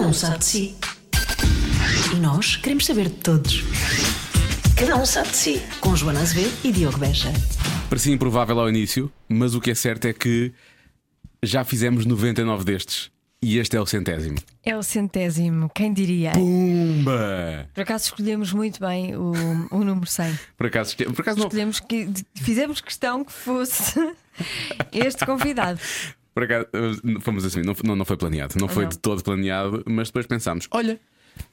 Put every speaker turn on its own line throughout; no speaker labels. um sabe de si. E nós queremos saber de todos. Cada um sabe de si. Com Joana Azevedo e Diogo Beja.
Parecia improvável ao início, mas o que é certo é que já fizemos 99 destes. E este é o centésimo.
É o centésimo, quem diria?
Pumba!
Por acaso escolhemos muito bem o, o número 100.
Por acaso, esque- por acaso, não,
Escolhemos que, de- fizemos questão que fosse este convidado.
por acaso eh, fomos assim, não, não, não foi planeado. Não foi
Ah, Não.
de todo planeado, mas depois pensámos: olha,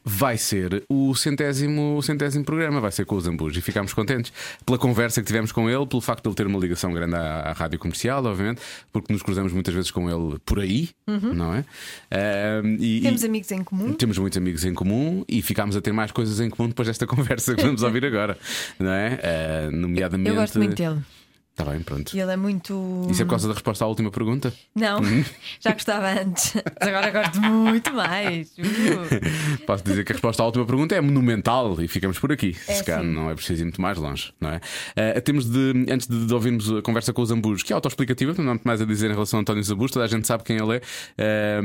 vai ser o centésimo, o centésimo programa, vai ser com o Zambujo. E ficámos contentes pela conversa que tivemos com ele, pelo facto de ele ter uma ligação grande à, à rádio comercial, obviamente, porque nos cruzamos muitas vezes com ele por aí, não é? Ah, e-
Uhum. Temos
e-
amigos em comum.
Temos muitos amigos em comum e ficámos a ter mais coisas em comum depois desta conversa que vamos ouvir agora, não é? Ah, nomeadamente.
Eu gosto muito dele.
Está bem, pronto.
E ele é muito.
Isso Uhum. é por causa da resposta à última pergunta?
Não, já gostava antes. Mas agora gosto muito mais. Uh.
Posso dizer que a resposta à última pergunta é monumental e ficamos por aqui.
É,
Se calhar
sim.
não é preciso ir muito mais longe, não é? Ah, temos de, antes de, de ouvirmos a conversa com o Zambus, que é autoexplicativa, portanto, não há muito mais a dizer em relação a António Zambus, toda a gente sabe quem ele é. Ah,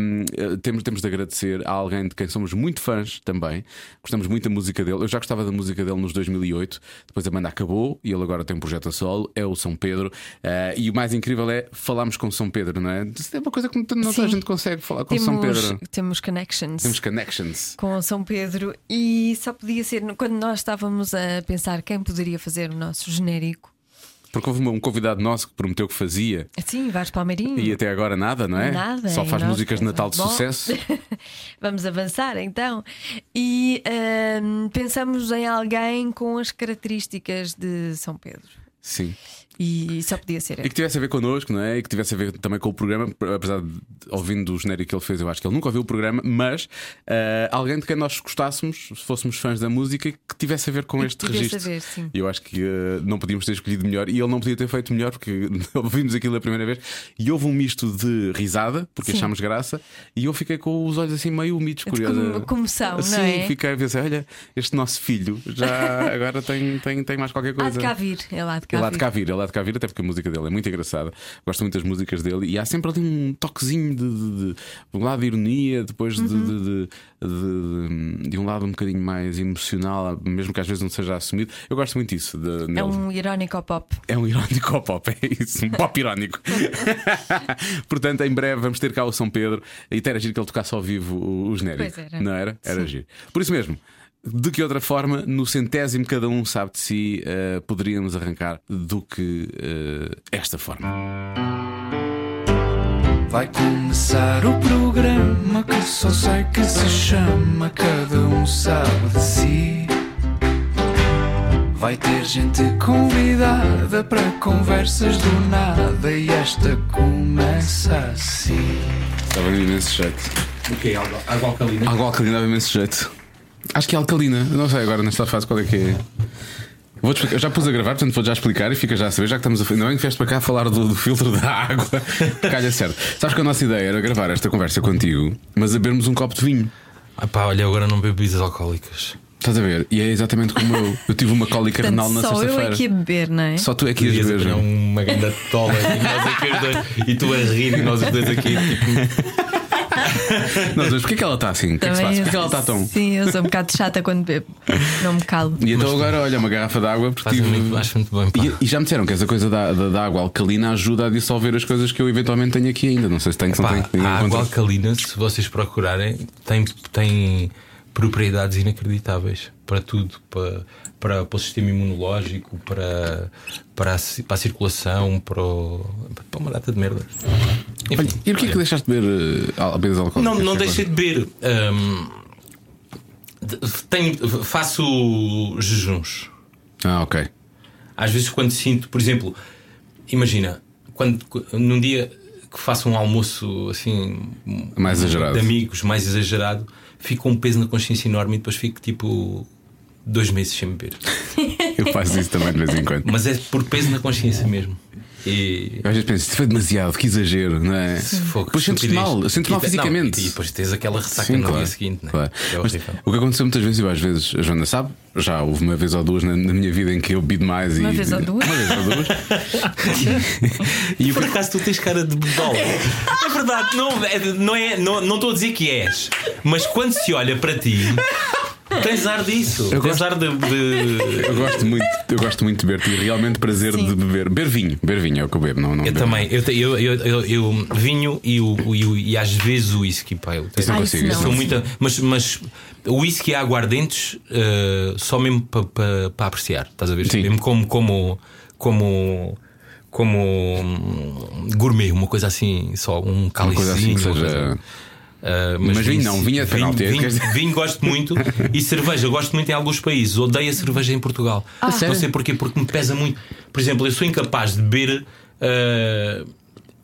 temos, temos de agradecer a alguém de quem somos muito fãs também. Gostamos muito da música dele. Eu já gostava da música dele nos 2008, depois a banda acabou e ele agora tem um projeto a solo, é o São Pedro. Ah, e o mais incrível é falarmos com o São Pedro, não é? Isso é uma coisa que não toda a
Sim.
gente consegue falar com o
Temos,
São Pedro.
temos connections.
Temos connections.
Com São Pedro, e só podia ser quando nós estávamos a pensar quem poderia fazer o nosso genérico.
Porque houve um convidado nosso que prometeu que fazia
Sim, Vasco Palmeirinho.
e até agora nada, não é?
Hum. Nada,
Só
e
faz
nós
músicas de
pensamos,
Natal de
"Bom,
sucesso.
Vamos avançar então. E ahm, pensamos em alguém com as características de São Pedro.
Sim.
E só podia ser
E que
ele.
tivesse a ver connosco, não é? E que tivesse a ver também com o programa, apesar de ouvindo o genérico que ele fez, eu acho que ele nunca ouviu o programa, mas ah, alguém de quem nós gostássemos, se fôssemos fãs da música, que tivesse a ver com este
tivesse
registro.
a ver, sim.
E Eu acho que ah, não podíamos ter escolhido melhor e ele não podia ter feito melhor porque ouvimos aquilo a primeira vez e houve um misto de risada, porque
Sim.
achámos graça, e eu fiquei com os olhos assim meio úmidos,
De
curiosa.
como- comoção, não
Sim,
é?
fiquei a pensar, olha, este nosso filho já agora tem, tem, tem mais qualquer
Há
coisa.
de cá vir, ele há de cá
Ele há
vir.
de cá vir, ele há de cá vir, até porque a música dele é muito engraçada. Gosto muito das músicas dele e há sempre ali um toquezinho de, de, de- de um lado de ironia, depois de,
Uhum.
de, de- de- de um lado um bocadinho mais emocional, mesmo que às vezes não seja assumido. Eu gosto muito disso. De, nele.
É um irónico pop.
É um irónico ao pop, é isso, um pop irónico. Portanto, em breve vamos ter cá o São Pedro e ter agir que ele tocasse ao vivo o, o genérico.
Pois era.
Não era? Era agir. Por isso mesmo, de que outra forma, no centésimo cada um sabe de si, eh, poderíamos arrancar do que eh, esta forma.
Vai começar o programa que só sei que se chama Cada um sabe de si. Vai ter gente convidada para conversas do nada e esta começa assim.
Estava imenso jeito.
O que é água, água alcalina?
Algo alcalina dava imenso jeito. Acho que é alcalina, não sei agora nesta fase qual é que é. Vou explicar. Eu já pus a gravar, portanto vou já explicar e fica já a saber, já que estamos a. Não é que vieste para cá a falar do, do filtro da água. Calha certo. Sabes que a nossa ideia era gravar esta conversa contigo, mas a bebermos um copo de vinho.
Ah pá, olha, agora não bebo bebidas alcoólicas.
Estás a ver? E é exatamente como eu. Eu tive uma cólica renal
Portanto,
na
só eu
sexta-feira.
aqui a beber, não é?
Só tu é que ias
Podias
ver.
apanhar
João.
um, uma grande tola e, nós aqui os dois- e tu a rir e nós os dois aqui tipo. um.
Não, mas porquê que ela está assim? O que é que se passa? Porquê que ela está tão.
Sim, eu sou um bocado chata quando bebo. Não me calo.
E então agora, olha, uma garrafa de água porque
Faz
tive.
muito, acho muito bem. Pá.
E, e já me disseram que essa coisa da, da, da água alcalina ajuda a dissolver as coisas que eu eventualmente tenho aqui ainda. Não sei se tenho, se não
Pá,
tenho. ninguém
a água
encontrou.
alcalina, se vocês procurarem, tem, tem propriedades inacreditáveis para tudo, para, para, para o sistema imunológico, para, para, a, ci- para a circulação, para, o- para uma data de merda. Enfim,
Olha, e porquê é que deixaste de beber uh, al- bebidas alcoólicas?
Não, não
Agora?
deixei de beber. Ahm, de- tenho- faço jejuns.
Ah, ok.
Às vezes, quando sinto, por exemplo, imagina, quando, num dia que faço um almoço assim.
Mais exagerado.
De amigos, mais exagerado, fico com um peso na consciência enorme e depois fico tipo. Dois meses sem beber.
Eu faço isso também de vez em quando.
Mas é por peso na consciência mesmo. E.
Eu às vezes penso, isto foi demasiado, que exagero, não é?
Se for
Depois sentes-te
estupidez.
mal, sentes
E
mal
te- não,
fisicamente.
e depois tens aquela ressaca
Sim,
no
claro,
dia seguinte, né?
claro.
é
Mas
horrível.
o que aconteceu muitas vezes, e às vezes a Joana sabe, já houve uma vez ou duas na, na minha vida em que eu bebi demais
Uma
e.
vez ou duas?
Uma vez ou duas. e o
Por
que-
acaso tu tens cara de bedola. É verdade, não é- não é- não- não estou a dizer que és, mas quando se olha para ti, tens ar disso.
Eu
tens
gosto-
ar de. de-
eu gosto muito, eu gosto muito de beber, tive realmente prazer de beber. Beber vinho, beber vinho é o que eu bebo, não, não
Eu
bebo.
também, eu, te- eu, eu, eu, eu- vinho e, o, e, o- e às vezes o whisky, pá, eu tenho-
Isso não
Ah, isso
consigo.
não.
Sou muita, mas, mas o whisky há aguardentes eh, só mesmo para apreciar, estás a ver?
Sim.
Mesmo como, como, como, como hum, gourmet, uma coisa assim, só um
Uma coisa assim
calicinho.
que
uma
seja.
coisa- Eh,
Mas vinho não, vinho é de
vinho,
penalti, é
vinho,
que-
vinho gosto muito e cerveja gosto muito em alguns países. Odeio a cerveja em Portugal.
Ah, sério?
Não sei porquê, porque me pesa muito. Por exemplo, eu sou incapaz de beber eh,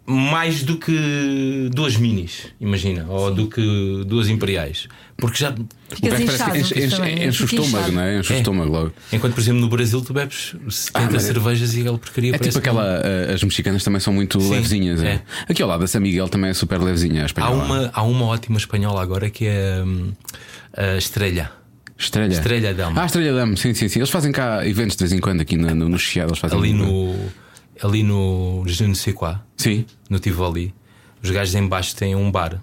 mais do que duas minis, imagina, ou do que duas imperiais. Porque já.
O
Ficas
gajo parece
inchado.
que enche, enche,
também,
enche o
fica
estômago,
inchado.
não é? Enche o
É.
estômago logo.
Enquanto, por exemplo, no Brasil tu bebes 70
mas é-
cervejas e aquela porcaria
É
parece
tipo
que-
aquela. eh, As mexicanas também são muito
Sim,
levezinhas. é.
é.
Aqui ao lado, a San Miguel também é super levezinha. A
Há
espanhola.
uma, há uma ótima espanhola agora que é hum, a Estrela.
Estrelha.
Estrelha Damm.
Ah, Estrelha Dama, sim, sim, sim. Eles fazem cá eventos de vez em quando aqui no, no, no Chiado. Eles fazem
Ali no. Ali no. Je ne sais quoi.
Sim.
no Tivoli, os gajos em baixo têm um bar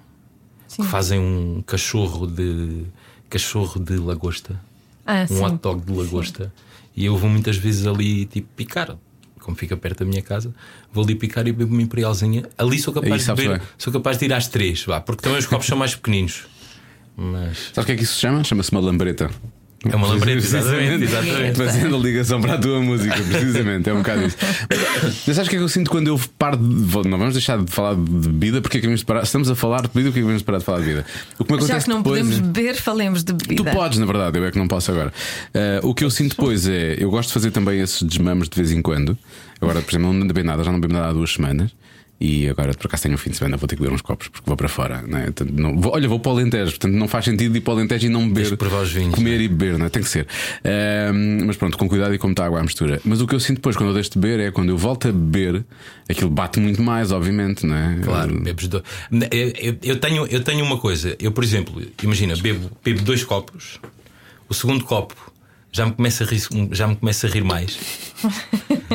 que fazem um cachorro de cachorro de lagosta,
Ah,
um
sim.
hot dog de lagosta. E eu vou muitas vezes ali tipo picar. Como fica perto da minha casa, vou ali picar e bebo uma imperialzinha. Ali sou
Aí
capaz de
sabes
beber,
bem.
sou capaz de ir às três, vá, porque também os copos são mais pequeninos. Mas
Sabe o que é que isso se chama? Chama-se uma lambreta.
é uma lambreta, exatamente, exatamente.
Fazendo a ligação para a tua música, precisamente. É um bocado isso. Mas, Mas sabes o que é que eu sinto quando eu paro de. vou- Não vamos deixar de falar de bebida, porque é que vamos parar. Estamos a falar de bebida, porque é que vamos parar de falar de bebida? O que me
Já
acontece
que não
depois
podemos
é-
beber, falemos de
Tu
bebida.
podes, na verdade, eu é que não posso agora. Ah, o que eu sinto depois é. Eu gosto de fazer também esses desmames de vez em quando. Agora, por exemplo, não bebo nada, já não bebo nada há duas semanas. E agora, por acaso, tenho um fim de semana, vou ter que beber uns copos, porque vou para fora. Não é? Portanto, não- vou- olha, vou para o Alentejo, portanto, não faz sentido ir para o Alentejo e não beber.
Tens de provar os vinhos, né?
comer e beber, não é? Tem que ser. Ah, mas pronto, com cuidado e como está água à mistura. Mas o que eu sinto depois, quando eu deixo de beber, é quando eu volto a beber, aquilo bate muito mais, obviamente, não é?
Claro, bebes dois. Eu, eu- eu tenho, eu tenho uma coisa. Eu, por exemplo, imagina, bebo, bebo dois copos. O segundo copo já me começa a rir, um, já me começa a rir mais.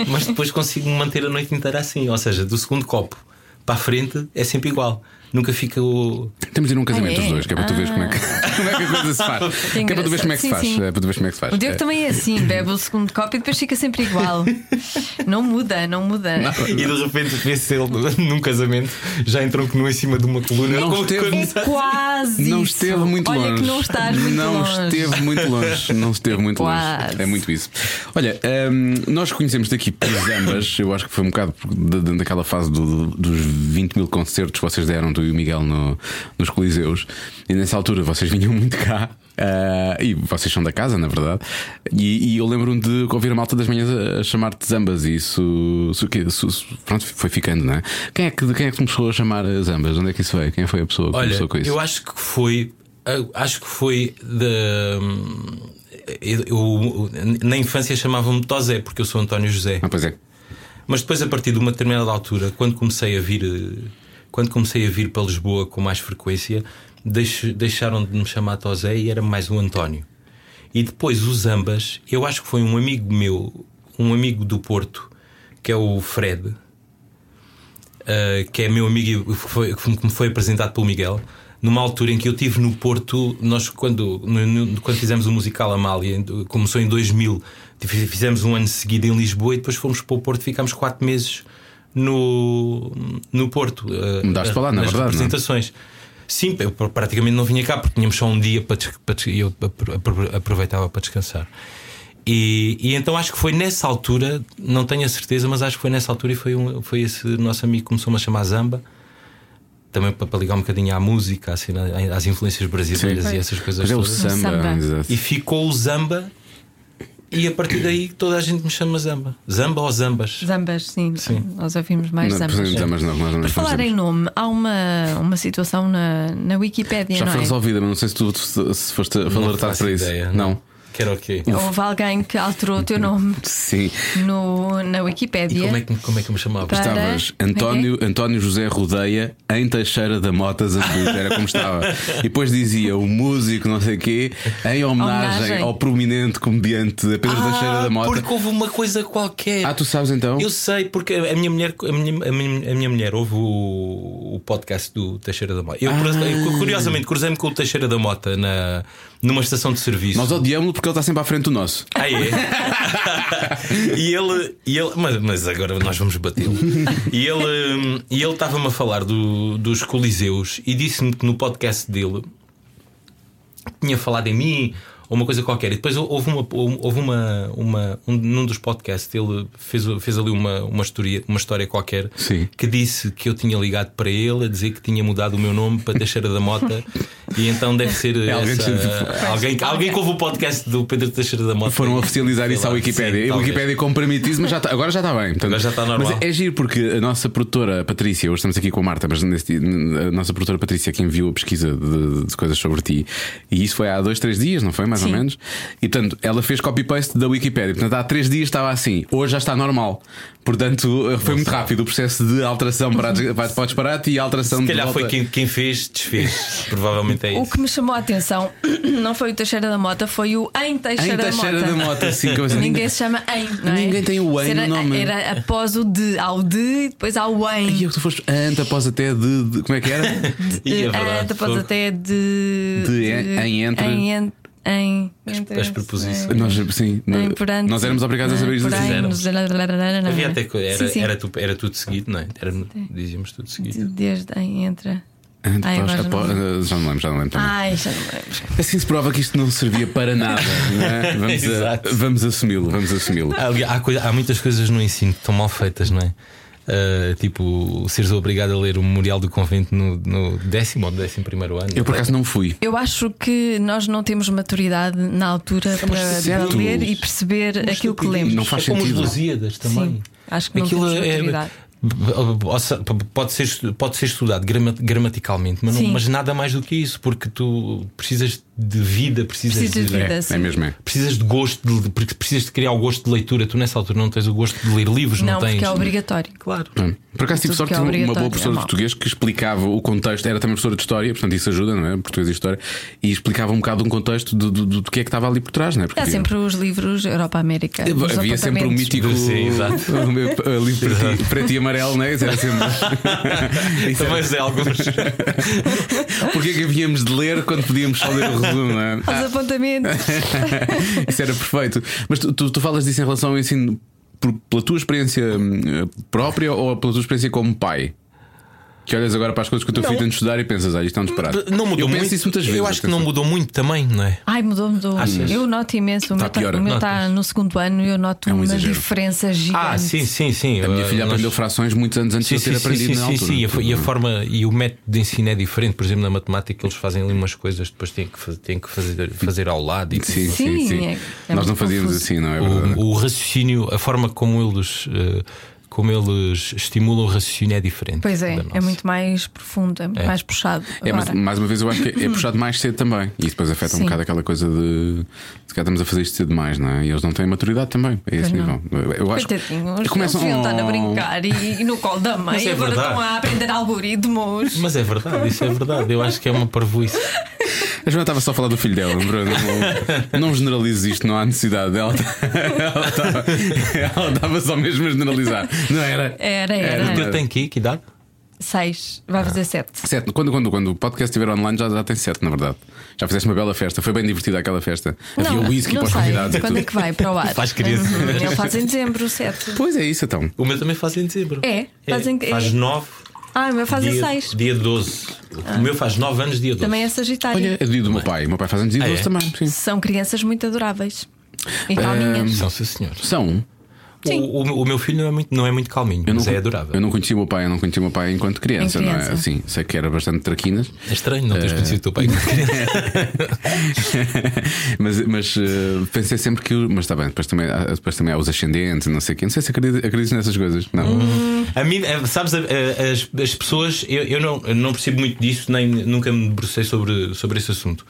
Mas depois consigo manter a noite inteira assim. Ou seja, do segundo copo para a frente é sempre igual. Nunca fica o.
Temos de ir a um casamento
Ah, é?
os dois, que é para tu veres como é que, como é que a coisa se faz. Que é para tu veres como é que se
Sim,
faz.
sim.
É para tu veres como é que se faz.
O Diogo
É.
também é assim, bebe o segundo copo e depois fica sempre igual. não muda, não muda.
E de repente vê-se ele num casamento, já entrou um em cima de uma coluna.
Não
Com-
esteve.
com-
É quase.
Não
isso.
esteve muito
Olha
longe.
que não estás muito
não
longe.
esteve muito longe. Não esteve muito longe.
Quase.
É muito isso. Olha, hum, nós conhecemos daqui Pisambas. Eu acho que foi um bocado por- da- da- daquela fase do- dos 20 mil concertos que vocês deram, tu e o Miguel, no- nos Coliseus. E nessa altura vocês vinham muito cá. ah, e vocês são da casa, na verdade. E, e eu lembro-me de ouvir a malta das manhãs a, a chamar-te Zambas. E isso, isso, que- isso- isso- Pronto, foi ficando, não é? Quem é, que, quem é que começou a chamar Zambas? Onde é que isso veio? Quem foi a pessoa que
Olha,
começou com isso?
eu acho que foi. eu Acho que foi da. eu- eu- na infância chamavam-me Tosé, porque eu sou António José.
Ah, pois é.
Mas depois, a partir de uma determinada altura, quando comecei a vir, eh, quando comecei a vir para Lisboa com mais frequência, deixe- deixaram de me chamar Tosé e era mais o António. E depois os ambas, eu acho que foi um amigo meu, um amigo do Porto, que é o Fred, eh, que é meu amigo e foi- que me foi apresentado pelo Miguel. Numa altura em que eu tive no Porto, nós quando, no- no- quando fizemos o musical Amália, em- começou em 2000, tive- fizemos um ano seguido em Lisboa e depois fomos para o Porto, ficámos quatro meses no, no Porto. eh,
Mudaste para lá, na
nas
verdade, não é?
apresentações. Sim, eu pr- praticamente não vinha cá porque tínhamos só um dia para, des- para des- e eu apro- apro- aproveitava para descansar. E, e então acho que foi nessa altura, não tenho a certeza, mas acho que foi nessa altura e foi, um- foi esse nosso amigo que começou-me a chamar Zamba. Também para, para ligar um bocadinho à música, à cena- às influências brasileiras
Sim.
e essas coisas
Mas é o
todas.
samba. é.
samba.
exato.
E ficou o Zamba, e a partir daí toda a gente me chama Zamba. Zamba ou Zambas?
Zambas, sim. Nós ouvimos mais
Não,
zambas.
precisamos, mas não, nós não
Por falar em
precisamos.
nome, há uma, uma situação na, na Wikipédia,
Já
não
foi
é?
resolvida, mas não sei se tu se se foste
Não
alertado
faço
para isso.
ideia,
não.
não. que era o quê?
Houve alguém que alterou o teu nome
Sim.
no, na
E
Wikipédia.
como é que, como é que eu me chamava?
Para-
Estavas
Era-
António, António José Rodeia em Teixeira da Mota Zambuja, era como estava. E depois dizia o músico, não sei quê, em homenagem,
Homenagem.
ao prominente comediante Pedro Teixeira da Mota.
Ah, Porque houve uma coisa qualquer.
Ah, tu sabes então?
Eu sei, porque a minha mulher, a minha, a minha, a minha mulher ouve o, o podcast do Teixeira da Mota. Eu,
Ah.
curiosamente, cruzei-me com o Teixeira da Mota na, numa estação de serviço.
Nós odiamos-lo porque ele está sempre à frente do nosso.
Ah, é? e ele, e ele mas, mas agora nós vamos batê-lo. E ele hum, e ele estava-me a falar do- dos Coliseus e disse-me que no podcast dele tinha falado em mim ou uma coisa qualquer. E depois houve uma, houve uma, uma um, num dos podcasts ele fez, fez ali uma, uma, história, uma história qualquer
Sim.
que disse que eu tinha ligado para ele a dizer que tinha mudado o meu nome para Teixeira da Mota e então deve ser
É, alguém
essa-
que-
alguém, alguém que ouve o podcast do Pedro Teixeira da Mota.
Foram oficializar
Sei
isso à
lá,
Wikipédia.
sim,
e a
talvez.
Wikipédia compromete isso, mas já tá- agora já está bem. Portanto,
Agora já está normal.
Mas é, é giro porque a nossa produtora Patrícia, hoje estamos aqui com a Marta, mas nesse dia, a nossa produtora Patrícia que enviou a pesquisa de, de coisas sobre ti, e isso foi há dois, três dias, não foi? Mais ou
Sim.
menos. E portanto, ela fez copy-paste da Wikipédia. Portanto, há três dias estava assim, hoje já está normal. Portanto, foi muito rápido o processo de alteração para, a des- para, para o disparate e a alteração
Se
de
calhar
volta.
foi quem, quem fez, desfez. Provavelmente é
O
isso.
que me chamou a atenção não foi o Teixeira da Mota, foi o em Teixeira,
Em Teixeira da Mota, sim, coisa
Ninguém se chama em, não é?
Ninguém tem o em
Se era,
no nome.
Era após o de, há o de e depois há o
E eu
em.
que tu foste antes, após até de, de- Como é que era?
E é
Eh,
verdade,
depois
foi-
até de.
De em- em entre.
Em. en- em entre- eh,
as preposições.
Nós, sim,
Em
no-
perante-
nós éramos obrigados a saber isso.
Em
assim.
porém, nos-
Havia até co- era,
Sim, sim.
Era, tu- era tudo seguido, não é? Era- dizíamos tudo seguido.
Desde em entra.
Antes,
Ai,
após-
agora não
após- ah, já não lembro, já não lembro. também.
Ai, já não me lembro.
Assim se prova que isto não servia para nada. não é? Vamos, a-
Exato.
vamos assumi-lo, vamos assumi-lo.
Há, ali- há coisa- há muitas coisas no ensino que estão mal feitas, não é? Ah, tipo, seres obrigado a ler o Memorial do Convento no, no décimo ou décimo primeiro ano.
Eu por acaso não fui.
Eu acho que nós não temos maturidade na altura para, para
certo.
ler e perceber aquilo que lemos.
Não faz
é como
sentido.
os Lusíadas também.
Sim, acho que não temos maturidade.
é- ou se- Pode ser, estu- pode ser estudado grama- gramaticalmente, mas, não-
Sim.
mas nada mais do que isso, porque tu precisas de vida, precisas,
Precisas de vida.
É,
Sim.
é mesmo, é.
Precisas de gosto, de- porque precisas de criar o gosto de leitura. Tu nessa altura não tens o gosto de ler livros, não,
Não,
tens.
porque é obrigatório.
Claro.
Por acaso tive
Tudo
sorte
que é
de uma- uma boa
obrigatório,
professora
é
de
mau.
português que explicava o contexto, era também professora de história, portanto isso ajuda, não é? Português e história, e explicava um bocado um contexto do, do, do- do que é que estava ali por trás, não é? Porque
Há
havia-
sempre os livros Europa-América. nos
Havia sempre um
apontamentos.
mítico
Sim, exato.
um livro preto e- preto e amarelo, não é? Isso era sempre. Isso era-
Também é sei alguns.
Porquê que havíamos de ler quando podíamos só ler o resumo, não é? Ah,
Os apontamentos.
Isso era perfeito. Mas tu, tu, tu falas disso em relação ao ensino por- pela tua experiência hum, eh, própria ou pela tua experiência como pai? Que olhas agora para as coisas que o teu
Não.
filho tem de estudar e pensas, ah, isto é um disparate.
Não mudou
eu
muito.
penso isso muitas vezes.
eu acho que não
atenção.
mudou muito também, não é?
Ai, mudou, mudou.
Achas?
Eu noto imenso. O meu
pior.
tá- o meu está
Notas?
no segundo ano e eu noto
É um
uma
exagero.
diferença gigante.
Ah, sim, sim, sim.
A minha filha
Nós-
aprendeu frações muitos anos antes de
Sim,
eu
sim,
ter
sim,
aprendido
sim,
na
sim,
altura. é?
sim. E a fo- E a forma e o método de ensino é diferente. Por exemplo, na matemática, eles fazem ali umas coisas, depois têm que fazer, têm que fazer, fazer ao lado. E
Sim, sim,
Sim,
sim.
é- é
Nós
muito
não fazíamos
confuso.
assim, não é verdade?
o, o raciocínio, a forma como eles, eh, como eles estimulam o raciocínio é diferente.
Pois é,
da nossa.
é muito mais profundo, é muito mais puxado.
É, mas,
agora.
mais uma vez, eu acho que é puxado mais cedo também. E isso depois afeta um
Sim.
bocado aquela coisa de se calhar estamos a fazer isto cedo demais, não é? E eles não têm maturidade também. É esse
Pois
nível. Eu- Eu acho
Coitadinhos,
que começam
eles
oh,
estar a brincar e, e no colo da mãe
Mas é
agora
verdade.
estão a aprender algoritmos.
Mas é verdade, isso é verdade. Eu acho que é uma parvoíce.
A Joana estava só a falar do filho dela, Bruno. Não, não generalize isto, não há necessidade. Ela tá- ela estava ela estava só mesmo a generalizar. Não era?
Era,
Era,
era.
O teu tem que ir, que idade?
Seis, vai
Ah.
fazer sete.
Sete. Quando, quando, quando o podcast estiver online já, já tem sete, na verdade. Já fizeste uma bela festa, foi bem divertida aquela festa. Havia whisky
não
para os
sei.
convidados e
Quando
tudo.
é que vai para o ar?
Faz criança.
Hum, Ele faz em dezembro, sete.
Pois é isso então.
O meu também faz em dezembro.
É? Faz em-
Faz
é.
9.
Ah, o meu faz em
dia,
seis.
Dia 12. O meu faz 9 anos, dia 12.
Também é Sagitário.
Olha, é do dia do meu pai. O meu pai faz antes de
Ah, é?
doce também. Sim.
São crianças muito adoráveis. E calminhas.
São, sim, senhor.
São.
Sim.
O, o- o meu filho não é muito, não é muito calminho, mas
con-
é adorável.
Eu não conhecia o meu pai, eu não conhecia o meu pai enquanto criança,
Em
não
criança.
é? Assim, sei que era bastante traquinas,
É estranho não teres conhecido o teu pai quando criança.
mas, mas eh, pensei sempre que. o- Mas está bem, depois também, há- depois também há os ascendentes, não sei o quê. Não sei se acredito, acredito nessas coisas. Não.
A mim, eh, sabes, a- a- as, as pessoas, eu, eu não, eu não percebo muito disso, nem nunca me debrucei sobre, sobre esse assunto,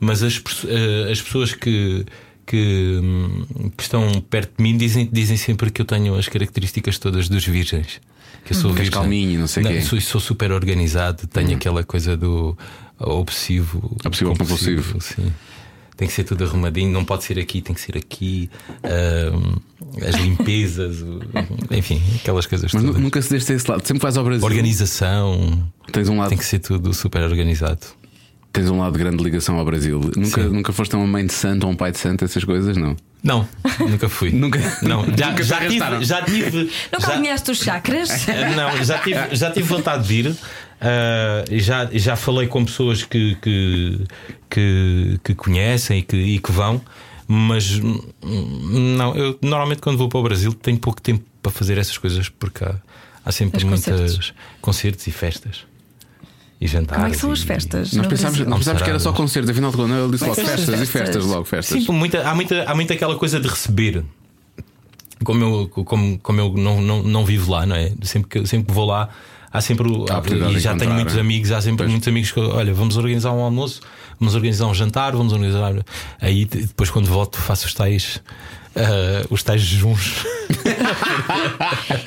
mas as, perso- eh, as pessoas que, que, hum, que estão perto de mim dizem, dizem sempre que eu tenho as características todas dos virgens. Que eu sou
Hum. Que és
virgem.
calminho, não sei quê. Hum.
Sou, sou super organizado, tenho aquela coisa do obsessivo.
Obsessivo compulsivo.
Sim. Tem que ser tudo arrumadinho, não pode ser aqui, tem que ser aqui. hum, as limpezas, o- enfim, aquelas coisas
Mas nu-
todas.
nunca um- se deste a esse lado. Sempre vais ao Brasil.
Organização,
Tens um lado
tem que ser tudo super organizado.
Tens um lado de grande ligação ao Brasil. Nunca,
Sim.
nunca foste uma mãe de santo ou um pai de santo, essas coisas, não?
Não, nunca fui.
Nunca-
Não, já,
nunca te
já
arrastaram.
tive. Já tive
Nunca
já-
alinhaste os chakras?
Eh, Não, já tive, já tive vontade de ir. ah, e já, e já falei com pessoas que, que, que, que conhecem e que, e que vão, mas hum, não, eu normalmente quando vou para o Brasil tenho pouco tempo para fazer essas coisas porque há, há sempre
Os
muitas
concertos.
concertos. e festas e jantares.
Como é que são
e-
as festas?
Nós
no
pensámos,
Brasil?
nós pensámos que era só
Almoçaradas.
concertos, afinal de contas, não, ele disse logo
Mas
festas,
festas,
e festas,
festas.
logo festas.
Sim, muita, há, muita, há muita aquela coisa de receber. Como eu, como, como eu não, não, não vivo lá, não é? Sempre que, sempre que vou lá, há sempre. o-
Há a oportunidade
e
de
já tenho
encontrar,
muitos
é?
amigos, há sempre
Pois.
muitos amigos que. Olha, vamos organizar um almoço, vamos organizar um jantar, vamos organizar. Aí de- depois, quando volto, faço os tais. ah, os tais jejuns.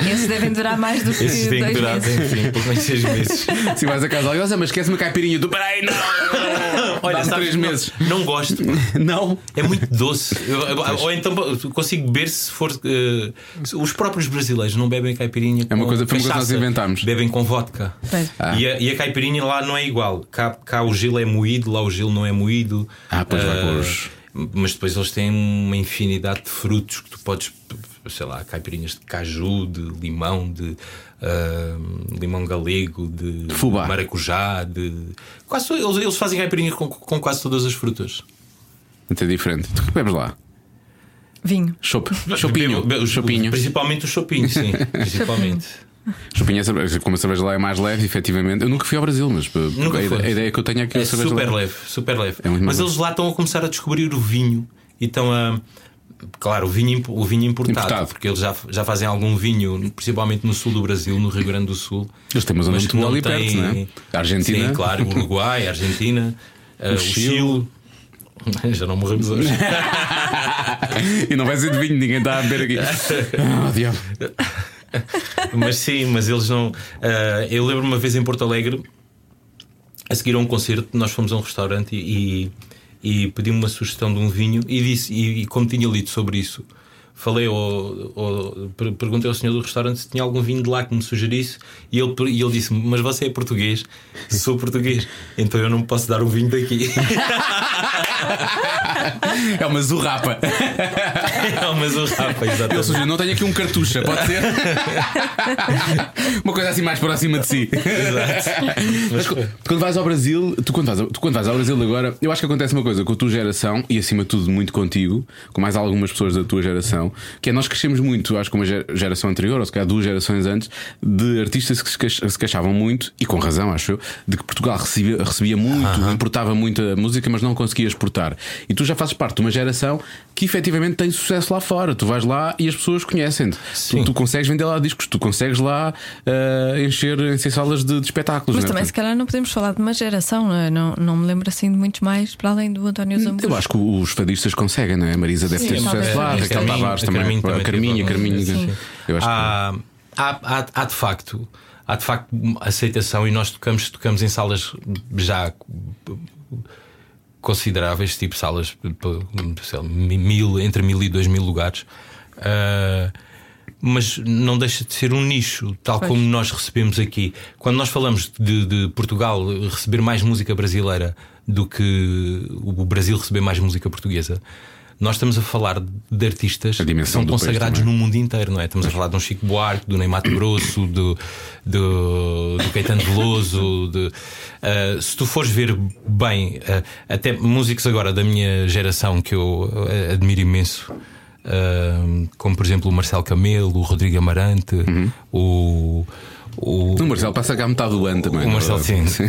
Esses devem durar mais do que
Esses têm que
dois
durar,
meses.
enfim, pelo menos seis meses.
Se vais a casa de alguém, "Nossa, mas esquece uma caipirinha do peraí, não! Dá-me
sabes,
três
não-
meses.
não gosto.
Não.
É muito doce. Eu- eu- ou então consigo beber se for. eh, os próprios brasileiros não bebem caipirinha.
É uma
com
coisa- foi uma coisa que nós
cachaça,
inventámos. Ah.
Bebem com vodka.
Pois.
E, a, e a caipirinha lá não é igual. Cá, cá o gelo é moído, lá o gelo não é moído.
Ah, pois vai
Eh,
com os-
Mas depois eles têm uma infinidade de frutos que tu podes. Sei lá, caipirinhas de caju, de limão, de eh, limão galego, de,
fubá.
maracujá, de. Quase, to- eles, eles fazem caipirinha com, com quase todas as frutas.
Muito diferente. Tu que bebes lá?
Vinho.
Chope. Chopinho.
Bebo- bebo-
Chopinho.
Principalmente o chopinho, sim. Principalmente.
Chopinho é cerveja. Como a cerveja lá é mais leve, efetivamente. Eu nunca fui ao Brasil, mas uh,
Nunca
a,
foi.
ideia, a ideia que eu tenho é que
É
a cerveja.
super
lá-
leve, super leve.
É muito
Mas
bom.
eles lá estão a começar a descobrir o vinho e estão a. Claro, o vinho, imp- o vinho importado,
Importado.
porque eles já, já fazem algum vinho, principalmente no sul do Brasil, no Rio Grande do Sul.
Eles têm uma zona
Mas
de
que
futebol
não
ali
têm-
perto, não é? A Argentina.
Sim, claro, o Uruguai, a Argentina, eh, o,
Chile.
Chile. Já não morremos hoje.
e não vai ser de vinho, ninguém está a beber aqui. Ah, diabo.
Mas sim, mas eles não. Ah, eu lembro uma vez em Porto Alegre, a seguir a um concerto, nós fomos a um restaurante e, e, e pedi uma sugestão de um vinho e disse, e, e como tinha lido sobre isso, falei ao, ao- per- perguntei ao senhor do restaurante se tinha algum vinho de lá que me sugerisse e ele, per- e ele disse: Mas você é português? Sou português, então eu não posso dar um vinho daqui.
É uma zurrapa.
não, mas o rapaz,
Ele
exatamente.
sugeriu, não tenho aqui um cartucha, pode ser? Uma coisa assim mais próxima de si. Mas
Mas-
tu quando vais ao Brasil, tu quando vais, ao- tu quando vais ao Brasil agora, eu acho que acontece uma coisa com a tua geração e acima de tudo muito contigo, com mais algumas pessoas da tua geração, que é nós crescemos muito, acho que uma ger- geração anterior, ou se calhar duas gerações antes, de artistas que se queix- se queixavam muito, e com razão, acho eu, de que Portugal recebia, recebia muito, importava muito a música, mas não conseguia exportar. E tu já fazes parte de uma geração que efetivamente tem sucesso lá fora. Tu vais lá e as pessoas conhecem-te. Tu,
Sim.
tu consegues vender lá discos, tu consegues lá eh, encher, encher salas de, de espetáculos.
Mas
não é?
também,
Portanto,
se calhar, não podemos falar de uma geração, não, é? não, não me lembro assim de muitos mais, para além do António Zambujo.
Hum, Eu acho que os fadistas conseguem, não é? A Marisa deve ter
Sim,
sucesso
talvez.
lá,
A
Raquel
Carminho-
Tavares também,
Carminho
a Carminha,
teve algum-
Carminho.
tipo, Sim. Ah,
Eu acho que.
há, há, há, há de facto há de facto aceitação e nós tocamos tocamos em salas já consideráveis tipo salas sei lá, mil entre mil e dois mil lugares Ah, mas não deixa de ser um nicho, tal como nós recebemos aqui. Quando nós falamos de, de Portugal receber mais música brasileira do que o Brasil receber mais música portuguesa, nós estamos a falar de artistas
A dimensão
são
do país
consagrados
também.
no mundo inteiro, não é? Estamos a falar de um Chico Buarque, do Neymar Grosso, do, do, do Caetano Veloso. De, ah, se tu fores ver bem, ah, até músicos agora da minha geração que eu ah, admiro imenso. ah, como por exemplo o Marcelo Camelo, o Rodrigo Amarante, o, o,
O Marcelo passa cá metade do ano também.
o Marcelo,
não é?
sim.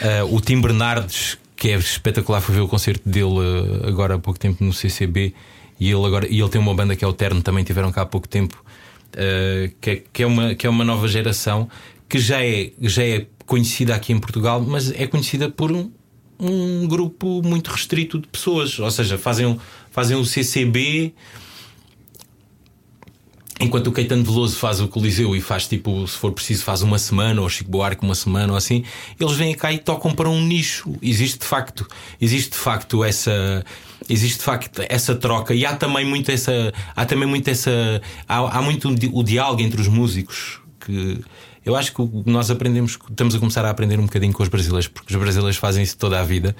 Eh, o Tim Bernardes, que é espetacular, foi ver o concerto dele eh, agora há pouco tempo no CCB. E ele, agora, e ele tem uma banda que é o Terno, também tiveram cá há pouco tempo, eh, que, é, que, é uma, que é uma nova geração que já é, já é conhecida aqui em Portugal, mas é conhecida por um, um grupo muito restrito de pessoas. Ou seja, fazem um, fazem um CCB. Enquanto o Caetano Veloso faz o Coliseu e faz tipo, se for preciso, faz uma semana, ou Chico Buarque uma semana, ou assim, eles vêm cá e tocam para um nicho. Existe de facto, existe de facto essa, existe de facto essa troca e há também muito essa, há também muito essa, há, há muito um di- o diálogo entre os músicos que eu acho que o- nós aprendemos, estamos a começar a aprender um bocadinho com os brasileiros, porque os brasileiros fazem isso toda a vida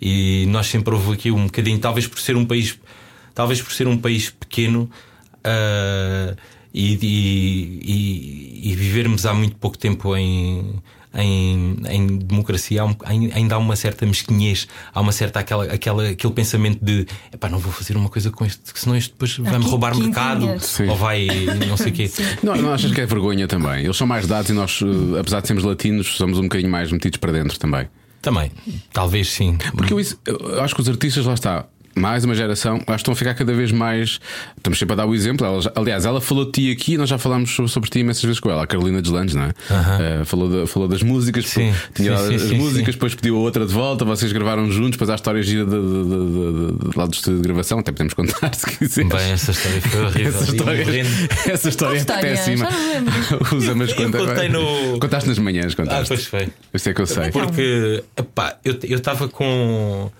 e nós sempre houve aqui um bocadinho, talvez por ser um país, talvez por ser um país pequeno. Uh, e, e- e- e vivermos há muito pouco tempo em, em, em democracia, há um- ain- ainda há uma certa mesquinhez, há uma certa aquela, aquela, aquele pensamento de "Epá, não vou fazer uma coisa com este, que senão este depois vai-me
Aqui,
roubar
quinze
mercado
dias.
Sim.
ou vai não sei o quê.
Não, não achas que é vergonha também? Eles são mais dados e nós, eh, apesar de sermos latinos, somos um bocadinho mais metidos para dentro também.
Também, talvez sim.
Porque eu, isso- eu acho que os artistas, lá está, mais uma geração, acho que estão a ficar cada vez mais. Estamos sempre a dar o exemplo. Ela já- aliás, ela falou de ti aqui, nós já falámos sobre, sobre ti imensas vezes com ela, a Carolina Deslandes, não é? Eh, falou, da- falou das músicas,
Sim,
tinha
sim,
dado
sim,
as
sim,
músicas,
sim.
depois pediu a outra de volta, vocês gravaram juntos, depois há a história gira de, de, de, de- de- lá do estúdio de gravação, até podemos contar se quiseres.
Bem, essa história foi horrível.
Essa história,
Horrendo.
essa história é
Qual história?
péssima.
Já não lembro.
Usa, mas
Eu
conta.
contei no-
Contaste nas manhãs,
Ah,
contaste.
pois foi.
Isto é que eu sei.
Porque epá, eu eu estava com.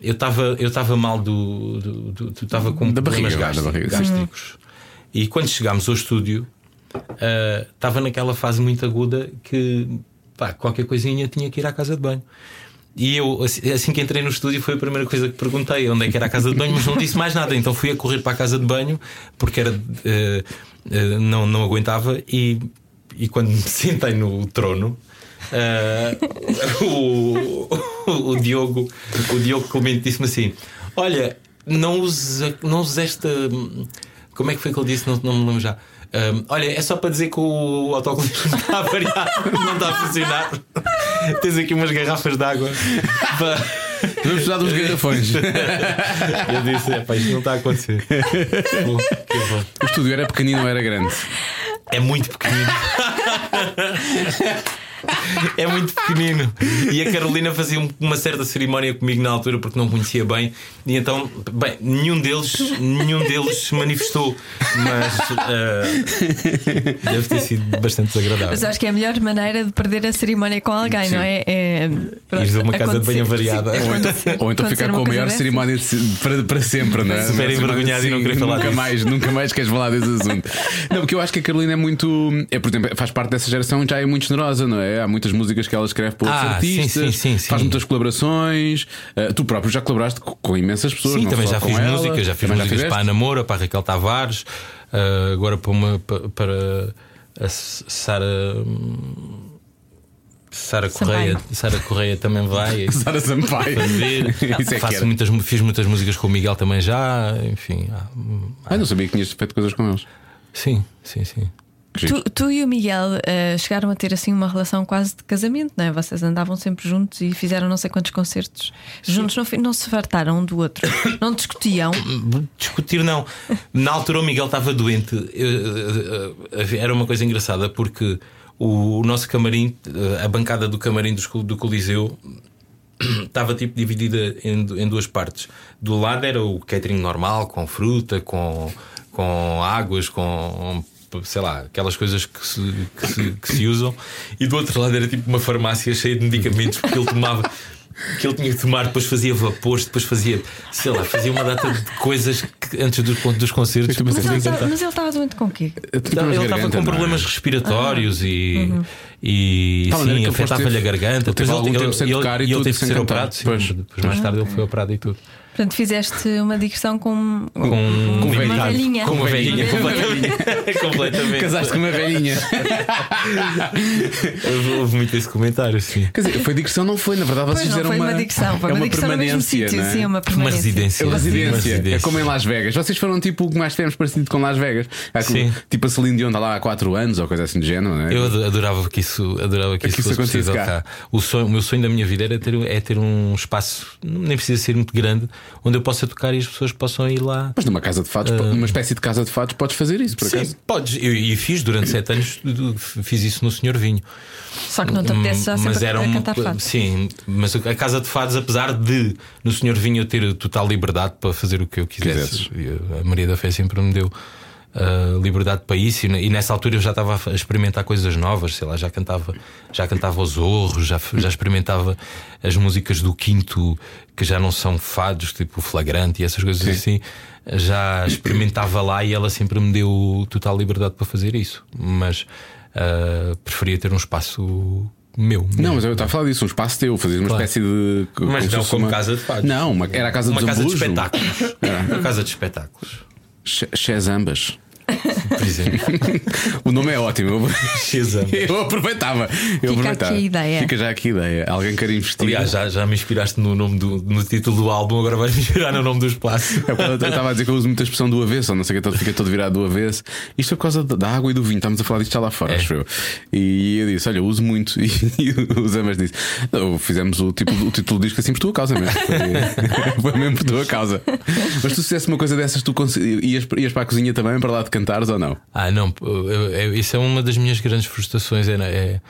Eu estava eu estava mal do. do- do- do- Estava com
Da
problemas
barriga, é? da barriga, sim.
gástricos. E quando chegámos ao estúdio, ah, estava naquela fase muito aguda que pá, qualquer coisinha tinha que ir à casa de banho. E eu, assim assim que entrei no estúdio, foi a primeira coisa que perguntei onde é que era a casa de banho, mas não disse mais nada. Então fui a correr para a casa de banho porque era, eh, eh, não, não aguentava. E, e quando me sentei no trono, eh, o, o, o Diogo, o Diogo Clemente disse-me assim: Olha, não uses, não uses esta. Como é que foi que ele disse? Não, não me lembro já. Ahm, olha, é só para dizer que o autocolante não está a variar, não está a funcionar. Tens aqui umas garrafas de água. para-
Vamos precisar dos garrafões.
Eu disse: é pá, isto não está a acontecer. Bom, que bom.
O estúdio era pequenino ou era grande?
É muito pequenino. é muito pequenino. E a Carolina fazia um- uma certa cerimónia comigo na altura porque não conhecia bem. E então, bem, nenhum deles, nenhum deles se manifestou. Mas eh, deve ter sido bastante desagradável.
Mas acho que é a melhor maneira de perder a cerimónia com alguém,
Sim.
não é? é
Ires a uma casa de
acontecer-
banho variada.
sim,
Ou então-
acontecer-
Ou então
acontecer
ficar
uma
com a
coisa
maior
dessas.
cerimónia de se- para, para sempre, não é?
Super
Uma cerimónia
envergonhado e não
assim,
querer falar
nunca
disso.
mais, nunca mais queres falar desse assunto. Não, porque eu acho que a Carolina é muito. É, por exemplo, faz parte dessa geração e já é muito generosa, não é? Há muitas músicas que ela escreve para outros
Ah, sim,
artistas,
sim, sim, sim.
faz muitas colaborações. Ah, tu próprio já colaboraste co- com imensas pessoas.
Sim,
não
também
só
já
com
fiz
ela.
música, já
Também
fiz músicas para a
fizeste?
Ana Moura, para a Raquel Tavares, ah, agora para uma pa- para a S- Sara hum, Sara
Sampaio.
Correia, Sara Correia também vai.
Sara Sampaio.
fazer.
Isso é que
Faço
era.
muitas, fiz muitas músicas com o Miguel também já, enfim. há-
Ah, não sabia que tinhas feito coisas com eles.
sim, sim, sim.
Que giro.
Tu, tu e o Miguel eh, chegaram a ter assim uma relação quase de casamento, não é? Vocês andavam sempre juntos e fizeram não sei quantos concertos juntos, não, fi- não se fartaram um do outro, não discutiam.
discutir não. Na altura o Miguel estava doente. Eu, eh, eh, Era uma coisa engraçada porque o o nosso camarim, eh, a bancada do camarim dos col- do Coliseu, estava tipo dividida em, du- em duas partes. Do lado era o catering normal, com fruta, com, com águas, com sei lá, aquelas coisas que se, que, se, que se usam, e do outro lado era tipo uma farmácia cheia de medicamentos porque ele tomava. Que ele tinha que tomar, depois fazia vapores, depois fazia, sei lá, fazia uma data de coisas que antes do, dos concertos.
Mas
Mas
para
ele,
poder
estava-
cantar.
mas ele estava doente com o quê?
Tu tinhas
Ele
garganta,
estava
não
com
é?
problemas respiratórios e, e
Tal maneira
sim,
Tá, que ele
afetava-lhe a
fosse-
garganta.
ele teve
Depois
algum tempo sem tocar e
ele
tudo,
teve que
sem
ser
cantar.
operado. sim.
Pois.
Depois, mais tarde, ele foi operado e tudo.
Portanto, fizeste uma digressão com.
Com,
um velhinho.
Uma velhinha.
Com uma velhinha,
Uma
completamente. completamente.
Casaste com uma rainha.
Houve- Houve muito esse comentário, sim.
Quer dizer, foi digressão, não foi? Na verdade, vocês
Pois não,
fizeram
foi uma,
uma
digressão, foi
é
uma, digressão no mesmo sítio,
não é?
sim, é uma
Uma
permanência.
residência.
É uma residência.
Uma
É como em Las Vegas. Vocês foram tipo o que mais tivemos parecido com Las Vegas. Há que-
Sim.
Tipo a Celine Dion está lá há 4 anos ou coisa assim do género, não é?
Eu ado- adorava que isso, adorava que
É que
isso
isso
fosse
acontecesse
possível
cá.
cá. O, sonho, o meu sonho da minha vida era ter, é ter um espaço, nem precisa ser muito grande, onde eu possa tocar e as pessoas possam ir lá.
Mas numa casa de fatos, po- numa espécie de casa de fatos, podes fazer isso, por acaso.
Ah. Sim, podes. Eu- E fiz durante sete anos, du- du- fiz isso no Senhor Vinho.
Só que não te apetece já
mas
sempre
era
a
um,
cantar fado.
Sim, mas a Casa de Fados, apesar de no Senhor Vinho eu ter total liberdade para fazer o que eu quisesse, e a Maria da Fé sempre me deu ah, liberdade para isso. E, ne- e nessa altura eu já estava a experimentar coisas novas, sei lá, já cantava, já cantava os horros, já, f- já experimentava as músicas do Quinto que já não são fados, tipo o Flagrante e essas coisas assim. Já experimentava lá e ela sempre me deu total liberdade para fazer isso, mas. ah, preferia ter um espaço meu.
Não, mas eu estava a falar disso, um espaço teu, fazer uma
Claro.
espécie de.
Mas
se
não
fosse
como casa de fados.
Não, uma- era a casa um-
uma
de
casa de espetáculos.
É.
Uma casa de espetáculos.
Chezambas.
Por exemplo,
O nome é ótimo. eu-
Shazam.
Eu aproveitava. Eu
Fica
aproveitava.
aqui a ideia.
Fica já aqui a ideia. Alguém quer investir.
Aliás, já, já me inspiraste no, nome do, no título do álbum, agora vais me inspirar no nome do espaço.
É quando Eu estava a dizer que eu uso muita expressão do avesso, ou não sei o que, todo, fica todo virado do avesso. Isto é por causa da- da água e do vinho, estamos a falar disto já lá fora,
É.
acho eu. E eu disse: Olha, eu uso muito. E, o Zamas disse: "Não, Fizemos o, tipo, o título do disco assim por tua causa mesmo. Foi, foi mesmo por tua causa. Mas tu se fizesse uma coisa dessas, tu conse- ias, ias para a cozinha também para lá de cantares ou não?
Ah, não, eu- eu- isso é uma das minhas grandes frustrações. É, é-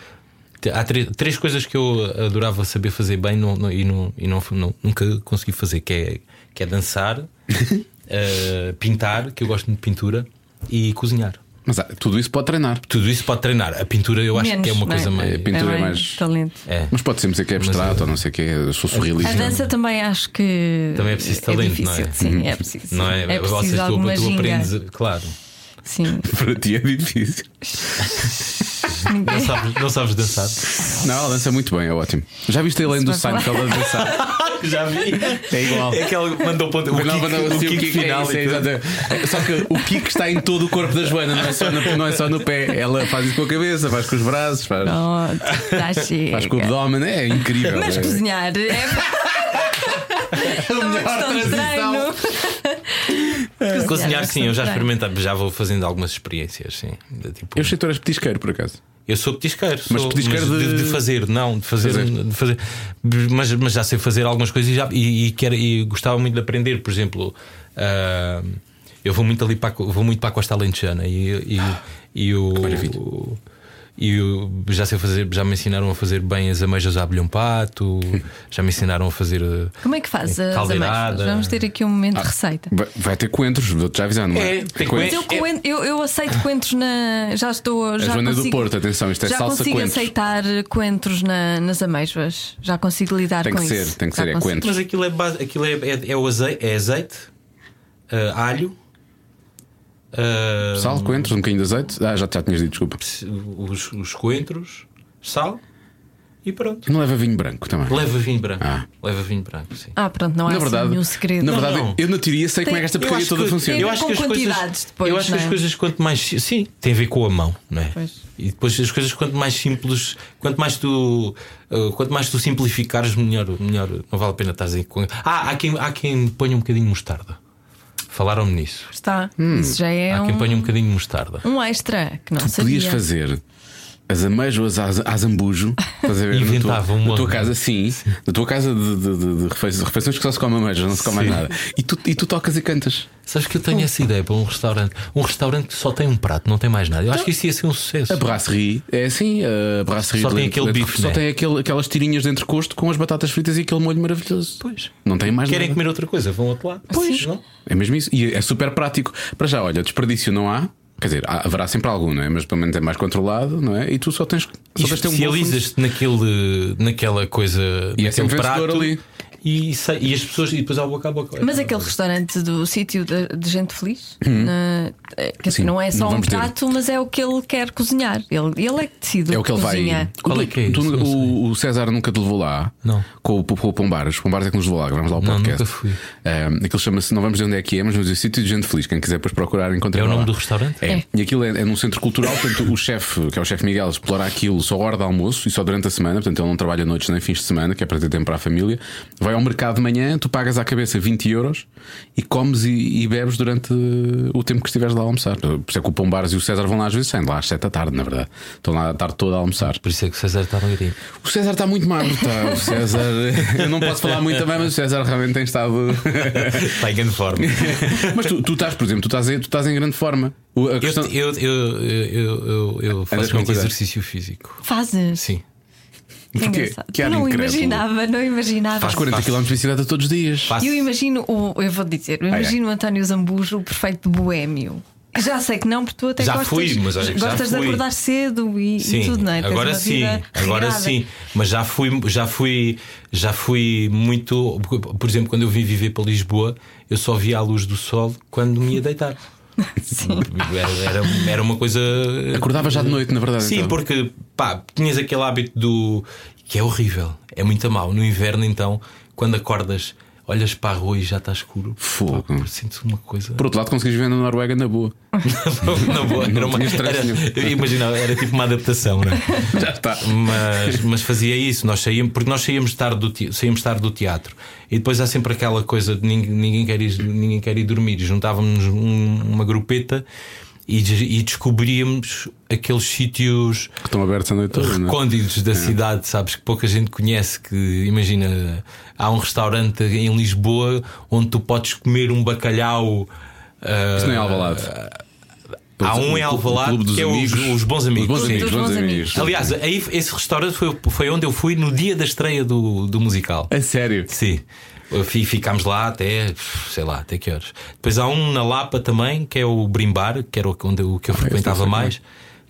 te- há três, três coisas que eu adorava saber fazer bem não- não- e, não, e não- não- nunca consegui fazer, que é, que é dançar, eh, pintar, que eu gosto muito de pintura, e cozinhar.
Mas ah, tudo isso pode treinar.
Tudo isso pode treinar. A pintura eu acho
Menos,
que é uma
não é?
coisa mais.
É, pintura é
é
mais-
talento.
É.
Mas pode sempre dizer que é abstrato
Mas, eh,
ou não sei o que, sou
A
surrealista.
dança também acho que.
Também é preciso talento, não
difícil,
é?
Sim,
Uhum.
é preciso.
Não é?
é preciso
Vocês tu,
alguma
tu
ginga.
aprendes. Claro.
Sim,
Para ti é difícil.
Não sabes, não sabes dançar.
Não, ela dança muito bem, é ótimo. Já viste a Helene do
Se vai
Seinfeld a dançar?
Já vi.
É igual.
É que ela mandou ponto. O
Mas não,
kick,
mas não, assim,
o kick
é
final.
isso, é
e tudo.
exatamente. Só que o kick está em todo o corpo da Joana, não é só no, não é só no pé. Ela faz isso com a cabeça, faz com os braços, faz,
pronto, já chega.
faz com o abdômen, é incrível.
Oh, tá Mas
é.
cozinhar é
É
uma questão de treino.
Cozinhar, sim, eu já
Bem.
experimentei, já vou fazendo algumas experiências, sim. De tipo-
Eu sei que tu eras petisqueiro, por acaso.
Eu sou petisqueiro, sou,
Mas petisqueiro
mas
de-
de... de fazer, não, de fazer,
Fazer.
de fazer. Mas, mas já sei fazer algumas coisas e, já, e, e quero- e gostava muito de aprender, por exemplo, ah, eu vou muito ali para a co- vou muito para a Costa Alentejana e, e, e o.
maravilha.
E eu já sei fazer, já me ensinaram a fazer bem as ameijas a abelhão pato, já me ensinaram a fazer. ah,
Como é que faz as
Caldeirada.
ameixas? Vamos ter aqui um momento de receita.
Vai, vai ter coentros, vou-te já avisar, não é?
É, tem
Mas eu,
É-
coen- eu, eu aceito coentros na. Já estou. Já
Joana do
consigo,
Porto, atenção, isto é
já
salsa
consigo
coentros.
aceitar coentros na- nas ameixas. Já consigo lidar
Tem que
com
ser,
isso.
tem que
Já
ser, é
consigo.
coentros.
Mas aquilo é, base- aquilo é, é, é o azeite, é azeite ah, alho. ah,
Sal, coentros, um bocadinho de azeite. Ah, já, já tinhas dito, desculpa.
os, os coentros, sal e pronto.
Não leva vinho branco também.
Leva vinho branco.
Ah.
Leva vinho branco, sim.
Ah, pronto, não há
na
assim
verdade,
nenhum segredo.
Na verdade,
não.
eu na teoria sei como é que esta porcaria toda funciona.
eu
Eu
ver
acho
com
que as
quantidades
coisas,
depois,
eu acho que
não
as
é?
coisas quanto mais si- sim, tem a ver com a mão, não é?
Pois.
E depois as coisas quanto mais simples, quanto mais tu, ah, quanto mais tu simplificares, melhor, melhor. Não vale a pena estar aí com. Ah, há quem, há quem ponha um bocadinho de mostarda. Falaram-me nisso.
Está.
hum,
Isso já é
Há quem
um,
ponha um bocadinho de mostarda.
um extra que não
Tu
sabia.
podias fazer as amêijoas às- a zambujo, estás a ver? na
Inventava
tua,
um
na tua
monte.
casa, sim, na tua casa de, de- de- de refe- de refeições que só se come amêijoas, não se come mais
Sim.
nada. E tu, e tu tocas e cantas.
Sabes que eu tenho essa ideia para um restaurante. Um restaurante que só tem um prato, não tem mais nada. Eu acho que isso ia ser um sucesso.
A brasserie é assim, a brasserie
Só
de
tem
lente-
aquele
lente-
bife,
só
né?
tem aquele- aquelas tirinhas de entrecosto com as batatas fritas e aquele molho maravilhoso.
Pois.
Não é tem mais
Querem
nada.
comer outra coisa? Vão ao outro lado. Pois. Não?
É mesmo isso. E é super prático. Para já, olha, desperdício não há. Quer dizer, há- haverá sempre algum, não é? Mas pelo menos é mais controlado, não é? E tu só tens, só
E
tens de ter um bom
especializas-te naquele, naquela coisa.
E é
naquele
sempre vencedor
prato,
ali.
E, sei- e as pessoas. E depois há boca a boca.
Mas é aquele restaurante do sítio de, de gente feliz, na- é, quer dizer,
Uhum. Sim,
não é
não
só um
vamos ter.
prato, mas é o que ele quer cozinhar. Ele, ele é que decide
É o que ele vai.
cozinha.
Qual é que é
Tu-
isso? Não
o, o César nunca te levou lá.
Não.
Com o, com o Pombares. Os Pombares é que nos levou lá. Vamos lá o
Não,
podcast.
nunca fui.
Ahm, aquilo chama-se, não vamos dizer onde é que é, mas vamos dizer Sítio de Gente Feliz. Quem quiser depois procurar, encontra.
É o
lá.
nome do restaurante?
É.
É.
E aquilo é, é num centro cultural. Portanto, o chefe, que é o chefe Miguel, explora aquilo só à hora de almoço e só durante a semana. Portanto, ele não trabalha noites nem fins de semana, que é para ter tempo para a família. Vai vai ao mercado de manhã, tu pagas à cabeça 20 euros e comes e, e bebes durante eh, o tempo que estiveres lá a almoçar. Por isso é que o Pombares e o César vão lá às vezes, saem de lá às 7 da tarde, na verdade. Estão lá a tarde toda a almoçar.
Por isso é que o César está no gripe.
O César está muito magro, tá? O César. Eu não posso falar muito também, mas o César realmente tem estado.
Está em grande forma.
mas tu, tu estás, por exemplo, tu estás, em- tu estás em grande forma. O- a
Eu,
questão-
eu, eu, eu, eu, eu faço
com
muito
cuidado.
exercício físico.
Fazes.
Sim.
Que
Porquê?
engraçado.
Que ar
não
incrédulo.
imaginava, não imaginava. assim.
Faz 40
Faço.
km de bicicleta todos os dias.
Faço.
Eu imagino, o, eu vou dizer, eu
Ai, ai.
imagino o António Zambujo, o perfeito boémio. Já sei que não, porque tu até
Já
gostas,
fui, mas olha que já
gostas de
fui.
acordar cedo e, e
Sim,
tudo, não é? Tens
agora
uma
sim,
vida
agora
regrada.
sim. Mas já fui, já fui, já fui muito. Por exemplo, quando eu vim viver para Lisboa, eu só via a luz do sol quando me ia deitar. Era, era, era uma coisa.
Acordava já de noite, na verdade.
Uhum. Sim,
então.
porque pá, tinhas aquele hábito do. que é horrível, é muito mau. No inverno, então, quando acordas, olhas para a rua e já está escuro.
Fogo.
Pá, Sinto uma coisa.
Por outro lado, conseguis viver na Noruega na boa.
Não vou, era uma,
tinha stress
era,
nenhum.
eu imaginava, era tipo uma adaptação, não é?
Já está.
mas, mas fazia isso, nós saíamos, porque nós saíamos tarde, do, te- saíamos tarde do teatro e depois há sempre aquela coisa de ninguém, ninguém, quer, ir, ninguém quer ir dormir, e juntávamos um- uma grupeta e, des- e descobríamos aqueles sítios
Estão abertos a noite toda, não é?
recônditos da cidade, sabes, que pouca gente conhece, que imagina, há um restaurante em Lisboa onde tu podes comer um bacalhau. ah,
Isso não é Alvalade.
Há um
O- o-
em
o
Alvalade
Clube dos
que é
amigos.
os- os bons amigos,
Os bons
sim.
amigos,
Os bons
bons
amigos.
amigos.
Aliás, aí, esse restaurante foi, foi onde eu fui no dia da estreia do, do musical.
A sério.
Sim. Eu fi- Ficámos lá até, sei lá, até que horas. Depois há um na Lapa também, que é o Brimbar, que era o, onde eu, que eu frequentava
sei como é.
mais,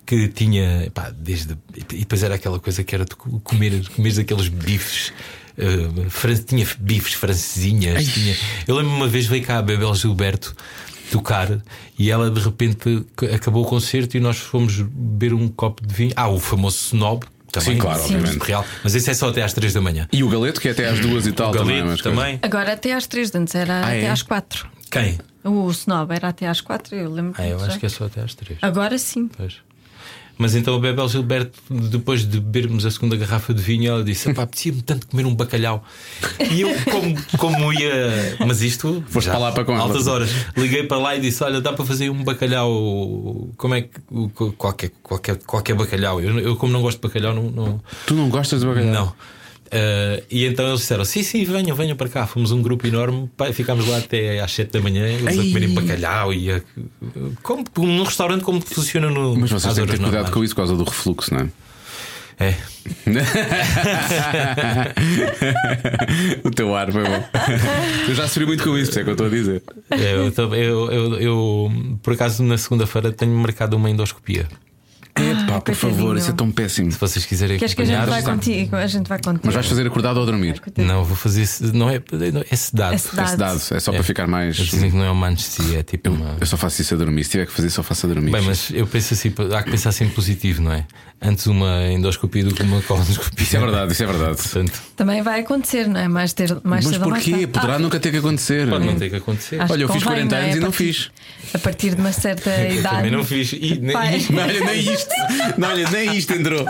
que tinha, pá, desde. E depois era aquela coisa que era de co- comer, comer aqueles bifes. eh, fran- tinha bifes francesinhas. Tinha... Eu lembro uma vez veio cá a Bebel Gilberto tocar e ela de repente c- acabou o concerto e nós fomos beber um copo de vinho. Ah, o famoso Snob também,
Sim, claro, Sim. obviamente.
Real. Mas esse é só até às 3 da manhã.
E o Galeto, que é até às duas e tal
Galeto
também. mas coisa.
também.
Agora até às três, antes era
Ah,
até
é?
às quatro.
Quem?
O Snob era até às quatro, eu lembro.
Ah, eu
já.
acho que é só até às três.
Agora sim.
Pois. Mas então a Bebel Gilberto, depois de bebermos a segunda garrafa de vinho, ela disse: "Epá, apetecia-me tanto comer um bacalhau. E eu, como, como ia. Mas isto.
Foste para lá para com ela.
Altas horas. Liguei para lá e disse: Olha, dá para fazer um bacalhau. Como é que. o- Qualquer, qualquer, qualquer bacalhau. Eu, eu, como não gosto de bacalhau, não- não,
Tu não gostas de bacalhau?
não. Ah, e então eles disseram: sim, sim, venham, venham para cá. Fomos um grupo enorme, pá, ficámos lá até às 7 da manhã, eles a
Ei.
comerem bacalhau e a. Como, como num restaurante como funciona no.
Mas vocês têm
às
que
horas
ter cuidado
normais.
com isso por causa do refluxo, não é?
É.
o teu ar foi bom. Eu já sofri muito com isso, por isso é que eu estou a dizer.
Eu, tam- eu, eu, eu, por acaso, na segunda-feira tenho marcado uma endoscopia.
Epá, por favor,
Ah, coitadinho.
isso é tão péssimo.
Se vocês quiserem
Queres que a gente
acompanhar,
vá
está-
contigo? A gente vai contigo.
Mas vais fazer acordado ou dormir?
Não, vou fazer. se- Não é. não- É sedado.
É
É
sedado.
sedado, é só para ficar mais.
Eles dizem que não é uma anestesia, é tipo uma.
Eu só faço isso a dormir. Se tiver que fazer, só faço a dormir.
Bem, mas eu penso assim, há que pensar sempre positivo, não é? Antes uma endoscopia do que uma colonoscopia.
Isso é verdade, isso é verdade.
Portanto,
Também vai acontecer, não é? Mais, ter, mais
Mas
cedo ou mais
porquê?
tarde. Ah.
Poderá nunca ter que acontecer.
pode não ter que acontecer.
Acho
Olha, eu
que
fiz
convém,
40
é?
anos e
A
não
partir-
fiz.
A partir de uma certa idade.
Também não fiz. E, nem-
Pai.
e-
Não, olha, nem isto. Não, olha, nem isto entrou.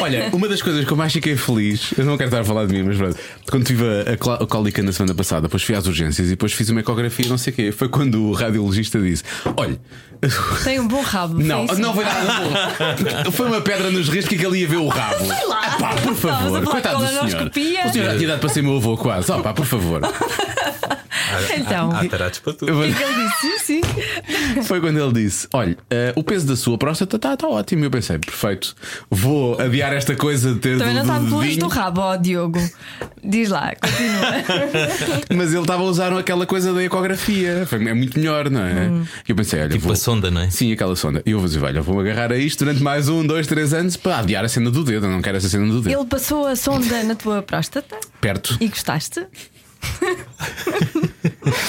olha, uma das coisas que eu mais fiquei feliz, eu não quero estar a falar de mim, mas pronto, quando tive a, a, clá- a cólica na semana passada, depois fui às urgências e depois fiz uma ecografia, não sei o quê. Foi quando o radiologista disse: Olha,
Tem um bom rabo.
não, ah,
foi isso?
não foi nada bom. Foi uma pedra nos rins que é que ele ia ver o rabo. Ah, pá, por
a
favor,
falar de
coitado do senhor.
colonoscopia.
O senhor já tinha idade para ser meu avô quase. Oh, pá, por favor.
Então.
Há tarados para tudo.
Eu-
Ele disse, sim, sim.
Foi quando ele disse: Olha, eh, o peso da sua próstata está tá ótimo. Eu pensei: Perfeito, vou adiar esta coisa de ter.
Também não
do-
está
do
pelos do
dedinho."
rabo, ó Diogo. Diz lá, continua.
Mas ele estava a usar aquela coisa da ecografia. Foi, é muito melhor, não é?
Hum.
E eu pensei: Olha,
Tipo
vou.
a sonda, não é?
Sim, aquela sonda. E eu vou dizer: Olha, vou agarrar a isto durante mais um, dois, três anos para adiar a cena do dedo. Eu não quero essa cena do dedo.
Ele passou a sonda na tua próstata
Perto.
e gostaste?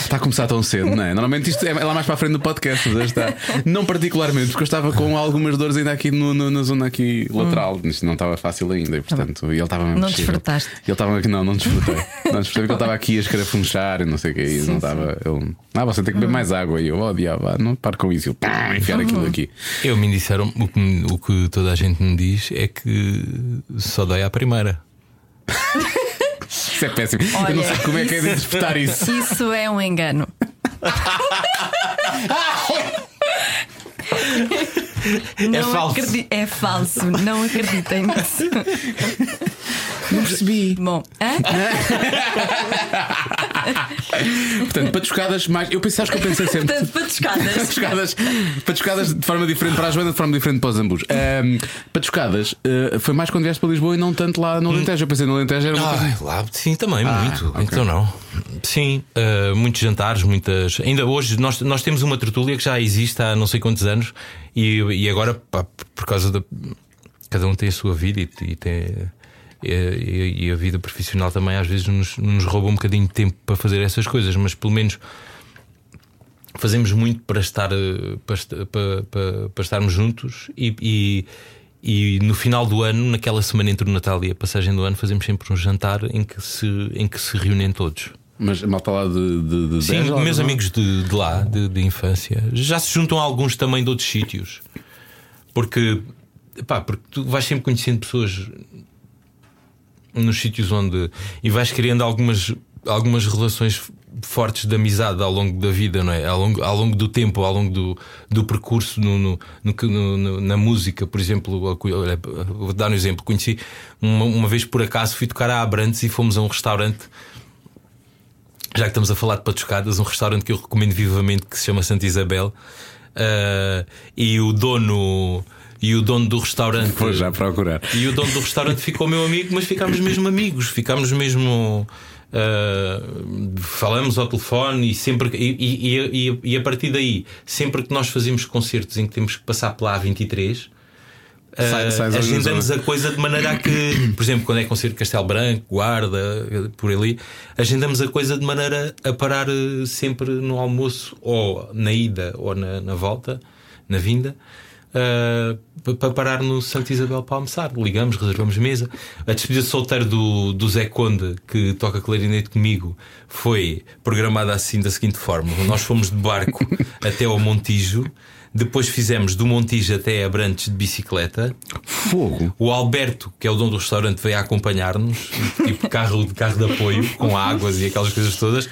Está a começar tão cedo, não é? Normalmente isto é lá mais para a frente do podcast, mas já está. Não particularmente, porque eu estava com algumas dores ainda aqui no- no- na zona aqui lateral. Isto não estava fácil ainda, e portanto, e ele estava mesmo
Hum. Tá Não
cheio.
desfrutaste.
Ele estava aqui, não, não desfrutei. Não desfrutei porque ele estava aqui a escarafunchar e não sei o que. E não estava. Ele, ah, você tem que
Hum.
beber mais água. E eu, oh, diabo, ah, não paro com isso. E eu, pá, enfiar aquilo
Uhum.
aqui.
Eu me disseram, o que, me- o que toda a gente me diz é que só dói à primeira.
Isso é péssimo. Eu não
Olha,
sei como é que é de
isso-
interpretar isso.
Isso é um engano. Não
falso.
acredi- é falso, não acreditem nisso.
Não percebi.
Bom, hã?
Portanto, patuscadas mais. Eu pensei, acho que eu pensei sempre.
portanto, patuscadas.
Patuscadas, patuscadas de forma diferente para a Joana, de forma diferente para os ambos. Ahm, patuscadas ah, foi mais quando vieste para Lisboa e não tanto lá no Alentejo. Eu pensei no Alentejo era uma coisa.
Hum. Ah, lá, sim, também, muito. Então não. Sim, eh, muitos jantares, muitas. Ainda hoje nós, nós temos uma tertúlia que já existe há não sei quantos anos e, e agora, pá, por causa da. Cada um tem a sua vida e, e tem. E, e- e a vida profissional também às vezes nos, nos rouba um bocadinho de tempo para fazer essas coisas, mas pelo menos fazemos muito para estar eh, para, est- para- para- para estarmos juntos e, e- e no final do ano, naquela semana entre o Natal e a passagem do ano, fazemos sempre um jantar em que se, em que se reúnem todos.
Mas malta lá de. de, de
Sim,
dez, lá,
meus
não? é?
amigos de, de lá, de, de infância, já se juntam alguns também de outros sítios. Porque, pá, porque tu vais sempre conhecendo pessoas nos sítios onde. e vais criando algumas, algumas relações f- fortes de amizade ao longo da vida, não é? Ao longo, ao longo do tempo, ao longo do, do percurso no, no- no que- no- no- na música, por exemplo. a cu- olha, Vou dar um exemplo. Conheci uma, uma vez por acaso fui tocar a Abrantes e fomos a um restaurante já que estamos a falar de patuscadas, um restaurante que eu recomendo vivamente que se chama Santa Isabel. Ah, e o dono e o dono do restaurante
Vou já procurar.
e o dono do restaurante ficou meu amigo, mas ficámos mesmo amigos, ficámos mesmo. ah, falamos ao telefone e sempre que- e, e- e- e a partir daí, sempre que nós fazemos concertos em que temos que passar pela A23,
Sai-
ah,
sais ali na
agendamos
zona.
a coisa de maneira a que, por exemplo, quando é concerto de Castelo Branco, Guarda, eh, por ali, agendamos a coisa de maneira a parar eh, sempre no almoço, ou na ida, ou na, na volta, na vinda, ah, pa- para parar no Santa Isabel para almoçar. Ligamos, reservamos mesa. A despedida de solteiro do, do Zé Conde, que toca clarinete comigo, foi programada assim da seguinte forma: nós fomos de barco até ao Montijo. Depois fizemos do Montijo até Abrantes de bicicleta.
Fogo.
O Alberto, que é o dono do restaurante, veio a acompanhar-nos, tipo carro, de carro de apoio, com águas e aquelas coisas todas.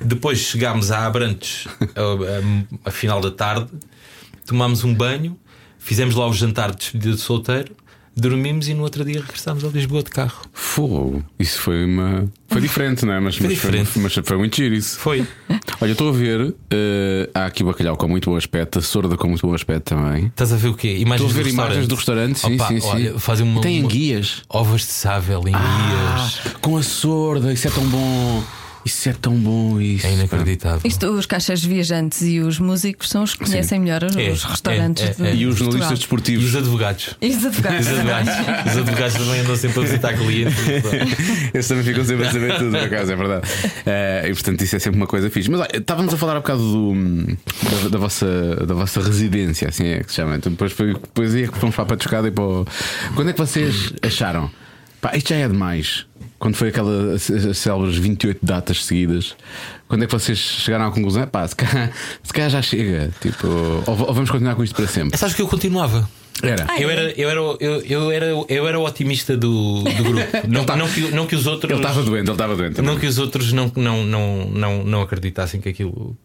Depois chegámos a Abrantes, a, a- a final da tarde, tomámos um banho, fizemos lá o jantar de despedida de solteiro, dormimos e no outro dia regressámos a Lisboa de carro.
Fogo. Isso foi uma. Foi diferente, não é? Mas foi, mas foi-
diferente.
mas foi muito giro isso.
Foi.
Olha, eu estou a ver. eh, há aqui o bacalhau com muito bom aspecto, a sorda com muito bom aspecto também.
Estás a ver o quê?
Estou
Imagens
a ver
do
imagens
restaurante.
do restaurante. Sim,
Opa,
sim, sim.
olha, fazem uma,
Tem Ah,
uma-
guias.
Ovas de sável em guias.
Com a sorda, isso é tão bom. Isso é tão bom. Isso.
É inacreditável.
Isto, os caixas viajantes e os músicos são os que conhecem melhor os,
É,
os restaurantes
é, é,
de-
é.
E os
de Portugal.
jornalistas
E
desportivos.
os advogados?
E os advogados.
Os advogados, os advogados também andam sempre a visitar clientes.
Eles também ficam sempre a saber tudo, por acaso, é verdade. Eh, e portanto, isso é sempre uma coisa fixe. Mas olha, estávamos a falar há bocado do, da, da vossa, da vossa residência, assim é que se chama. Então, depois, foi- depois ia que fomos para a Patuscada e para o... Quando é que vocês acharam? Pá, isto já é demais. Quando foi aquela as- as célebres 28 datas seguidas, quando é que vocês chegaram à conclusão? Pá, se calhar, se calhar já chega. Tipo, ou, ou vamos continuar com isto para sempre?
É, Sabes que eu continuava.
Era.
Eu era, eu, era, o- eu, eu, era, o- eu era o otimista do, do grupo. Não, não, que, não que os outros.
Ele estava doente, ele estava doente. também.
Não que os outros não, não, não, não, não acreditassem que aquilo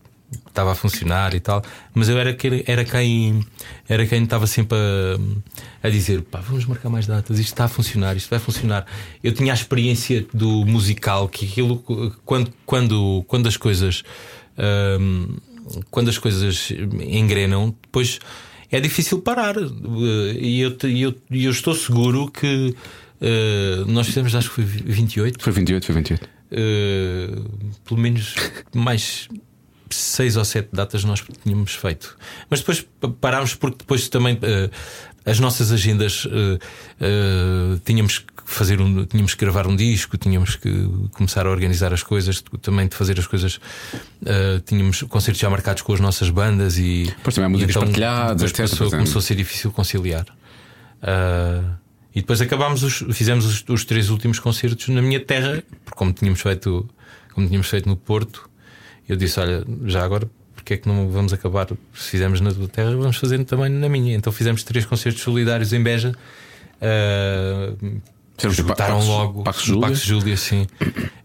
estava a funcionar e tal, mas eu era, que- era quem era quem estava sempre a, a dizer pá, vamos marcar mais datas, isto está a funcionar, isto vai funcionar. Eu tinha a experiência do musical que aquilo quando, quando, quando as coisas hum, quando as coisas engrenam, depois é difícil parar. E eu, te- e eu, e eu estou seguro que eh, nós fizemos, acho que foi 28
Foi 28, foi 28.
Uh, pelo menos mais seis ou sete datas nós tínhamos feito. Mas depois pa- parámos porque depois também uh, as nossas agendas uh, uh, tínhamos que fazer um, tínhamos que gravar um disco, tínhamos que começar a organizar as coisas, também de fazer as coisas, uh, tínhamos concertos já marcados com as nossas bandas e
Pois também há músicas
então,
partilhadas,
depois
etc,
começou-
pois é.
começou a ser difícil conciliar. Ah, e depois acabámos, os- fizemos os, os três últimos concertos na minha terra, porque como tínhamos feito, como tínhamos feito no Porto, eu disse: Olha, já agora, porque é que não vamos acabar? Se fizemos na tua terra, vamos fazer também na minha. Então fizemos três concertos solidários em Beja. ah,
Sermos de Pa-
Esgotaram
Pax-
logo
Pax
do
Júlia?
Pax Júlia, sim.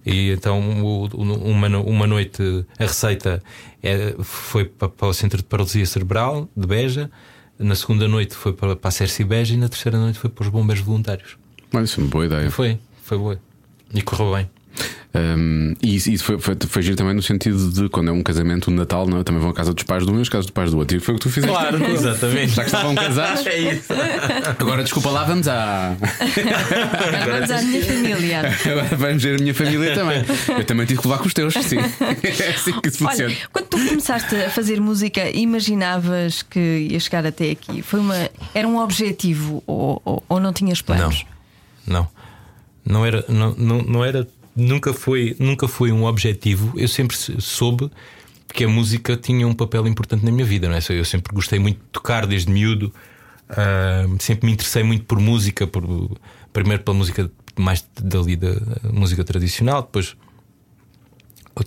E então o- o- uma, no- uma noite a receita é- foi pa- para, o Centro de Paralisia Cerebral de Beja, na segunda noite foi para, para a Cerci Beja e na terceira noite foi para os bombeiros voluntários.
Olha, isso é uma boa ideia.
Foi, foi boa. E correu bem.
Um, e isso, isso foi, foi, foi giro também no sentido de quando é um casamento, um Natal, não é? também vão à casa dos pais de um e às casas dos pais do outro. E foi o que tu fizeste.
exatamente.
Já que estavam casados.
É isso.
Agora, desculpa lá, vamos à.
Agora vamos à minha familiar.
Agora vamos ver a minha família também. Eu também tive que levar com os teus, sim. É assim que isso funciona.
Olha, quando tu começaste a fazer música, imaginavas que ia chegar até aqui? Foi uma, era um objetivo ou, ou, ou não tinhas planos?
Não, não, não era, não, não, não era, nunca foi, nunca foi um objetivo. Eu sempre se- soube que a música tinha um papel importante na minha vida, não é? Eu sempre gostei muito de tocar desde miúdo, ah, sempre me interessei muito por música, por, primeiro pela música mais dali da da música tradicional, depois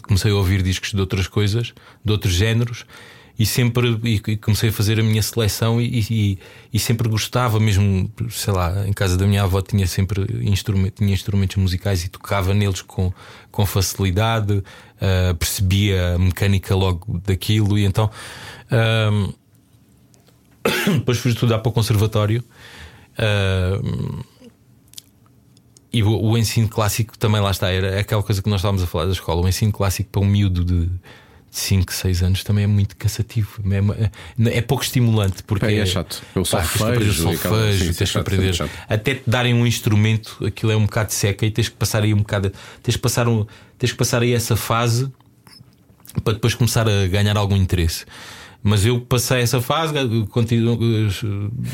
comecei a ouvir discos de outras coisas, de outros géneros, e sempre e, e comecei a fazer a minha seleção e, e- e sempre gostava, mesmo, sei lá, em casa da minha avó tinha sempre instrumento, tinha instrumentos musicais e tocava neles com, com facilidade, ah, percebia a mecânica logo daquilo, e então ah, ahm, depois fui estudar para o conservatório. ahm, e o, o ensino clássico também lá está, era aquela coisa que nós estávamos a falar da escola. O ensino clássico para um miúdo de 5, 6 anos também é muito cansativo, é, uma- é- é pouco estimulante. Porque
É, é chato. Eu
Pá, tens que aprender
solfejo
o
e aquela- sim,
solfejo,
sim, é
tens que
chato, é
aprender.
chato.
Até te darem um instrumento, aquilo é um bocado seca e tens que passar aí um bocado, tens que passar, um, tens que passar aí essa fase para depois começar a ganhar algum interesse. Mas eu passei essa fase, continuo. eh,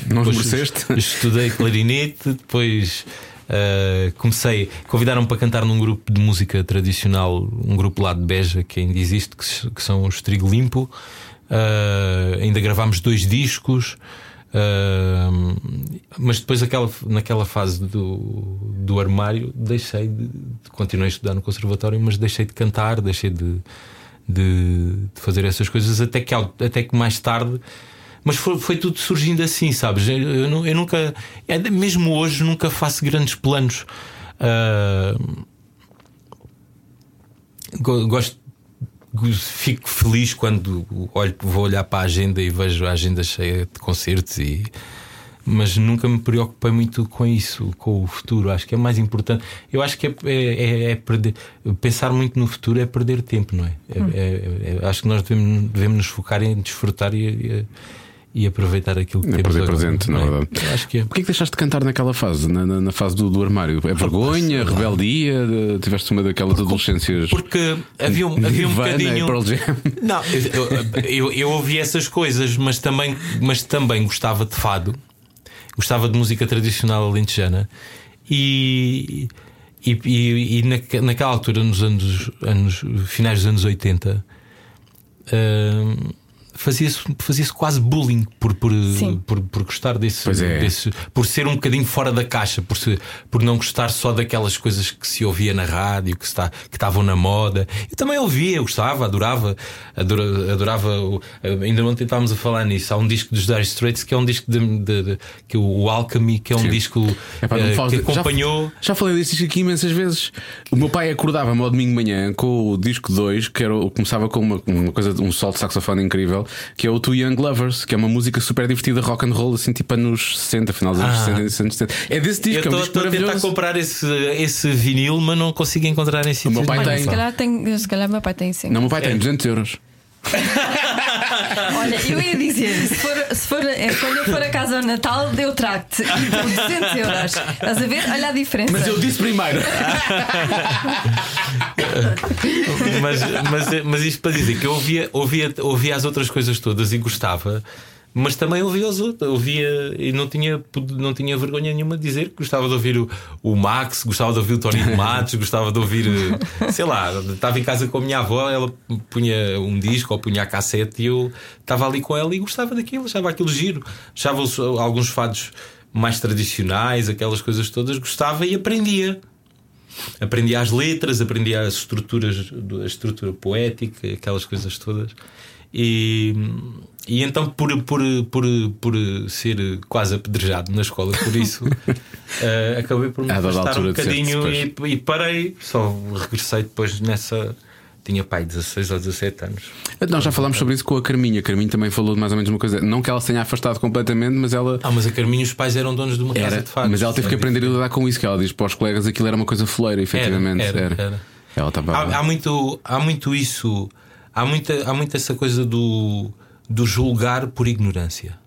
Não
depois
esmoreceste?
Estudei clarinete, depois ah, comecei. Convidaram-me para cantar num grupo de música tradicional, um grupo lá de Beja que ainda existe, que, se- que são os Trigo Limpo. Ah, ainda gravámos dois discos. ah, mas depois aquela, naquela fase do, do armário deixei de, de- continuei a estudar no conservatório mas deixei de cantar deixei de, de, de fazer essas coisas até que, ao- até que mais tarde mas foi, foi tudo surgindo assim, sabes? Eu, eu nu- eu nunca, é, mesmo hoje, nunca faço grandes planos. Ah, go- gosto, go- fico feliz quando olho, vou olhar para a agenda e vejo a agenda cheia de concertos e. Mas nunca me preocupei muito com isso, com o futuro. Acho que é mais importante. Eu acho que é, é- é- é perder. Pensar muito no futuro é perder tempo, não é? É- é- é- acho que nós devemos, devemos nos focar em desfrutar e, e- e aproveitar aquilo que
É
temos
perder
agora,
presente,
não
na
é?
verdade.
Eu Acho que é.
Porquê que deixaste de cantar naquela fase, na, na- na fase do, do armário? É vergonha, rebeldia? de- Tiveste uma daquelas adolescências.
Porque havia, um- havia um
Nirvana e
bocadinho.
Pearl Jam.
Não, eu, eu, eu ouvi essas coisas, mas também, mas também gostava de fado, gostava de música tradicional alentejana e, e, e, e naque- naquela altura, nos anos, anos finais dos anos 80, hum, fazia-se fazia quase bullying por, por,
Sim.
por, por gostar desse,
Pois é.
desse- por ser um bocadinho fora da caixa, por, se- por não gostar só daquelas coisas que se ouvia na rádio, que está- que estavam na moda. Eu também ouvia, eu gostava, adorava, adora- adorava. o- Ainda ontem estávamos a falar nisso. Há um disco dos Dire Straits que é um disco de, de- de- que é o Alchemy, que é um
Sim.
disco
É pá, não
eh,
fales
que
de- já-
acompanhou.
Já, falei disto aqui imensas vezes. O meu pai acordava-me ao domingo de manhã com o disco 2, que era, o- começava com uma, uma coisa, um sol de saxofone incrível, que é o Two Young Lovers, que é uma música super divertida, rock and roll, assim, tipo anos 60, final dos anos
Ah.
60, anos 70. É desse
Eu
disco, é um disco
estou estou a tentar
maravilhoso.
comprar esse, esse vinil, mas não consigo encontrar em sítios
meu pai
nenhum.
Olha,
tem.
se calhar, tem, se calhar meu pai tem sim.
Não, meu pai
É.
tem 200 euros.
Olha, eu ia dizer, se for, se for- é, quando eu for a casa ao Natal, eu trago-te e dou 200 euros. Estás a ver? Olha a diferença.
Mas eu disse primeiro.
mas, mas, mas isto para dizer que eu ouvia, ouvia, ouvia as outras coisas todas e gostava, mas também ouvia os outros, ouvia e não tinha, não tinha vergonha nenhuma de dizer que gostava de ouvir o, o Max, gostava de ouvir o Tony de Matos, gostava de ouvir, eh, sei lá, estava em casa com a minha avó, ela punha um disco ou punha a cassete e eu estava ali com ela e gostava daquilo, achava aquilo giro, achava os- alguns fados mais tradicionais, aquelas coisas todas, gostava e aprendia. Aprendi as letras, aprendi as estruturas, do- a estrutura poética, aquelas coisas todas. E, e então, por, por, por, por ser quase apedrejado na escola, por isso, eh, acabei por me
A dada
afastar um
altura disseste
bocadinho e, e parei. Só regressei depois nessa. Tinha pai 16 ou 17 anos.
Então, Nós já falámos sobre isso com a Carminha. A Carminha também falou de mais ou menos uma coisa. Não que ela se tenha afastado completamente, mas ela.
Ah, mas a Carminha, os pais eram donos de uma casa
Era,
de facto.
mas ela teve que aprender a lidar com isso. Que ela diz para os colegas aquilo era uma coisa foleira, efetivamente.
Era, era, era.
Ela estava.
Há, há muito, há muito isso, há muita, há muito essa coisa do, do julgar por ignorância.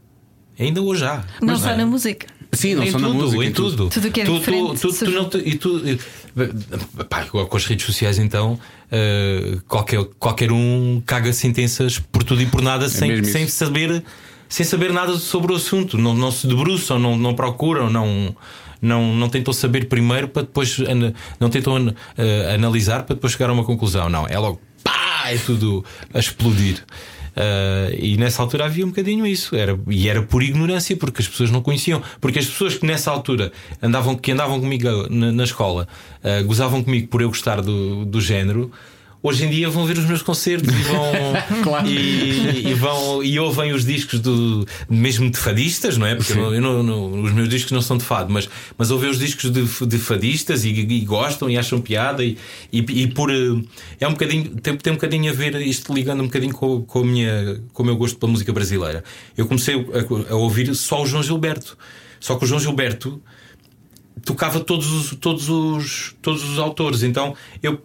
Ainda hoje há.
Não
Mas é.
só na música.
Sim, não
em
só
tudo,
na música.
em tudo.
Tudo que é
tu,
diferente,
Tu, tu,
se-
tu não te- e tu- e- pá, com com as redes sociais, então, eh, qualquer, qualquer um caga sentenças por tudo e por nada sem,
É mesmo isso.
sem saber sem saber nada sobre o assunto. Não, não se debruçam, não, não procuram, não. Não, não tentam saber primeiro para depois ana- não tentam ana- eh, analisar para depois chegar a uma conclusão. Não, é logo pá, é tudo a explodir. Ah, e nessa altura havia um bocadinho isso, era, e era por ignorância, porque as pessoas não conheciam. Porque as pessoas que nessa altura andavam, que andavam comigo na, na escola ah, gozavam comigo por eu gostar do, do género. Hoje em dia vão ver os meus concertos e vão, e, e vão e ouvem os discos do mesmo de fadistas, não é? Porque eu não- eu não- não- os meus discos não são de fado, mas, mas ouvem os discos de, f- de fadistas e, e gostam e acham piada e, e, e por eh, é um bocadinho tem, tem um bocadinho a ver isto ligando um bocadinho com, com a minha com o meu gosto pela música brasileira. Eu comecei a, a ouvir só o João Gilberto, só que o João Gilberto tocava todos os, todos os, todos os autores. Então eu,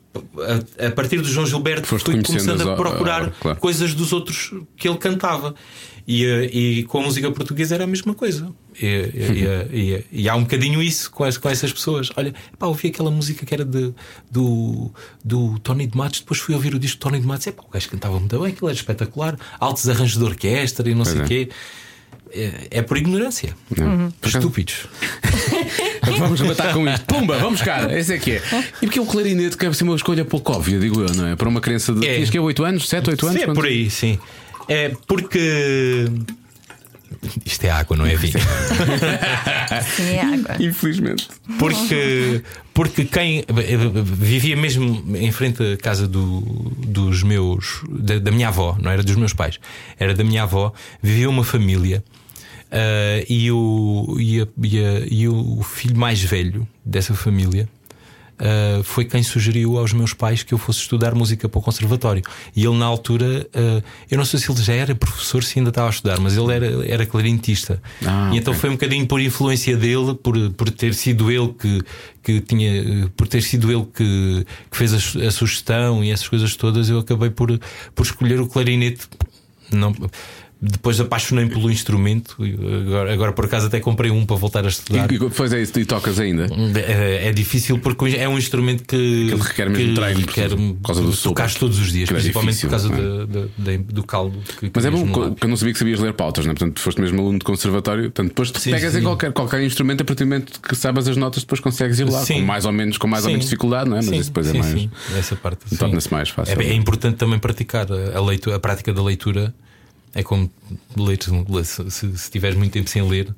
a, a partir do João Gilberto,
Foste
fui
conhecendo
começando
as
a
o-
procurar
a- claro.
coisas dos outros que ele cantava. E, eh, e com a música portuguesa era a mesma coisa. E, e-
Uhum.
e- e- e há um bocadinho isso com, as- com essas pessoas. Olha, pá, ouvi aquela música que era de, do, do Tony de Matos, depois fui ouvir o disco do Tony de Matos. É pá, o gajo cantava muito bem, aquilo era espetacular. Altos arranjos de orquestra e não sei o
é.
quê. É, é por ignorância. Estúpidos.
Vamos matar com isto. Pumba, vamos cá. Esse é que é. E porque o clarinete que é assim, uma escolha pouco óbvia, digo eu, não é? Para uma criança de.
É.
Tinhas que é 8 anos, 7, 8 anos?
Sim, é
quando-
por aí, sim. É porque. Isto é água, não é vinho.
Sim, é água.
Infelizmente.
Porque, porque quem eh, vivia mesmo em frente à casa do, dos meus. Da, da minha avó, não era dos meus pais, era da minha avó, vivia uma família ah, e, o, e, a- e a- e o filho mais velho dessa família. ah, foi quem sugeriu aos meus pais que eu fosse estudar música para o conservatório. E ele, na altura, ah, eu não sei se ele já era professor, se ainda estava a estudar, mas ele era, era clarinetista.
Ah,
e então foi um bocadinho por influência dele, por, por ter sido ele que, que tinha, eh, por ter sido ele que, que fez a, su- a sugestão e essas coisas todas, eu acabei por, por escolher o clarinete. Não, depois apaixonei pelo instrumento, e agora, agora por acaso até comprei um para voltar a estudar.
E, e depois é isso, e tocas ainda.
É, é difícil porque é um instrumento que,
Aquele requer mesmo treino,
requer
por causa do sopro.
tocares todos os dias,
Que é
principalmente
difícil,
por causa
não é?
da- da- da- do caldo. que- que
Mas é
tens
bom
no
co-
lápis.
que eu não sabia que sabias ler pautas, né? portanto, foste mesmo aluno de conservatório, portanto, depois tu
Sim,
pegas
sim.
em qualquer, qualquer instrumento, a partir do momento que sabes as notas, depois consegues ir lá,
Sim.
com mais ou menos, com mais ou
Sim.
menos dificuldade, não é? Mas
Sim,
isso depois
sim,
é mais.
sim. Essa parte. sim.
torna-se mais fácil.
É, é importante também praticar a, a leitura, a prática da leitura. É como ler, se, se, se tiveres muito tempo sem ler.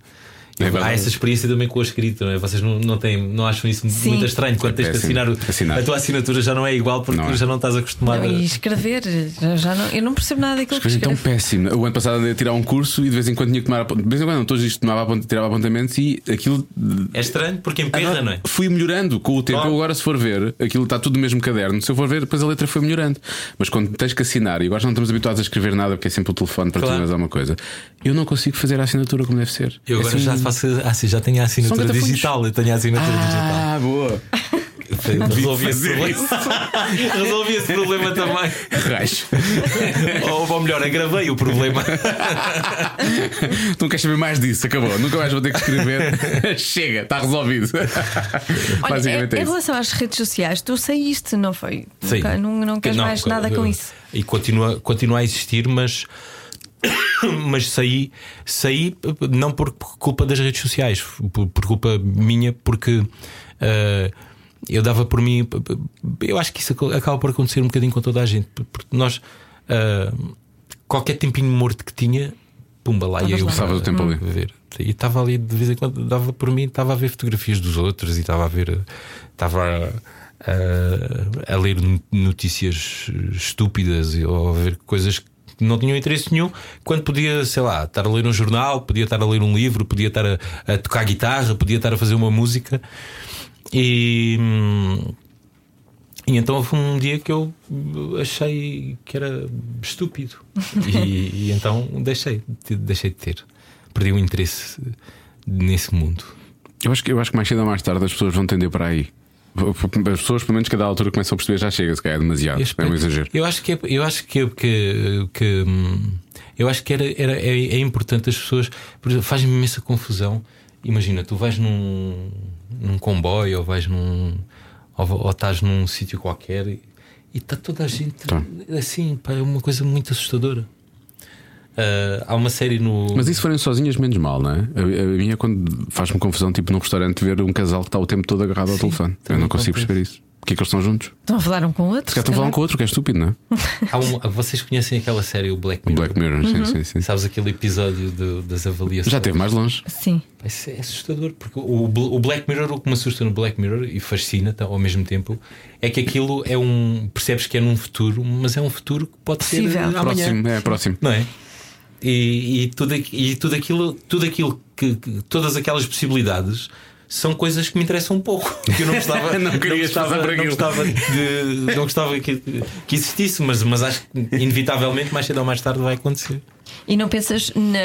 É verdade.
Há essa experiência também com a escrita, não é? Vocês não, não, têm, não acham isso
Sim.
muito estranho quando tens que
péssimo.
assinar, o-
Assinar.
a tua assinatura já não é igual porque
assim, Não é.
já não estás acostumado
Não,
a.
e escrever, já, já não, eu não percebo nada daquilo que
Coisa é tão
escrevo.
péssima. O ano passado andei a tirar um curso e de vez em quando tinha que tomar. apont- De vez em quando, não, todos isto tomava, apont- tirava apontamentos e aquilo.
É estranho porque emperra,
Agora,
não é?
Fui melhorando com o tempo.
Claro.
Eu agora, se for ver, aquilo está tudo no mesmo caderno. Se eu for ver, depois a letra foi melhorando. Mas quando tens que assinar, e agora já não estamos habituados a escrever nada, porque é sempre o telefone para
Claro.
tu mais alguma coisa, eu não consigo fazer a assinatura como deve ser.
Eu
É
agora
assim-
já faço. Ah, sim, já tenho a assinatura
metafundos.
digital. Eu tenho a assinatura digital.
Ah, boa.
Resolvi esse
fazer
problema. Resolvi esse problema também.
Racho.
ou, ou melhor, agravei o problema.
Tu não queres saber mais disso, acabou. Nunca mais vou ter que escrever. Chega, está resolvido.
Olha, é-
Basicamente é,
em
isso.
relação às redes sociais, tu saíste, não foi?
Sim.
Nunca- Não, não queres mais
co-
nada com isso.
E continua, continua a existir, mas. Mas saí, saí não por culpa das redes sociais, por, por culpa minha, porque ah, eu dava por mim. Eu acho que isso ac- acaba por acontecer um bocadinho com toda a gente, porque nós, ah, qualquer tempinho morto que tinha, pumba lá, e
Estavas
eu
lá. Hum.
Passavas o tempo ali.
a ver. E estava ali de vez em quando, dava por mim, estava a ver fotografias dos outros e estava a ver, estava a, a- a ler notícias estúpidas e- ou a ver coisas não tinham interesse nenhum, quando podia, sei lá, estar a ler um jornal, podia estar a ler um livro, podia estar a, a tocar guitarra, podia estar a fazer uma música. E, hum, e então houve um dia que eu achei que era estúpido. E, e então deixei, de- deixei de ter. Perdi o interesse nesse mundo.
Eu acho, que, eu acho que mais cedo ou mais tarde as pessoas vão tender para aí. As pessoas, pelo menos, cada altura começam a perceber já chega, se calhar é demasiado.
Eu
É um
espero-
exagero.
Eu acho que é- eu acho que, que, que, hum, eu acho que era, era é, é importante as pessoas, por exemplo, faz-me imensa confusão. Imagina, tu vais num, num comboio ou vais num ou, ou estás num sítio qualquer e está toda a gente
Tá.
assim, pá, é uma coisa muito assustadora. Ah, há uma série no
Mas e se forem sozinhas, menos mal, não é? A, a minha é quando faz-me confusão, tipo num restaurante, ver um casal que está o tempo todo agarrado ao telefone. Eu
também
não consigo
acontece.
perceber isso. Porquê é que eles estão juntos?
Estão a falar um com o outro?
Se calhar estão a falar um
calhar.
com o outro, que é estúpido, não é?
há um- vocês conhecem aquela série o Black
O
Mirror?
Black Mirror, sim,
Uhum.
sim, sim.
Sabes aquele episódio do- das avaliações?
Já esteve mais longe.
Sim.
Pá, Isso é assustador, porque o, bl- o Black Mirror, o que me assusta no Black Mirror e fascina tá, ao mesmo tempo, é que aquilo é um. percebes que é num futuro, mas é um futuro que pode ser
Possível.
eh, amanhã.
Próximo, é próximo.
Não é? E, e tudo, aqui- e tudo aquilo, tudo aquilo que, que- todas aquelas possibilidades são coisas que me interessam um pouco. Que eu não gostava,
Não querias
gostava,
passar por
não
aquilo.
gostava, de- não gostava que, que existisse, mas, mas acho que inevitavelmente mais cedo ou mais tarde vai acontecer.
E não pensas na.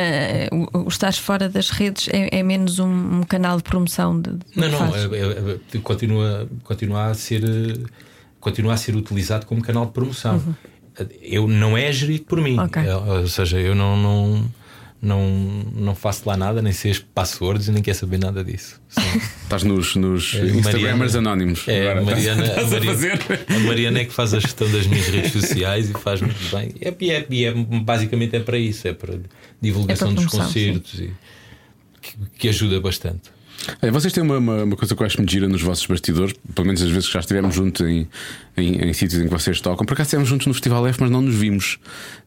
O, o estar fora das redes é, é menos um, um canal de promoção de. de
Não, não,
fazes.
é- é- é- continua, continua, a ser, eh, continua a ser utilizado como canal de promoção. Eu, não é gerido por mim.
Uhum. Ok.
É, ou seja, eu não, não, não, não faço lá nada, nem sei as passwords e nem quero saber nada disso. Só-
Estás nos, nos
É,
Instagrammers
Mariana.
anónimos.
É,
Agora,
a Mariana,
estás-
a
estás a
Mariana-
fazer.
a Mariana é que faz a gestão das minhas redes sociais e faz muito bem. É, e é, e é- basicamente é para isso, é para divulgação
É para
dos
promoção,
concertos e que, que ajuda bastante.
Olha, vocês têm uma, uma, uma coisa que eu acho muito gira nos vossos bastidores, pelo menos as vezes que já estivemos juntos em, em, em sítios em que vocês tocam. Por acaso estivemos juntos no Festival F, mas não nos vimos.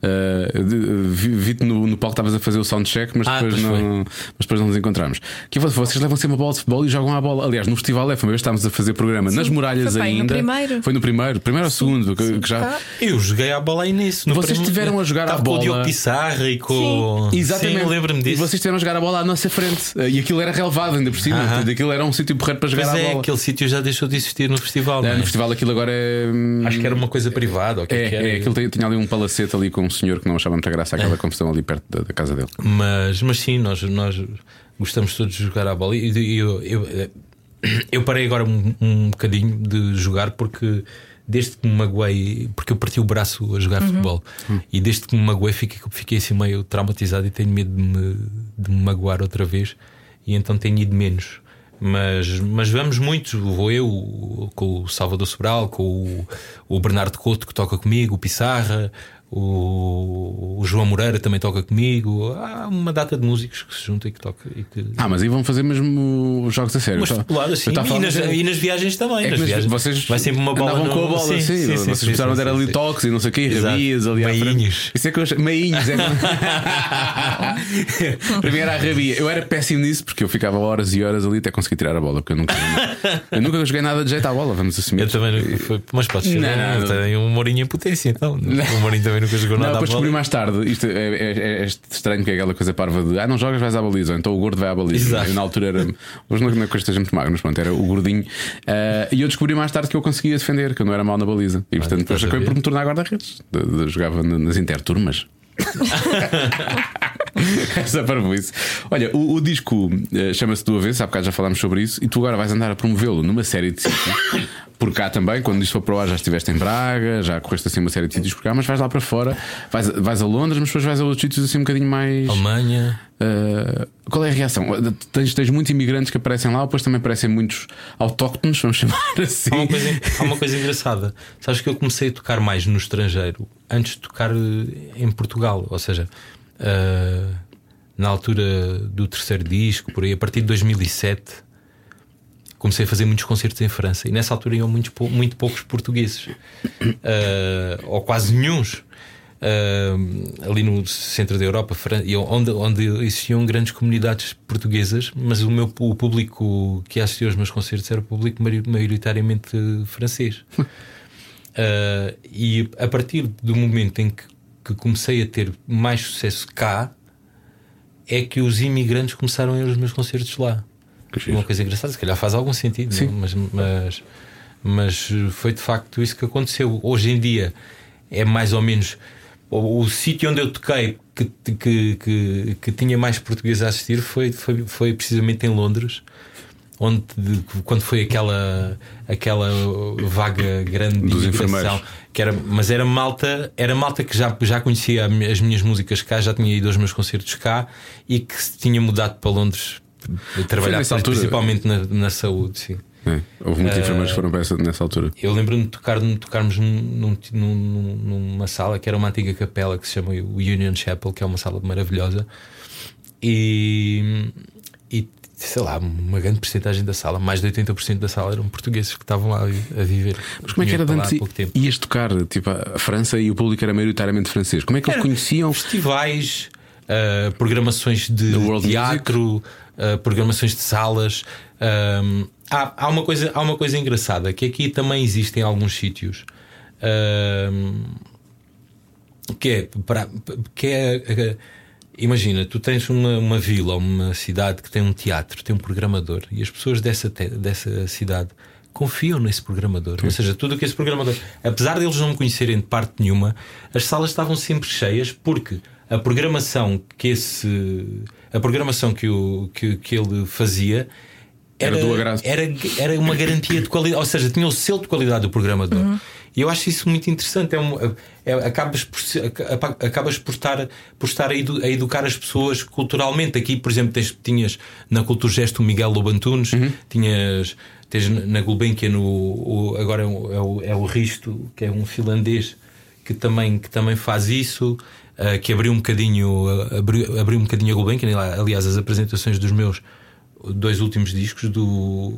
Ah, de- vi- Vi-te no, no palco que estavas a fazer o soundcheck, mas,
Ah,
depois
pois
não, mas depois não nos encontramos. Que vo- vocês levam sempre uma bola de futebol e jogam à bola. Aliás, no Festival F, uma vez estávamos a fazer programa nas muralhas
foi bem no
ainda.
primeiro. Ah.
Foi no primeiro, primeiro ou segundo, que, que já.
Eu joguei à bola aí nisso. no
Vocês
prim-
tiveram a jogar à
Tava Com
bola.
o Diogo Pissarra e com.
Exatamente.
Sim, lembro-me
E
disso.
vocês tiveram a jogar a bola à nossa frente. Eh, E aquilo era relevado ainda por cima.
Aham.
Aquilo era um sítio porreiro para jogar
Mas
à
é,
bola.
aquele sítio já deixou de existir no festival.
É,
não é?
no festival aquilo agora é. hum,
Acho que era uma coisa privada. ou o que
É,
que
é,
era. É.
aquilo tem- tinha ali um palacete ali com um senhor que não achava muita graça aquela confusão ali perto da, da casa dele.
Mas, mas sim, nós, nós gostamos todos de jogar à bola. E e eu, eu, eh, eu parei agora um, um bocadinho de jogar porque desde que me magoei, porque eu parti o braço a jogar futebol,
Uhum.
e desde que me magoei fiquei, fiquei assim meio traumatizado e tenho medo de me, de me magoar outra vez, e então tenho ido menos. Mas, mas vamos muito, vou eu o- com o Salvador Sobral, com o, o Bernardo Couto que toca comigo, o Pissarra, o, o João Moreira também toca comigo. Há uma data de músicos que se juntam e que tocam. E que...
Ah, mas aí vão fazer mesmo jogos a sério.
Mas
Eu tava-
popular, assim,
eu tava a
e,
falar-
nas, e nas viagens também.
É que
nas
nas-
viagens,
vocês
vai sempre uma bola.
andavam
no-
com a bola,
Sim,
sim,
sim, sim,
vocês
sim,
começaram a
sim,
dar
sim,
ali
sim.
toques e não sei o quê,
Exato.
rabias ali à frente.
Meinhos.
Isso é que eu achei. Meinhos, é que- Para mim era a rabia. Eu era péssimo nisso porque eu ficava horas e horas ali até conseguir tirar a bola, porque eu nunca, eu nunca joguei nada de jeito à bola, vamos assumir.
Eu também nunca fui. Mas podes ser.
Não, não.
Tem um Mourinho em potência, então. O Mourinho também nunca jogou
Não,
nada à
depois descobri
bola.
mais tarde. Isto é, é- é- é estranho que é aquela coisa parva de ah, não jogas, vais à baliza, ou então o gordo vai à baliza.
Exato.
Eu, na altura era. Hoje não não é que eu esteja muito magro, mas pronto, era o gordinho. Ah, e eu descobri mais tarde que eu conseguia defender, que eu não era mau na baliza.
Ah,
E portanto, depois
estás a
acabei
ver.
por me tornar guarda-redes. De- de- Jogava na- nas interturmas. Essa parvoíce. Olha, o, o disco eh, chama-se Do Avesso, há bocado já falámos sobre isso, e tu agora vais andar a promovê-lo numa série de sítios. Por cá também, quando isto for para o ar, já estiveste em Braga, já correste assim uma série de sítios por cá, mas vais lá para fora, vais, vais a Londres, mas depois vais a outros sítios assim um bocadinho mais.
Alemanha.
eh, qual é a reação? Tens, tens muitos imigrantes que aparecem lá, depois também aparecem muitos autóctones, vamos chamar assim.
Há uma, coisa, há uma coisa engraçada. Sabes que eu comecei a tocar mais no estrangeiro antes de tocar eh, em Portugal. Ou seja, ah, na altura do terceiro disco, por aí, a partir de 2007, comecei a fazer muitos concertos em França. E nessa altura iam muito, pou- muito poucos portugueses, Ah, ou quase nenhuns. Ah, ali no centro da Europa, Fran- e onde, onde existiam grandes comunidades portuguesas, mas o meu o público que assistia aos meus concertos era o público maior- maioritariamente francês. Ah, e a partir do momento em que que comecei a ter mais sucesso cá é que os imigrantes começaram a ir aos meus concertos lá.
Que giro.
Uma coisa engraçada, se calhar faz algum sentido,
Sim.
não? é? Mas, mas, mas foi de facto isso que aconteceu. Hoje em dia é mais ou menos o, o sítio onde eu toquei que, que, que, que tinha mais português a assistir foi, foi, foi precisamente em Londres. Onde, de- quando foi aquela, aquela vaga grande de
Dos
imigração,
enfermeiros.
que era, mas era malta, era malta que já, já conhecia a mi- as minhas músicas cá, já tinha ido aos meus concertos cá e que se tinha mudado para Londres a trabalhar
nessa altura?
principalmente na, na saúde. Sim.
É, houve
Eh,
muitos enfermeiros que foram para essa nessa altura.
Eu lembro-me de tocar, de tocarmos num- num- num- numa sala que era uma antiga capela que se chama o Union Chapel, que é uma sala maravilhosa, e, e, sei lá, uma grande porcentagem da sala, mais de 80% da sala eram portugueses que estavam lá a vi- a viver.
Mas como é que
Vinham
era de
para lá
antes?
há pouco tempo.
I- Ias tocar tipo, a França e o público era maioritariamente francês. Como é que eles conheciam?
festivais, ah, programações de
The World
teatro, ah, programações de salas. Ahm, há, há uma coisa, há uma coisa engraçada que aqui também existem alguns sítios. ahm, que é, para, que é eh, imagina, tu tens uma, uma vila ou uma cidade que tem um teatro, tem um programador, e as pessoas dessa, te- dessa cidade confiam nesse programador. Ou seja, tudo o que esse programador, apesar deles não me conhecerem de parte nenhuma, as salas estavam sempre cheias porque a programação que esse a programação que, o, que, que ele fazia
Era do agrado.
era, era uma garantia de qualidade, ou seja, tinha o selo de qualidade do programador. E eu acho isso muito interessante. É um- é- acabas por, se- aca- apa- acabas por estar, por estar a, edu- a educar as pessoas culturalmente. Aqui, por exemplo, tens, tinhas na Cultura Gesto o Miguel Lobantunes, tinhas tens na Gulbenkian o, o- agora é o, é, o, é o Risto, que é um finlandês que também, que também faz isso, ah, que abriu um bocadinho, ah, abriu, abriu um bocadinho a Gulbenkian. E lá, Aliás, as apresentações dos meus dois últimos discos do,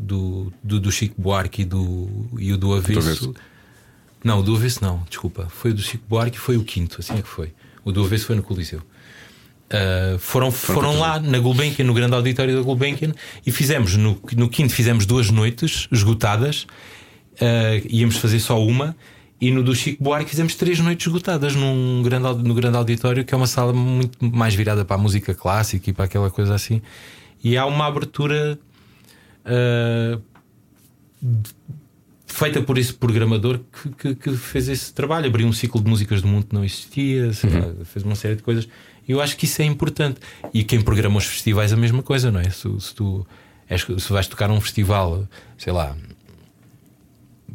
do, do, do Chico Buarque e, do, e o do Avesso.
Avesso.
Não, o do Avesso não, desculpa. Foi o do Chico Buarque e foi o quinto, assim é que foi. O do Avesso foi no Coliseu. Uh, foram, foram lá na Gulbenkian, no grande auditório da Gulbenkian, e fizemos no, no quinto fizemos duas noites esgotadas, uh, íamos fazer só uma, e no do Chico Buarque fizemos três noites esgotadas num grande, au- no grande auditório, que é uma sala muito mais virada para a música clássica e para aquela coisa assim. E há uma abertura uh, feita por esse programador que, que- que fez esse trabalho, abriu um ciclo de músicas do mundo que não existia, sei lá,
Uhum.
fez uma série de coisas. E Eu acho que isso é importante. E quem programa os festivais a mesma coisa, não é? Se, se tu és- se vais tocar um festival, sei lá,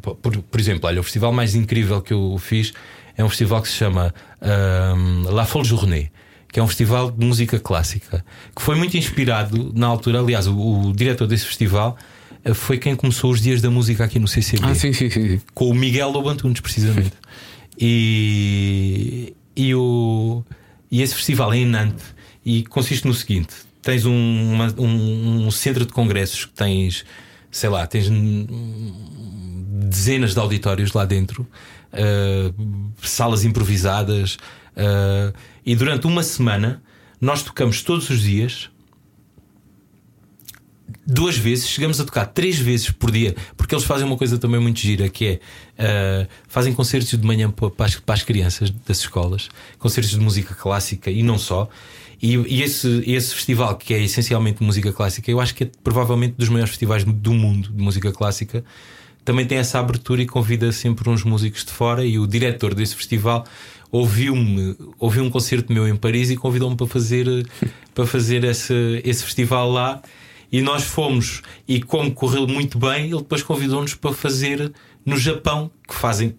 por, por exemplo, olha, o festival mais incrível que eu fiz é um festival que se chama ahm, La Folle Journée, que é um festival de música clássica, que foi muito inspirado na altura. Aliás, o, o diretor desse festival eh, foi quem começou os dias da música aqui no CCB
Ah, sim, sim, sim. sim.
com o Miguel Lobantunes, precisamente. e, e, o, e esse festival é em Nantes e consiste no seguinte: tens um, uma- um, um centro de congressos que tens, sei lá, tens hum, dezenas de auditórios lá dentro, ah, salas improvisadas, ah, e durante uma semana nós tocamos todos os dias duas vezes, chegamos a tocar três vezes por dia, porque eles fazem uma coisa também muito gira, que é ah, fazem concertos de manhã pa- para as, para as crianças das escolas, concertos de música clássica e não só. E, e esse, esse festival, que é essencialmente de música clássica, eu acho que é provavelmente dos maiores festivais do mundo de música clássica, também tem essa abertura e convida sempre uns músicos de fora. E o diretor desse festival ouviu-me, ouviu um concerto meu em Paris e convidou-me para fazer, para fazer esse, esse festival lá. E nós fomos, e como correu muito bem, ele depois convidou-nos para fazer no Japão, que fazem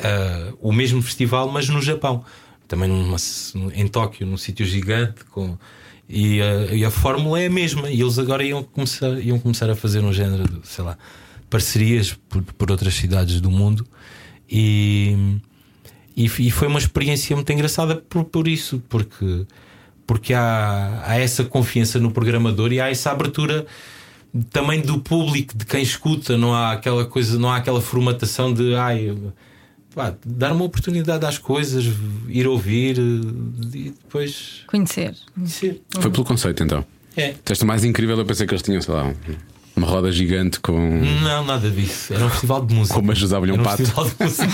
ah, o mesmo festival, mas no Japão, também numa s- em Tóquio, num sítio gigante. Com, e, a, e a fórmula é a mesma. E eles agora iam começar, iam começar a fazer um género de, sei lá, parcerias por, por outras cidades do mundo. E, e, f- e foi uma experiência muito engraçada por, por isso, porque, porque há, há essa confiança no programador e há essa abertura também do público, de quem escuta, não há aquela coisa, não há aquela formatação de ai, eu- pá, dar uma oportunidade às coisas, ir ouvir eh, e depois
Conhecer.
conhecer.
Foi pelo conceito então.
É.
Teste mais incrível, eu pensei que eles tinham, sei lá, um- Uma roda gigante com.
Não, nada disso. Era um festival de música.
Como ajudava-lhe um
Era um
pato.
festival de música.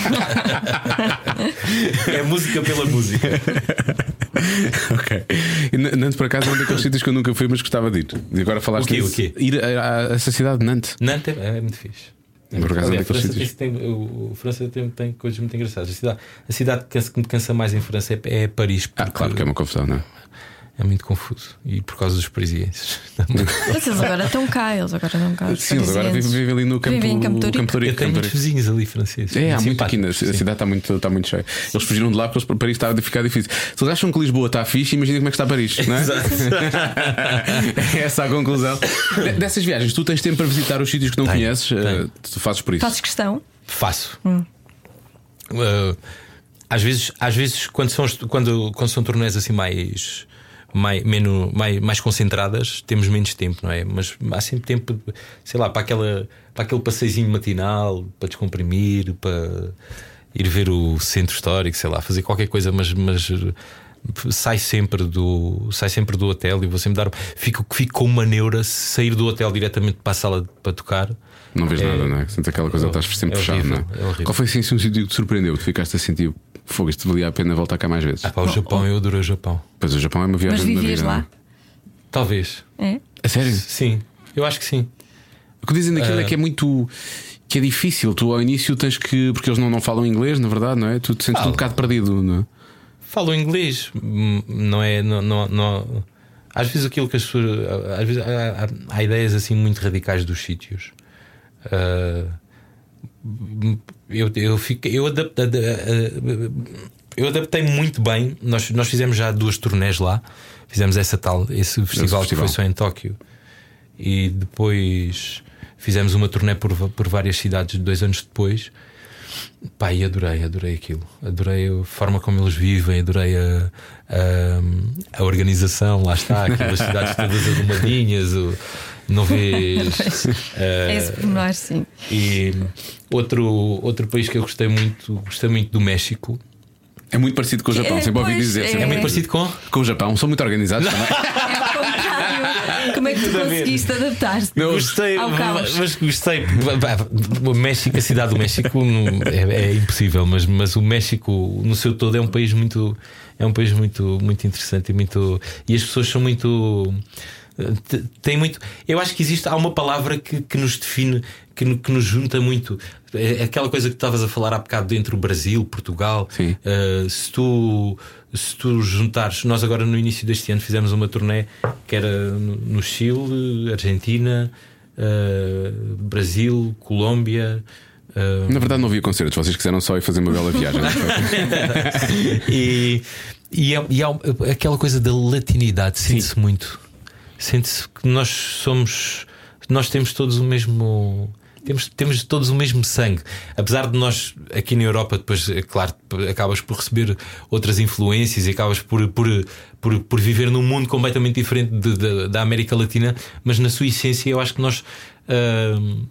é música pela música.
ok. E N- Nantes, por acaso, é um daqueles sítios que eu nunca fui, mas gostava de ir. E agora falaste
O quê,
nisso.
o quê?
Ir a, a- a essa cidade de Nantes.
Nantes é, é muito fixe.
Por acaso, é um
Olha, a
daqueles
França,
sítios.
tem, o, o França tem, tem coisas muito engraçadas. A cidade, a cidade que, cansa, que me cansa mais em França é, é Paris.
Ah,
porque
claro que é uma confusão, não é?
é muito confuso. E por causa dos parisienses.
Mas eles agora estão cá, eles agora estão cá. os
Sim, eles agora vivem
parisienses.
vivem ali no campo,
Vivem em Campo Torico.
Campo Torico,
Eu tenho
Campo
muitos
Torico.
vizinhos ali franceses.
É, há muito
simpáticos,
aqui na a
sim.
cidade, está muito, está muito cheia. Eles fugiram de lá porque eles- Paris está a ficar difícil. Se eles acham que Lisboa está fixe, imagina como é que está Paris, não é? é essa a conclusão. De- Dessas viagens, tu tens tempo para visitar os sítios que não
Tenho,
conheces,
tenho.
eh, tu fazes por isso.
Fazes questão?
Faço. Uh, às vezes, às vezes quando, são, est- quando, quando são turnés assim mais. Mais, menos, mais, mais concentradas, temos menos tempo, não é? Mas há sempre tempo, de- sei lá, para, aquela, para aquele passeizinho matinal, para descomprimir, para ir ver o centro histórico, sei lá, fazer qualquer coisa, mas, mas sai sempre do sai sempre do hotel e vou sempre dar. Fico, fico com uma neura se sair do hotel diretamente para a sala de- para tocar.
Não vês
É-
nada, não é? Sentes aquela coisa,
é-
estás sempre
é
fechado, não
horrível, é horrível.
Qual foi assim um sítio que te surpreendeu? Que ficaste a sentir fogo, isto valia a pena voltar cá mais vezes.
Ah, pá, o Japão, eu adorei o Japão.
Pois o Japão é uma viagem
Mas
de uma
vivias
vida,
lá?
não é?
Talvez.
É?
A sério?
Sim, eu acho que sim.
O que dizem daquilo é
Ah.
que é muito. que é difícil. Tu ao início tens que. porque eles não, não falam inglês, na verdade, não é? Tu te sentes
Falam.
um bocado perdido, não é?
Falo inglês, hum, não é. Não, não, não- Às vezes aquilo que as pessoas. Às vezes há, há- há ideias assim muito radicais dos sítios. Ah, eu, eu, fiquei, eu, adapta- ad- ah, eu adaptei muito bem. Nós, nós fizemos já duas turnés lá. Fizemos essa tal, esse festival que
festival.
foi só em Tóquio. E depois fizemos uma turnê por, va- por várias cidades dois anos depois. Pá, e adorei, adorei aquilo. Adorei a forma como eles vivem, adorei a, a, a organização, lá está, aquelas cidades todas arrumadinhas, o- não vês.
É
eh,
esse pormenor, sim.
e outro, outro país que eu gostei muito, gostei muito do México.
É muito parecido com o Japão,
É,
sempre ouvi
pois,
dizer.
é.
sempre
É muito
ouvi dizer.
parecido com.
Com o Japão, são muito organizados também.
É o contrário. Como é que tu
a ver.
conseguiste adaptar-te?
Não,
Gostei,
Ao caos.
mas mas gostei. Pá, pá, O México, a cidade do México não- é, é impossível, mas, mas o México no seu todo é um país muito é um país muito muito interessante e muito e as pessoas são muito eh, te- têm muito. Eu acho que existe há uma palavra que, que nos define que, no- que nos junta muito É aquela coisa que estavas a falar há bocado entre o Brasil, Portugal.
Sim.
Eh, se tu se tu juntares, nós agora no início deste ano fizemos uma turnê que era no no Chile, Argentina, eh, Brasil, Colômbia. eh,
Na verdade, não havia concertos, vocês quiseram só ir fazer uma bela viagem. não foi?
e, e, é- e há aquela coisa da latinidade, sente-se muito. Sente-se que nós somos. Nós temos todos o mesmo. Temos, temos todos o mesmo sangue. Apesar de nós, aqui na Europa, depois, é claro, p- acabas por receber outras influências e acabas por, por, por, por viver num mundo completamente diferente de- de- da América Latina, mas na sua essência eu acho que nós. hum,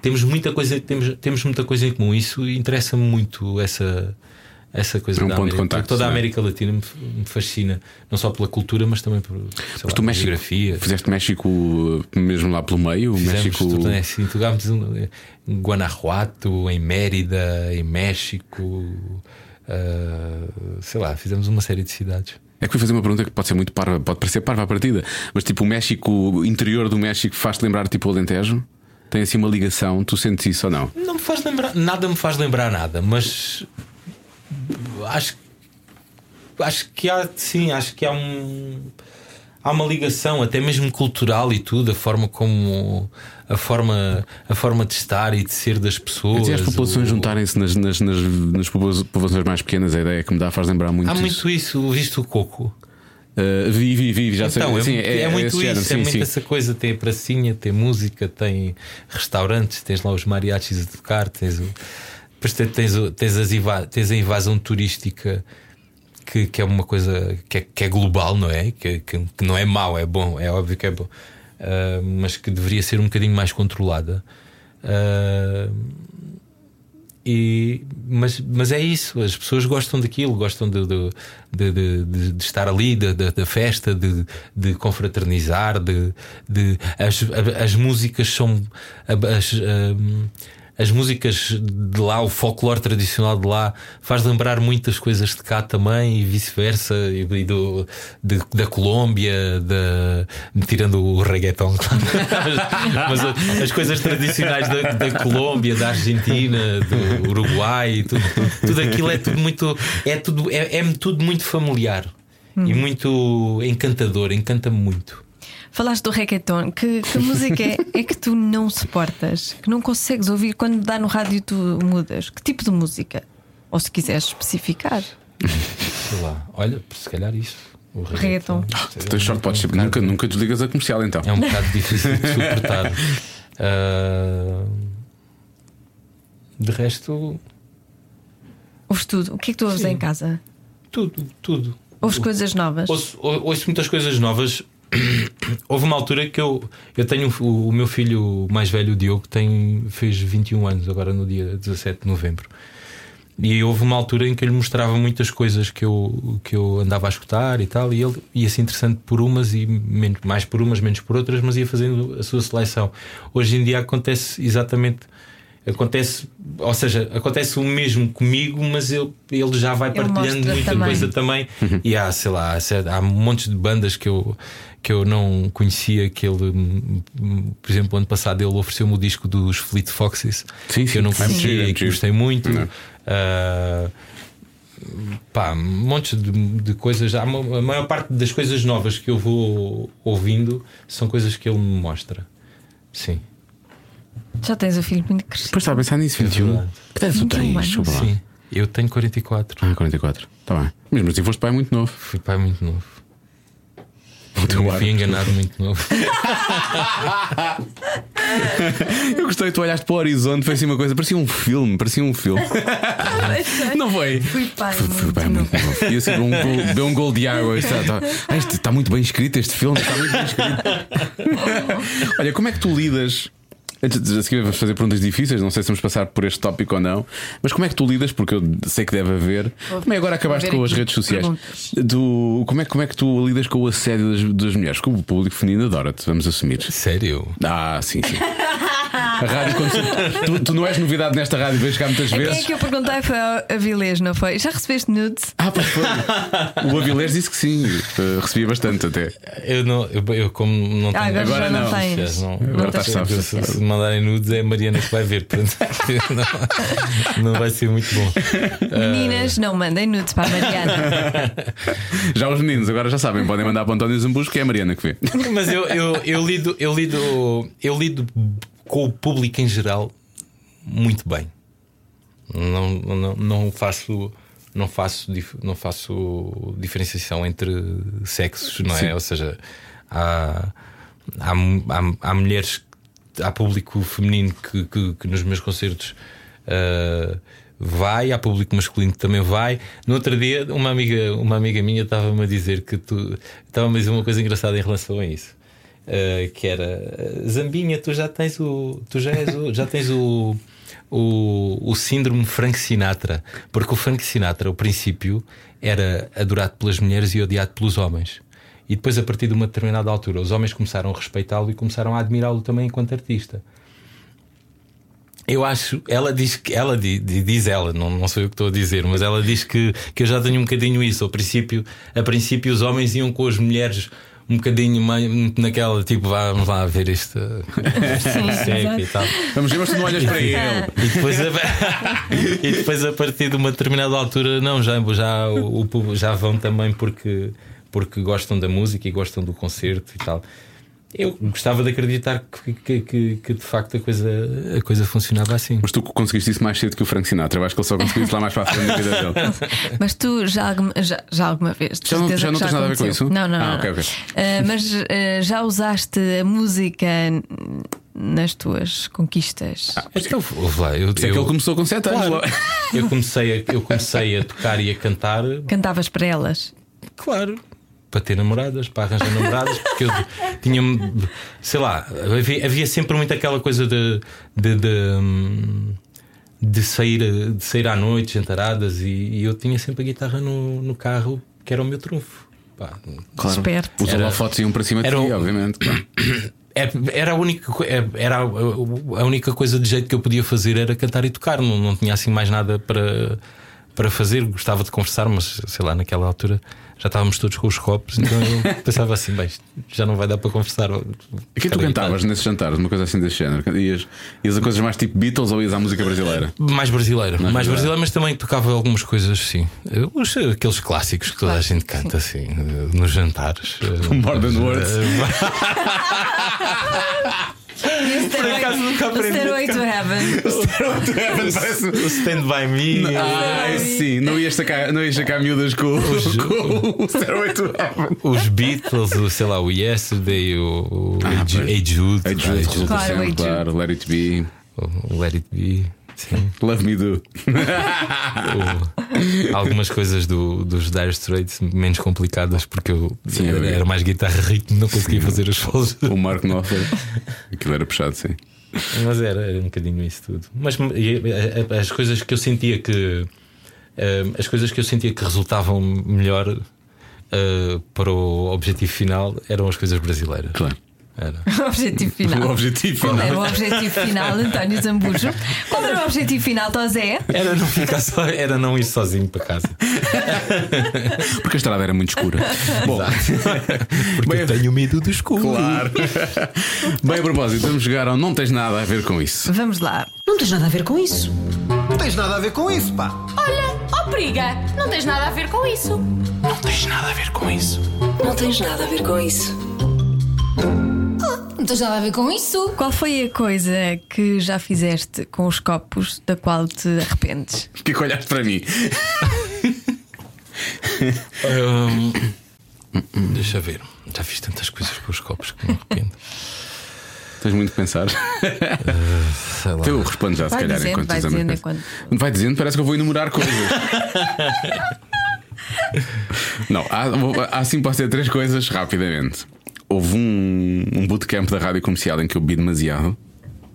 temos muita coisa temos, temos muita coisa em comum isso interessa-me muito essa essa coisa
É um
da
ponto de
América,
contacto,
toda a
não é?
América Latina me, me fascina não só pela cultura mas também por sei
Mas tu,
lá,
México,
geografia
fizeste México eh, mesmo lá pelo meio,
Fizemos
México.
tudo, né? Sim, tocámos em em Guanajuato, em Mérida, em México, ah, sei lá, fizemos uma série de cidades.
É que fui fazer uma pergunta que pode ser muito parva, pode parecer parva à partida, mas tipo o México, o interior do México faz-te lembrar tipo o Alentejo? Tem assim uma ligação, tu sentes isso ou não?
Não me faz lembrar, nada me faz lembrar nada, mas acho acho que há sim, acho que há um há uma ligação até mesmo cultural e tudo, a forma como a forma a forma de estar e de ser das pessoas.
E as populações
o-
juntarem-se nas, nas, nas, nas popula- populações mais pequenas, a ideia que me dá faz lembrar muito
Há
isso.
muito isso, viste o coco?
Uh, vi, vi, vi, já
Então,
sei.
é,
Sim,
muito, é, muito
esse
isso,
género,
é
sim,
muito
sim.
essa coisa. Tem a pracinha, tem música, tem restaurantes, tens lá os mariachis a tocar, tens o. Depois te- tens, o- tens, as inva- tens a invasão turística que, que é uma coisa que é, que é global, não é? Que, que- que não é mau, é bom, é óbvio que é bom, Ah, mas que deveria ser um bocadinho mais controlada. Ah, e mas, mas é isso, as pessoas gostam daquilo, gostam de, de, de- de- de- de estar ali, da, da- da festa, de, de confraternizar, de, de- as, as músicas são as, hum, as músicas de lá, o folclore tradicional de lá, faz lembrar muitas coisas de cá também e vice-versa, e, e do, de- da Colômbia, da, tirando o reggaeton, claro. mas, mas as coisas tradicionais da, da Colômbia, da Argentina, do Uruguai, tudo, tudo aquilo é tudo muito, é tudo, é, é tudo muito familiar e muito encantador, encanta-me muito.
Falaste do reggaeton. Que, que música é, é que tu não suportas? Que não consegues ouvir quando dá no rádio e tu mudas? Que tipo de música? Ou se quiseres especificar.
Sei lá, olha, se calhar isso. O
Reggaeton.
Tu tens sorte, Então, podes sempre. Nunca, nunca desligas a comercial então.
É um bocado difícil de suportar. Ah, de resto,
Ouves tudo. O que é que tu ouves
Sim.
em casa?
tudo, tudo.
Ouves coisas novas?
Ouço, ou- ouço muitas coisas novas. Houve uma altura que eu, eu tenho o, o meu filho mais velho, o Diogo, tem, fez 21 anos, agora no dia 17 de novembro. E houve uma altura em que eu lhe mostrava muitas coisas que eu, que eu andava a escutar e tal, e ele ia se interessando por umas e menos, mais por umas, menos por outras, mas ia fazendo a sua seleção. Hoje em dia acontece exatamente. Acontece, ou seja, acontece o mesmo comigo, mas ele, ele já vai
Ele
partilhando
mostra
muita
também.
coisa também. E há, sei lá, há cer- há montes de bandas que eu, que eu não conhecia. Que ele, hum, hum, por exemplo, ano passado ele ofereceu-me o disco dos Fleet Foxes
Sim,
que eu não
sim. É Sim.
conhecia e que gostei muito.
Não.
Ah, pá, montes de, de coisas. Há uma- A maior parte das coisas novas que eu vou ouvindo são coisas que ele me mostra. Sim.
Já tens o filho muito crescido.
Depois estava a pensar nisso, 21.
verdade.
Que idade tu
21
tens?
anos.
Desculpa lá.
Sim. Eu tenho 44.
Ah, 44. Está bem. Mesmo assim, foste pai muito novo.
Fui pai muito novo.
O teu ar.
Fui enganado muito novo.
Eu gostei, tu olhaste para o horizonte, parecia uma coisa, parecia um filme, parecia um filme. não foi?
Fui pai.
Foi- Foi bem, muito bom. E assim, bebeu um gol, bebeu um gol de água. Está, está- Ah, este está muito bem escrito este filme, está muito bem escrito. Olha, como é que tu lidas? Antes de a seguir vamos fazer perguntas difíceis, não sei se vamos passar por este tópico ou não, mas como é que tu lidas? Porque eu sei que deve haver. Como é que agora acabaste
haver
com as
aqui
redes sociais?
perguntas.
Do, como, é, como é que tu lidas com o assédio das, das mulheres? Que o público feminino adora-te, vamos assumir.
Sério?
Ah, sim, sim. A rádio, quando tu, tu- tu não és novidade nesta rádio, vens cá muitas
A quem é
vezes.
que eu perguntei foi ao- a Vilês, não foi? Já recebeste nudes?
Ah, pois foi. O Avilés disse que sim. Eh, recebia bastante até.
Eu, não, eu, eu como não
Ah,
tenho.
agora,
Agora
já não,
não.
tens.
Não,
Agora tá
tens
estás
redes
safe.
sociais.
Se mandarem nudes é a Mariana que vai ver. portanto, não, não vai ser muito bom.
Eh.
Meninas, não mandem nudes para a Mariana.
Já os meninos agora já sabem, podem mandar para o António Zambujo, que é a Mariana que vê.
Mas eu, eu, eu lido, eu, lido, eu lido com o público em geral muito bem. Não, não, não faço. Não faço, dif- não faço diferenciação entre sexos, não é? Ou seja, há, há, há, há mulheres, há público feminino que, que, que nos meus concertos ah, vai, há público masculino que também vai. No outro dia, uma amiga, uma amiga minha estava-me a dizer que tu estava-me a dizer uma coisa engraçada em relação a isso. Uh, que era uh, Zambinha, tu já tens o. Tu já, és o, já tens o, o. O síndrome Frank Sinatra. Porque o Frank Sinatra, ao princípio, era adorado pelas mulheres e odiado pelos homens. E depois, a partir de uma determinada altura, os homens começaram a respeitá-lo e começaram a admirá-lo também enquanto artista. Eu acho, ela diz que ela di- di- diz ela, não, não sou eu que estou a dizer, mas ela diz que, que eu já tenho um bocadinho isso. Ao princípio, a princípio os homens iam com as mulheres um bocadinho mais naquela tipo, "Vá, vamos lá ver este, este seco e tal.
Vamos ver, mas tu não olhas para ele.
E depois, a, e depois a partir de uma determinada altura, não, já, já, o, o pub- já vão também porque, porque gostam da música e gostam do concerto e tal. Eu gostava de acreditar que, que- que- que, de facto a coisa, a coisa funcionava assim.
Mas tu conseguiste isso mais cedo que o Frank Sinatra. Eu acho que ele só conseguiu isso lá mais para a frente da vida dele. é
Mas tu já, alguma- já, já alguma vez. de
Já não-
certeza
já não
que
tens nada a ver com
aconteceu.
isso?
Não, não,
Ah,
não,
ok,
não.
ok.
Ah, mas ah, já usaste a música n- nas tuas conquistas?
Ah.
Então, ouve lá, eu,
É que ele
eu,
começou com 7 anos. lá.
eu comecei a, eu comecei a tocar e a cantar,
Cantavas para elas?
claro, para ter namoradas, para arranjar namoradas, porque eu tinha, sei lá, havia, havia sempre muito aquela coisa de. de, de, hum, de sair, de sair à noite, jantaradas, e, e eu tinha sempre a guitarra no, no carro, que era o meu trunfo. Pá,
Claro.
Esperto.
Os
Era-
holofotes iam para cima de ti,
era um- o-
obviamente. claro.
É, Era a única co- é, era a- a única coisa de jeito que eu podia fazer era cantar e tocar, não, não tinha assim mais nada para para fazer, gostava de conversar, mas sei lá, naquela altura já estávamos todos com os copos, então eu pensava assim, bem, isto já não vai dar para conversar.
O que é que tu
um
cantavas nesses jantares? Uma coisa assim desse género? Ias, ias a coisas mais tipo Beatles ou ias à música brasileira?
Mais brasileiro, mais, brasileiro, mas também tocava algumas coisas assim. Os, aqueles clássicos que toda a gente canta assim, eh, nos jantares.
More than words.
Por acaso nunca aprendi.
Stairway to Heaven.
O Stand By Me.
Ai, sim, não ias sacar, não ias sacar miúdas com, com o Stairway to Heaven.
Os Beatles, o, sei lá, o Yesterday, o, o
Ah,
Hey Ju-
pois.
Hey Jude,
A Jude resulta
Claro,
sempre,
a Jude.
claro. Let it be,
o Let It Be, sim.
love me do.
O- algumas coisas do, dos Dire Straits menos complicadas, porque eu
Sim, eu
era,
vi.
era mais guitarra ritmo, não conseguia fazer as folhas.
O Mark Knopfler. Aquilo era puxado, sim.
Mas era, era um bocadinho isso tudo. Mas e, a- a- as coisas que eu sentia que. eh, as coisas que eu sentia que resultavam melhor eh, para o objetivo final eram as coisas brasileiras.
Claro.
Era.
O
é
objetivo
O
final.
objetivo
Qual
final.
era o objetivo final, António Zambujo? Qual era o objetivo final, Tozé?
Era não ficar só, era não ir sozinho para casa.
Porque a estrada era muito escura. Bom,
Porque
Bem,
eu tenho medo do escuro.
claro. Bem, a propósito, vamos chegar ao Não Tens Nada a Ver com Isso.
Vamos lá.
Não tens nada a ver com isso.
Não tens nada a ver com isso, pá.
Olha, ó briga, não tens nada a ver com isso.
Não tens nada a ver com isso.
Oh, Não tens nada a ver com isso.
Qual foi a coisa que já fizeste com os copos da qual te arrependes?
Porquê que olhaste para mim?
Hum, deixa ver. Já fiz tantas coisas com os copos que me arrependo.
Tens muito que pensar.
Sei lá.
Então Eu respondo já, se
Vai
calhar,
dizendo,
enquanto
vai
dizemos
dizendo
coisas. Vai dizendo, parece que eu vou enumerar coisas. Não, há, vou- há sim, posso ter três coisas rapidamente. Houve um, um bootcamp da rádio comercial em que eu bebi demasiado.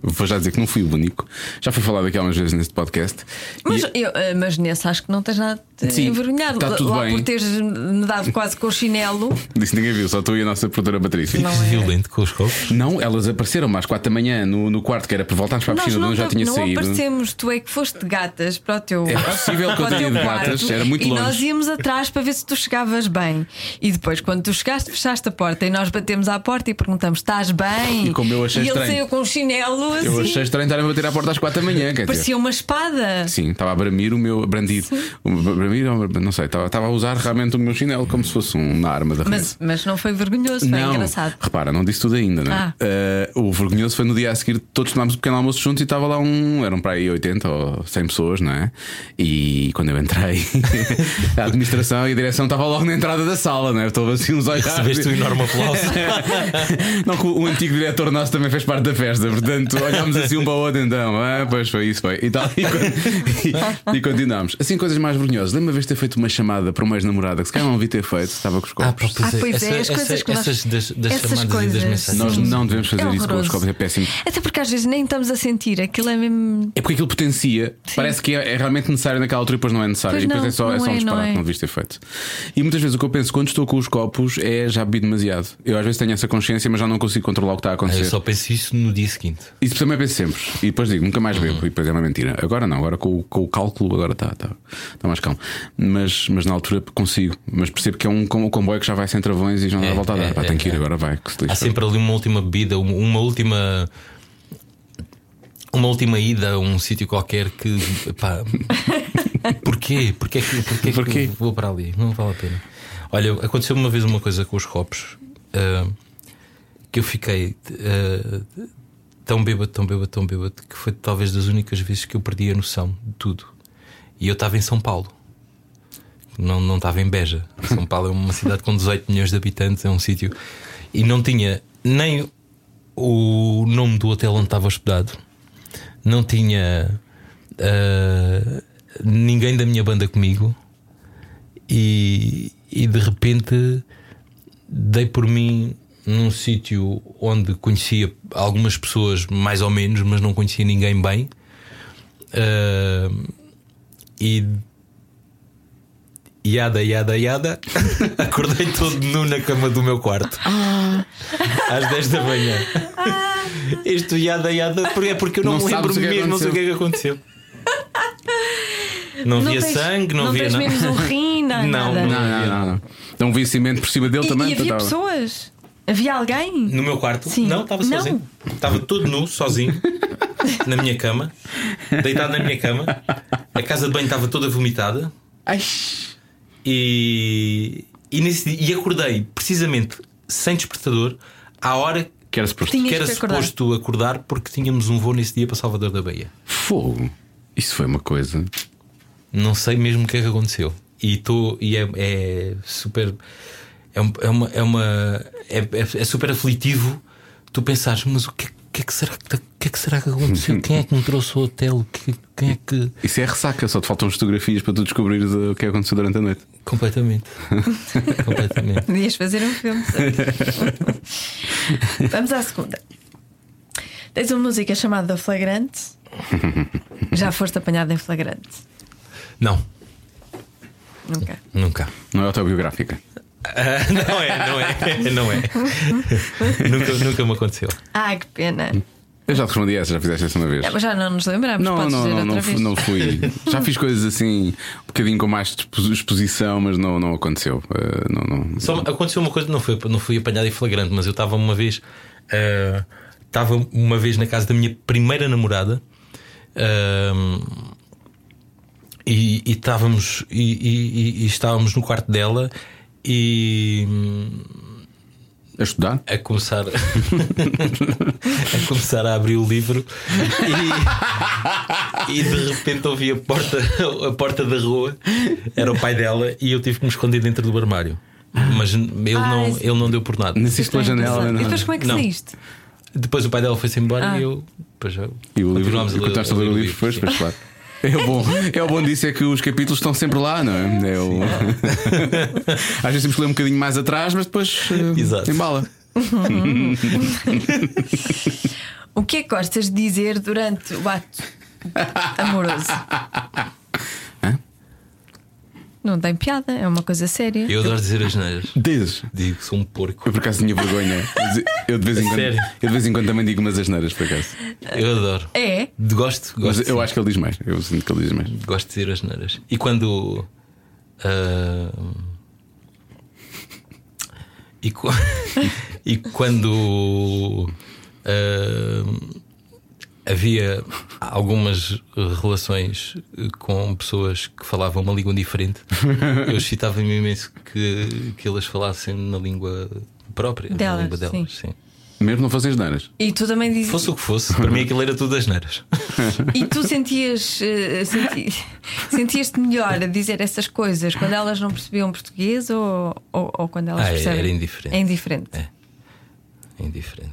Vou já dizer que não fui o único. Já foi falado aqui algumas vezes neste podcast.
Mas,
E-
eu, eh, mas nesse acho que não tens nada de
Sim,
envergonhar.
tá tudo
lá
bem.
por teres me dado quase com o chinelo.
Disse ninguém viu, só tu e a nossa produtora Patrícia.
Fiques violento com os copos.
Não, elas apareceram às quatro da manhã no, no quarto que era para voltarmos para a
Nós
piscina,
não,
onde eu já
tá-
tinha
não
saído.
aparecemos, tu é que foste de gatas para o teu.
É possível que eu
para o
tenha
teu
ido de
quarto,
gatas, era muito
E
longe.
nós íamos atrás para ver se tu chegavas bem. E depois, quando tu chegaste, fechaste a porta e nós batemos à porta e perguntamos: estás bem?
E como eu achei
E ele
estranho.
saiu com um chinelo assim,
Eu achei estranho estarem a bater à porta às quatro da manhã. Quer dizer.
parecia uma espada.
Sim, estava a bramir o meu brandido. O meu bramir, ou bram- não sei, estava, estava a usar realmente o meu chinelo como se fosse um- uma arma da
Mas, mas não foi vergonhoso, foi
não,
engraçado.
repara, não disse tudo ainda, né?
Ah.
Eh, o vergonhoso foi no dia a seguir, todos tomámos um pequeno almoço juntos e estava lá um. eram para aí 80 ou 100 pessoas, não é? E quando eu entrei, a administração e a direção estava logo na entrada da sala, não é? Estou assim uns olhares.
Recebeste um enorme aplauso.
Não, que o antigo diretor nosso também fez parte da festa, portanto olhámos assim um para o outro, então, ah, pois foi isso, foi. E, tal, e, con- e- e continuámos. Assim, coisas mais vergonhosas. Lembro-me uma vez de ter feito uma chamada para uma ex-namorada que se calhar não devia ter feito, estava com os
Ah,
copos.
pá, pois
Ah, pois é,
Essa-
as coisas
essa-
que nós-
Essas das, das
essas
chamadas e das
coisas,
mensagens.
Nós
sim.
não devemos fazer
É
isso com os
horroroso.
copos, é péssimo.
Até porque às vezes nem estamos a sentir, aquilo é mesmo.
É porque aquilo potencia, parece que é, é realmente necessário naquela altura e depois não é necessário.
Pois
e depois
não,
é só, é
não
só um
é,
disparate,
não é.
que não devias ter feito. E muitas vezes o que eu penso quando estou com os copos é já bebi demasiado. Eu às vezes tenho essa consciência, mas já não consigo controlar o que está a acontecer.
Ah, Eu É só penso isso no dia seguinte.
Isso também penso sempre. E depois digo, nunca mais bebo. E depois é uma mentira. Agora não, agora com, o- com o cálculo, agora está tá, tá mais calmo. Mas, mas na altura consigo. Mas percebo que é um, com- um comboio que já vai sem travões e já não dá
É,
volta a dar.
é,
Pá,
é,
tem que ir
é.
agora, vai. Que se lixe.
Há sempre ali uma última bebida, uma- uma última. Uma última ida a um sítio qualquer que. Pá, porquê? Porquê, é que- porquê,
Porquê?
que vou para ali? Não vale a pena. Olha, aconteceu uma vez uma coisa com os copos ah, que eu fiquei ah, tão bêbado, tão bêbado, tão bêbado que foi talvez das únicas vezes que eu perdi a noção de tudo. E eu estava em São Paulo. Não, não estava em Beja. São Paulo é uma cidade com 18 milhões de habitantes, é um sítio. E não tinha nem o nome do hotel onde estava hospedado, não tinha ah, ninguém da minha banda comigo, e, e de repente dei por mim num sítio onde conhecia algumas pessoas mais ou menos, mas não conhecia ninguém bem. Ah, e. Yada, yada, yada. Acordei todo nu na cama do meu quarto. Às 10 da manhã. Isto yada, yada, porque- é porque eu não,
Não
me lembro
sabes o que
mesmo não sei o que é que aconteceu. Não, via
tens-
sangue, não,
não
via
tens
nada.
mesmo um rim, não,
Não,
nada.
Não, não, não, não. Dá um vencimento por cima dele
E,
também.
e havia
portanto, estava-
pessoas? Havia alguém?
No meu quarto?
Sim.
Não, estava
Não.
sozinho. Estava todo nu, sozinho, na minha cama, deitado na minha cama. A casa de banho estava toda vomitada. E, e, nesse dia- e acordei precisamente sem despertador à hora
Que era suposto.
Tinhas
que era
que acordar.
suposto acordar. porque tínhamos um voo nesse dia para Salvador da Bahia.
Fogo. Isso foi uma coisa.
Não sei mesmo o que é que aconteceu. E estou. E é, é super. É, um- é uma. É, uma é, é- é super aflitivo tu pensares, mas o que, que é que será que, o que, é que será que aconteceu? Quem é que me trouxe ao hotel? Que- quem é que.
Isso é ressaca, só te faltam as fotografias para tu descobrires uh, o que aconteceu durante a noite.
Completamente. Completamente.
Podias fazer um filme. sobre- Vamos à segunda. Tens uma música chamada Flagrante. Já foste apanhado em flagrante.
Não,
Nunca.
nunca.
Não é autobiográfica.
Ah, não é, não é, não é. nunca, nunca me aconteceu.
Ah, que pena.
Eu já te respondi essa, já fizeste essa uma vez.
É, mas Já não nos lembramos,
Não,
podes
não,
dizer
não,
outra
não, fu-
vez.
não fui. Já fiz coisas assim, um bocadinho com mais dispo- exposição, mas não, não aconteceu. Uh, não, não.
Só me- aconteceu uma coisa, não fui, não fui apanhado em flagrante, mas eu estava uma vez. ah, Estava uma vez na casa da minha primeira namorada ah, e, e estávamos, e, e- e- e estávamos no quarto dela e hum,
A estudar?
a começar a começar a abrir o livro e, e de repente ouvi a porta, a porta da rua, era o pai dela, e eu tive que me esconder dentro do armário. Mas ele, não,
Ah, isso-
ele não deu por nada.
Nasciste pela janela,
E
não.
depois como é que
Não.
saíste?
Depois o pai dela foi-se embora
Ah.
e eu. Depois eu
E o livro,
continuámos
e continuaste a ler o livro depois,
sim.
pois claro. É o, bom, é o bom disso é que os capítulos estão sempre lá, não é? é o... Às vezes temos que ler um bocadinho mais atrás, mas depois uh,
Exato.
embala.
O que é que gostas de dizer durante o ato amoroso? Não tem piada, é uma coisa séria.
Eu adoro dizer as neiras.
Dizes.
Digo que sou um porco.
Eu por acaso tinha vergonha. Eu de vez em quando,
Sério?
eu de vez em quando também digo umas asneiras, por acaso.
Eu adoro.
É?
Gosto, gosto.
Mas
sim.
eu acho que ele diz mais. Eu sinto que ele diz mais.
Gosto de dizer as neiras. E quando. ah, e, qu- e quando. ah, havia algumas relações com pessoas que falavam uma língua diferente, eu excitava-me imenso que, que elas falassem na língua própria,
Delas,
na língua delas. Sim.
Mesmo não fazes asneiras.
E tu também dizes.
Fosse o que fosse, para mim aquilo era tudo as neiras.
E tu sentias eh, senti- sentias-te melhor a dizer essas coisas quando elas não percebiam português ou, ou, ou quando elas
Ah, é,
percebem?
era indiferente.
É indiferente.
É. É indiferente.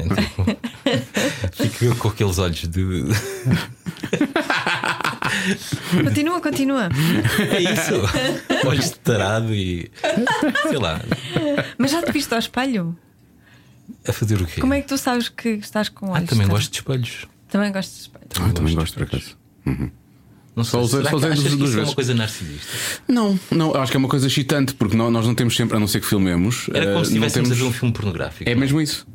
Então, Fico eu com aqueles olhos de.
Continua, continua.
É isso! olhos de tarado e. Sei lá.
Mas já te viste ao espelho?
A fazer o quê?
Como é que tu sabes que estás com
Ah,
olhos?
também
de-
gosto de espelhos.
Também gosto de espelho.
Ah, eu também gosto, por acaso.
Não
Só usei-
sei,
só
será que
usei
achas
duas-
que
duas
isso é
vezes.
uma coisa narcisista.
Não, não, eu acho que é uma coisa excitante, porque nó- nós não temos sempre, a não ser que filmemos.
Era como
eh,
se
não
estivéssemos
temos...
a ver um filme pornográfico.
É mesmo isso.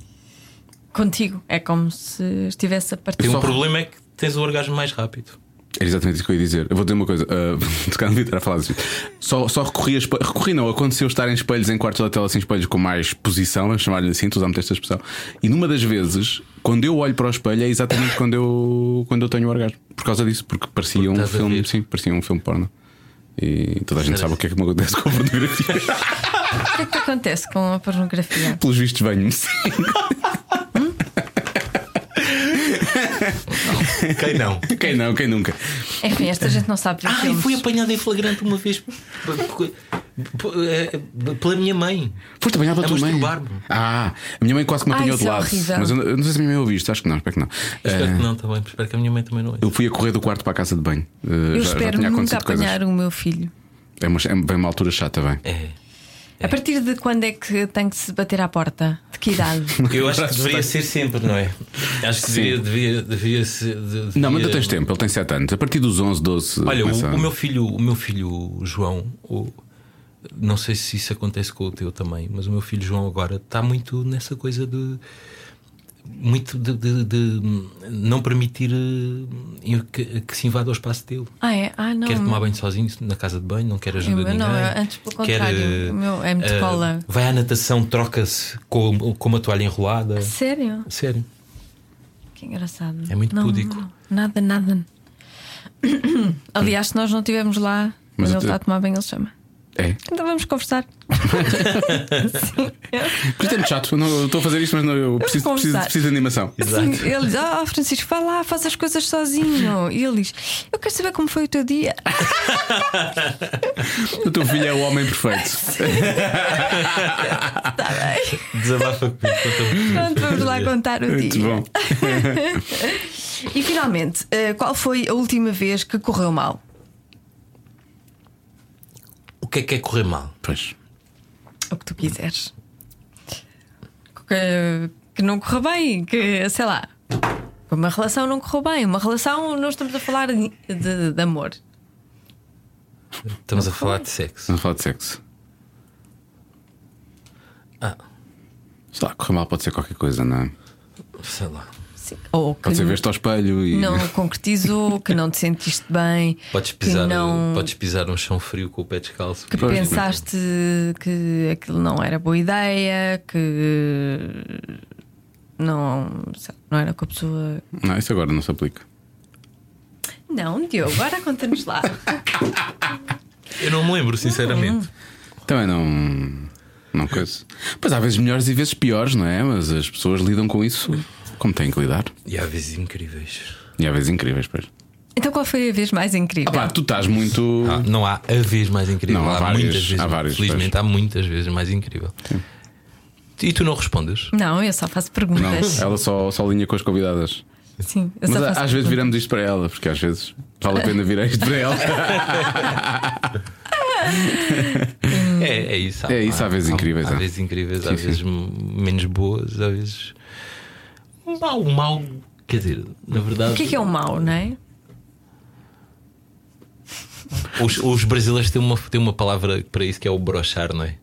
Contigo. É como se estivesse a partir.
Tem um
Só-
problema é que tens o orgasmo mais rápido.
Era exatamente isso que eu ia dizer. Eu vou dizer uma coisa, uh, se calhar não devia estar a falar disso. Só, só recorri a espelhos. Recorri, não, aconteceu estar em espelhos em quartos lateral sem espelhos com mais posição, vamos chamar-lhe assim, tu usar muito esta expressão. E numa das vezes, quando eu olho para o espelho, é exatamente quando eu, quando eu tenho o orgasmo. Por causa disso, porque parecia um
estás a
filme,
ver.
sim, parecia um filme porno. E toda a gente sabe o que é que me acontece com a pornografia.
O que é que te acontece com a pornografia?
Pelos vistos, venho-me.
Quem não?
Quem não, quem nunca?
Enfim, esta gente não sabe ver
Ah, eu
filmes.
fui apanhado em flagrante uma vez p- p- p- eh, pela minha mãe.
Foste apanhado pela
A
tua mãe.
masturbar-me.
Ah, a minha mãe quase que me
Ai,
apanhou de
isso é
lado.
horrível.
Mas eu não, eu não sei se a minha mãe ouviste, acho que não, espero que não. Eh,
Espero que não também, espero que a minha mãe também não ouça.
Eu fui a correr do quarto para a casa de banho. Eh,
Eu
já, já
espero
tinha
nunca
acontecido coisas.
apanhar o meu filho.
É uma, é bem uma altura chata, bem.
É.
A partir de quando é que tem que se bater à porta? De que idade?
Eu acho que deveria ser sempre, não é? Acho que devia, devia, devia ser. de- devia-
Não, mas ainda tens tempo, ele tem 7 anos. A partir dos 11, 12.
eh, Olha,
começa
o,
a-
o meu filho, o meu filho João, o- não sei se isso acontece com o teu também, mas o meu filho João agora está muito nessa coisa de muito de, de- de não permitir eh, que, que se invada o espaço dele.
Ah, é? Ah, não.
Quer tomar banho sozinho na casa de banho, não quer ajuda
O
de
meu
ninguém.
não, é antes pelo
Quer,
contrário.
eh,
O meu é muito
eh,
cola.
Vai à natação, troca-se com, com uma toalha enrolada.
Sério?
Sério.
Que engraçado.
É muito
Não,
pudico.
não, nada, nada. Aliás, se nós não estivemos lá,
Mas
quando
eu
ele
te-
está a tomar banho, ele chama.
É.
Então vamos conversar.
Porque isto é muito chato. eu não- eu estou a fazer isto, mas não, eu preciso,
vou
preciso,
usar.
preciso de animação.
Exato.
Sim, ele diz: Oh, Francisco, vai lá, faz as coisas sozinho. E ele diz: Eu quero saber como foi o teu dia.
O teu filho é o homem perfeito.
Desabafa comigo. conta-me.
Pronto, vamos lá contar o
É Muito
dia.
bom.
E finalmente, eh, qual foi a última vez que correu mal?
O que é que é correr mal?
Pois.
O que tu quiseres. Que, que não corra bem, que sei lá. Uma relação não correu bem. Uma relação, não estamos a falar de, de- de amor.
Estamos a falar de sexo.
Vamos falar de sexo.
Ah,
Sei lá, correr mal pode ser qualquer coisa, não é?
sei lá.
Sim. Ou que
Pode ser ver-te ao espelho e.
não concretizou, que não te sentiste bem,
Podes
que,
pisar,
não,
podes pisar um chão frio com o pé descalço.
que
Pois.
pensaste que aquilo não era boa ideia, que não, sei lá, não era com a pessoa.
Não, isso agora não se aplica.
Não, Diogo, agora conta-nos lá.
Eu não me lembro, sinceramente.
Também não. Não coisa. Pois há vezes melhores e vezes piores, não é? Mas as pessoas lidam com isso como têm que lidar.
E há vezes incríveis.
E há vezes incríveis, pois.
Então qual foi a vez mais incrível?
Ah, pá, tu estás muito.
Ah, não há a vez mais incrível.
Não, há várias,
muitas vezes.
há várias,
Felizmente
pois.
há muitas vezes mais incrível. E tu não respondes?
Não, eu só faço
Não,
perguntas.
ela só, só linha com as convidadas.
Sim, eu
Mas
só
a-
faço
às vezes
perguntas.
viramos isto para ela, porque às vezes vale a pena virar isto para ela.
Hum.
É, é isso.
É isso, há vezes incríveis,
Há
é.
vezes incríveis, há
Sim,
vezes menos boas, às vezes. Um Mal, um mal. Quer dizer, na verdade.
O que é que é o mau, não é?
Os, os brasileiros têm uma, têm uma palavra para isso que é o brochar, não é?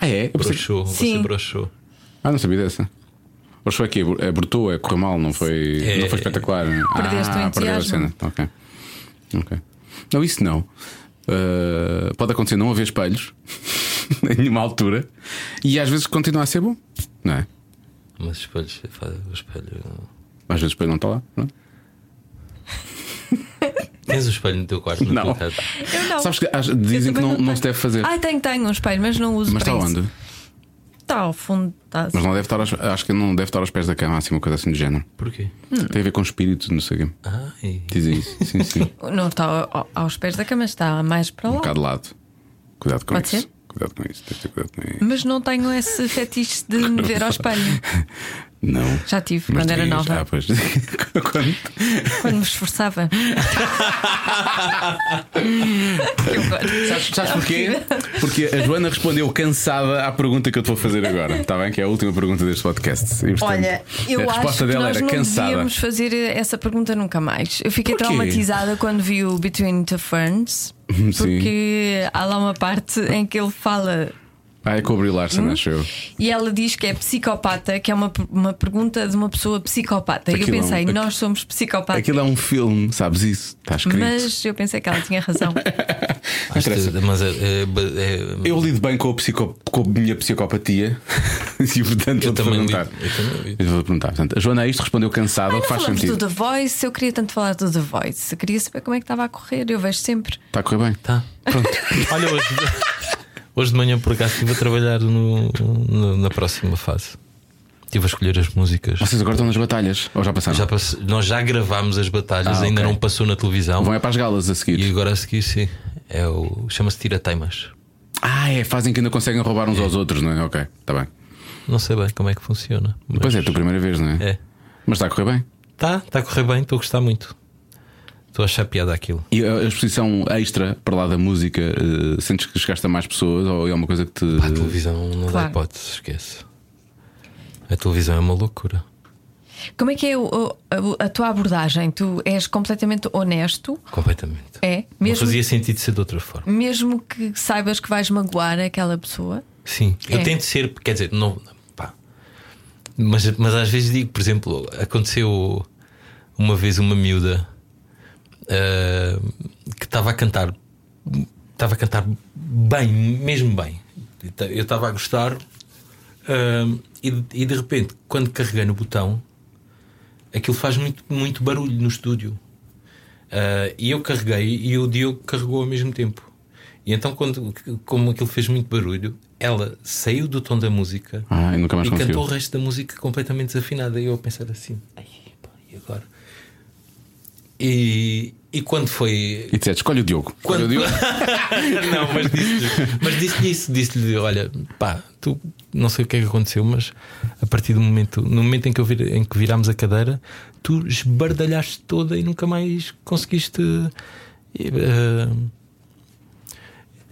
Ah, é? Eu pensei-
Brochou, você
Sim.
brochou.
Ah, não sabia dessa. Mas foi aqui, é brutou, é correu mal, não foi,
É.
não foi espetacular.
Perdeste
ah,
o
perdeu a
entusiasmo.
cena. Ok. Ok. Não, isso não. Ah, pode acontecer não haver espelhos em nenhuma altura e às vezes continua a ser bom, não é?
Mas os espelhos, faz- o espelho.
Às vezes o espelho não está lá. Não. é?
Tens o espelho no teu quarto? no
Não.
teu teto?
Eu não.
Sabes que às- dizem
Eu
que
também
não,
não
não se deve fazer,
Ai, tenho, tenho um espelho, mas não uso
mas
para
está
isso.
onde?
Está ao fundo. tá assim. Está...
Mas não deve estar, aos, acho que não deve estar aos pés da cama, assim, uma coisa assim do género.
Porquê?
Hum.
Tem a ver com espírito, não sei o quê.
Ai.
Dizem isso. Sim, sim.
Não está ao- aos pés da cama, está mais para
Um
lá.
bocado de lado. Cuidado com
Pode
isso.
ser?
Cuidado com isso. Tens de ter cuidado com isso.
Mas não tenho esse fetiche de me ver ao espelho.
Não.
Já tive,
Mas
quando
tu
era
ias-
nova,
Ah, pois. Quando-
quando me esforçava. Eu gosto.
Sabes, sabes porquê? Porque a Joana respondeu cansada à pergunta que eu te vou fazer agora, está bem? Que é a última pergunta deste podcast. E, portanto,
Olha, eu
a resposta
acho que
dela
nós
era
não
cansada.
devíamos fazer essa pergunta nunca mais. Eu fiquei
Porquê?
traumatizada quando vi o Between the Ferns,
Uhum, Sim.
porque há lá uma parte em que ele fala
Ah, é com o Brie Larson,
Hum?
acho eu.
e ela diz que é psicopata, que é uma, uma pergunta de uma pessoa psicopata. e eu
Aquilo é um-
pensei,
aqu-
nós somos psicopatas.
Aquilo é um filme, sabes isso? Está escrito.
Tá Mas eu pensei que ela tinha razão.
Mas,
interessa.
te- mas é, é- é-
Eu lido bem com a, psico- com a minha psicopatia e, portanto,
Eu
vou-te
também lido.
perguntar.
Eu também lido.
Eu vou perguntar. Portanto, a Joana a isto respondeu cansada, o
Não
que faz
falamos do
sentido.
The Voice, eu queria tanto falar do The Voice. Eu queria saber como é que estava a correr, eu vejo sempre.
Está a correr bem?
Tá. Pronto. Olha, hoje, hoje de manhã, por acaso, estive a trabalhar no- no- na próxima fase. Estive a escolher as músicas.
Vocês agora estão nas batalhas? Ou já passaram?
Já passe- nós já gravámos as batalhas,
Ah,
ainda
ok.
não passou na televisão.
Vão é para as galas a seguir.
E agora a seguir, sim. É o, chama-se Tira Teimas.
Ah, é, fazem que ainda conseguem roubar uns aos outros, não é? Ok, está bem.
Não sei bem como é que funciona. mas-
Pois é, a tua primeira vez, não é?
É.
Mas está a correr bem.
Tá, tá a correr bem, estou a gostar muito. Estou a achar piada aquilo.
E a a exposição extra para lá da música, eh, sentes que chegaste a mais pessoas ou é uma coisa que te.
Pá, a televisão não dá
Claro.
hipótese, esquece. A televisão é uma loucura.
Como é que é o- o- a, a tua abordagem? Tu és completamente honesto,
Completamente.
é?
Não
Mesmo,
fazia sentido ser de outra forma.
mesmo que saibas que vais magoar aquela pessoa?
Sim, eu
É.
tento ser, quer dizer, não, pá. Mas, mas às vezes digo, por exemplo, aconteceu uma vez uma miúda ah, que estava a cantar, estava a cantar bem, mesmo bem. Eu estava a gostar ah, e, e de repente, quando carreguei no botão, aquilo faz muito, muito barulho no estúdio. Ah, e eu carreguei e o Diogo carregou ao mesmo tempo. E então, quando, como aquilo fez muito barulho, ela saiu do tom da música
Ah, e nunca mais
e cantou o
conseguiu.
resto da música completamente desafinada. E eu a pensar assim, "Ai, pá, e agora? E, e quando foi.
E disseste, escolhe o Diogo. Escolhe o Diogo.
não, mas disse-lhe mas disse-lhe isso, disse-lhe: olha, pá, tu não sei o que é que aconteceu, mas a partir do momento, no momento em que, eu vir, em que virámos a cadeira, tu esbardalhaste toda e nunca mais conseguiste. eh,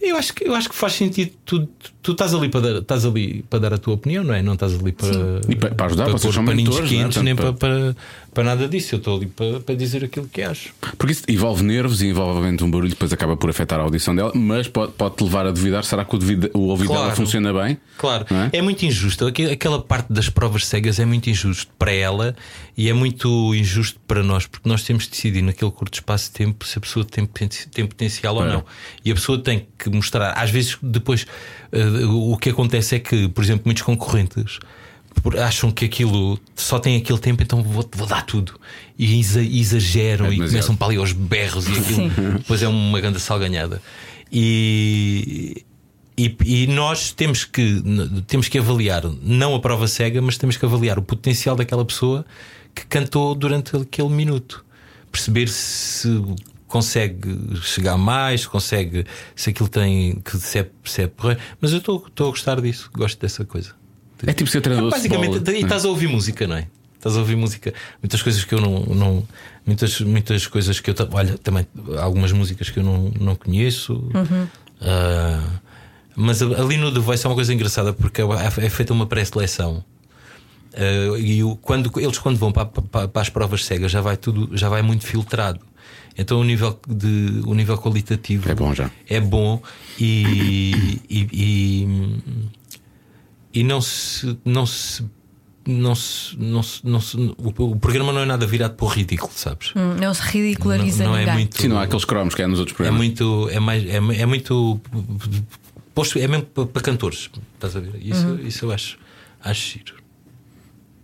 eu acho, que, eu acho que faz sentido. Tu, tu estás, ali para dar, estás ali para dar a tua opinião, não é? Não estás ali para,
E pa- para ajudar, vocês
pôr
são
paninhos
mentores, não é?
quentes,
Portanto,
nem
para-
para, para, para nada disso. Eu estou ali para, para dizer aquilo que acho.
Porque isso envolve nervos e envolve obviamente, um barulho, depois acaba por afetar a audição dela, mas pode- pode-te levar a duvidar: será que o, devida- o ouvido dela
Claro.
funciona bem?
Claro,
Não é?
é? muito injusto. Aque- Aquela parte das provas cegas é muito injusto para ela e é muito injusto para nós, porque nós temos de decidir naquele curto espaço de tempo se a pessoa tem, poten- tem potencial ou
Claro.
não. E a pessoa tem que mostrar. Às vezes, depois, eh, o que acontece é que, por exemplo, muitos concorrentes. por- Acham que aquilo só tem aquele tempo, então vou, vou dar tudo. E exa- exageram
É
e
demasiado.
um começam para ali aos berros e aquilo. Depois é uma grande salganhada. E, e, e nós temos que, n- temos que avaliar, não a prova cega, mas temos que avaliar o potencial daquela pessoa que cantou durante aquele minuto. Perceber se consegue chegar mais, se consegue, se aquilo tem, que se é, se é porra. Mas eu estou estou a gostar disso, gosto dessa coisa.
É tipo ser treinador. de
Basicamente,
futebol, né?
e estás a ouvir música, não é? Estás a ouvir música. Muitas coisas que eu não. não muitas, muitas coisas que eu. ta- Olha, também algumas músicas que eu não, não conheço. Ah, mas a- ali no The Voice é uma coisa engraçada porque é é feita uma pré-seleção. Ah, e o- quando, eles, quando vão para, para- para as provas cegas, já vai tudo. já vai muito filtrado. Então o nível, de, o nível qualitativo
É bom já.
é bom e, e, e- e não se não se não se, não se, não se- o, o programa não é nada virado para o ridículo, sabes?
Hum, Não se ridiculariza
não, não
ninguém.
é muito
Sim, não há aqueles cromos que há nos outros
é
programas.
muito é mais é, é muito posto é mesmo para, para cantores, estás a ver? Isso
Uhum.
isso eu acho acho giro.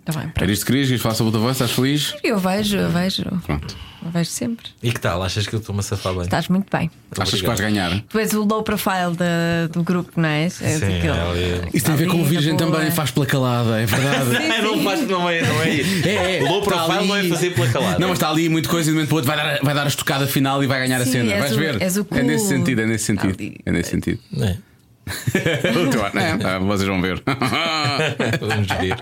Tá bem, pronto.
Era isto que querias? Queres falar sobre o teu voz? Estás feliz?
Eu vejo, eu vejo.
É
Pronto.
Eu vejo sempre.
E que tal? Achas que eu estou-me a safar bem?
Estás muito bem.
Achas que
Obrigado.
vais ganhar?
Tu és o low profile da- do grupo, não é? és? És
Sim, é,
aquele-
ela
Isso tem a ver com o
Ali, na
virgem
boa.
também, faz pela calada, é verdade.
é... não, faz, não é, não é. isso.
É, é,
Low
está
profile
ali.
não é fazer pela calada.
Não, mas está ali muito coisa e de um momento para o outro vai dar, vai dar a estocada final e vai ganhar a
Sim,
cena.
és
Vais
o-
ver?
és o
É
cool.
nesse sentido, é nesse
Ali.
sentido. É nesse sentido.
Não é.
O teu ar, né? Ah, Vocês vão ver.
Vamos ver.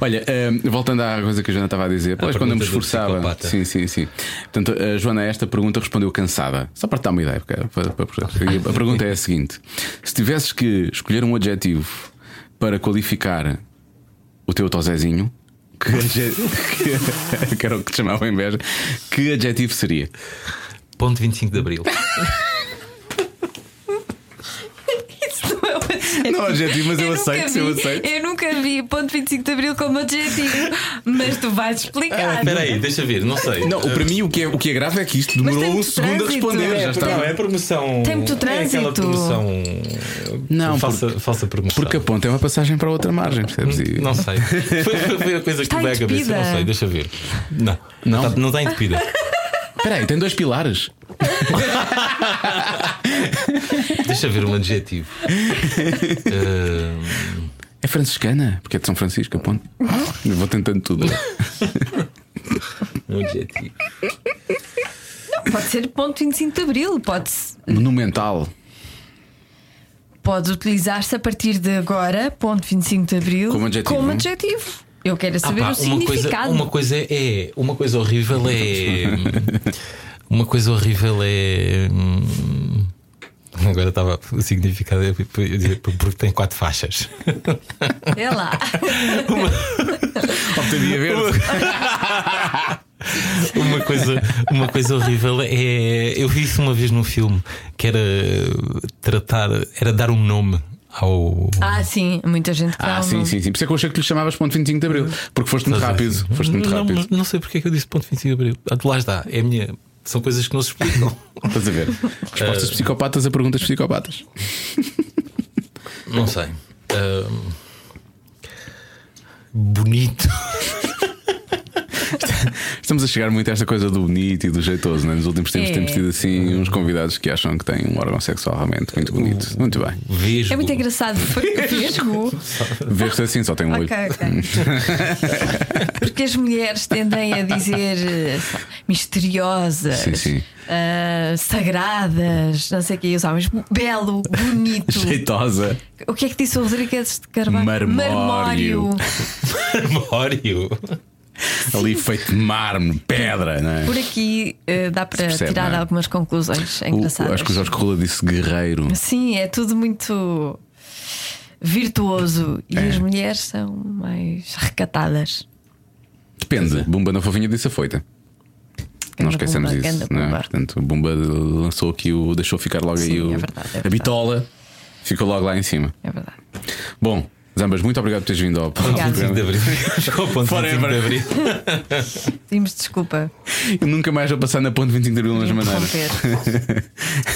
Olha, hum, voltando à coisa que a Joana estava a dizer, pois quando eu me
pergunta do
esforçava.
psicopata.
Sim, sim, sim. Portanto, a Joana, a esta pergunta respondeu cansada. Só para te dar uma ideia, porque- é para- para- e a pergunta é a seguinte: se tivesses que escolher um adjetivo para qualificar o teu tozezinho, que, adje- que- que era o que te chamava inveja, que adjetivo seria?
Ponto 25 de abril.
Isso não é um adjetivo.
Não é um adjetivo, mas eu
nunca
aceito,
vi,
eu aceito.
Eu nunca vi ponto 25 de Abril como adjetivo, mas tu vais
É,
explicar.
Espera aí, deixa ver, não sei.
Não, para mim o que é, o que é grave é que isto demorou
tem
um
muito
segundo a
trânsito.
responder.
É,
Já estava.
Não, é promoção.
Tem muito
É aquela
trânsito.
promoção.
Não,
falsa,
porque-
falsa promoção. Hum,
Porque a ponta é uma passagem para outra margem, percebes? E-
Não sei. Foi, foi- foi a coisa que
Está
me veio à cabeça.
entupida.
Não sei, deixa ver. Não,
Não?
não, está, não está entupida.
Espera aí, tem dois pilares.
deixa ver um adjetivo. Ah,
É franciscana, porque é de São Francisco, a ponte. Eu vou tentando tudo.
um adjetivo.
Pode ser ponto 25 de Abril, pode,
Monumental.
pode utilizar-se a partir de agora, ponto 25 de Abril,
Como adjetivo.
como adjetivo. Eu quero
Ah,
saber o
pá, uma, coisa,
significado.
uma coisa é. Uma coisa horrível é. hum, Uma coisa horrível é. hum, Agora estava o significado eu ia dizer porque tem quatro faixas.
É lá.
Optaria verde.
Uma coisa, uma coisa horrível é. Eu vi isso uma vez num filme que era tratar, era dar um nome ao.
Ah, sim, muita gente que dá
Ah,
um
sim,
nome.
sim, sim. Por isso é que eu achei que lhe chamavas ponto 25 de Abril. Porque foste muito rápido. Foste muito
não,
rápido.
mas Não, sei porque é que eu disse ponto 25 de abril. Ah, Lá está, é a minha. São coisas que não se explicam.
Estás a ver? Respostas psicopatas a perguntas psicopatas.
não sei. Ahm, bonito.
Estamos a chegar muito a esta coisa do bonito e do jeitoso, né? Nos últimos tempos
É.
temos tido assim uns convidados que acham que têm um órgão sexual realmente muito bonito. Muito bem.
Vejo.
É muito engraçado. Vesgo.
Vês assim, só tem um olho.
ok, ok.
Porque as mulheres tendem a dizer eh, misteriosas,
Sim, sim.
ah, sagradas, não sei o que, e os homens, belo, bonito.
Jeitosa.
O que é que disse o Rodrigues de Carvalho?
Marmório.
Marmório.
Armório.
Ali feito de mármore, pedra, não é?
Por aqui eh, dá para
percebe,
tirar
não é?
algumas conclusões engraçadas.
O, acho que o Jorge Corrula disse guerreiro.
Sim, é tudo muito virtuoso. E
É.
as mulheres são mais recatadas.
Depende. Bumba na fofinha disse a foita. Não
Ganda
esquecemos
Pumba,
isso.
ganda
não é?
Pumba.
Portanto, o Bumba lançou aqui o. deixou ficar logo aí
Sim,
o,
é verdade, é
a
verdade.
bitola. Ficou logo lá em cima.
É verdade.
Bom, Zambas, muito obrigado por teres vindo ao
Obrigada.
25 de abril. Chegou ao ponto
Forever.
25 de abril.
Pedimos desculpa
Eu nunca mais vou passar na ponte 25 de Abril nas
por
maneiras.
interromper.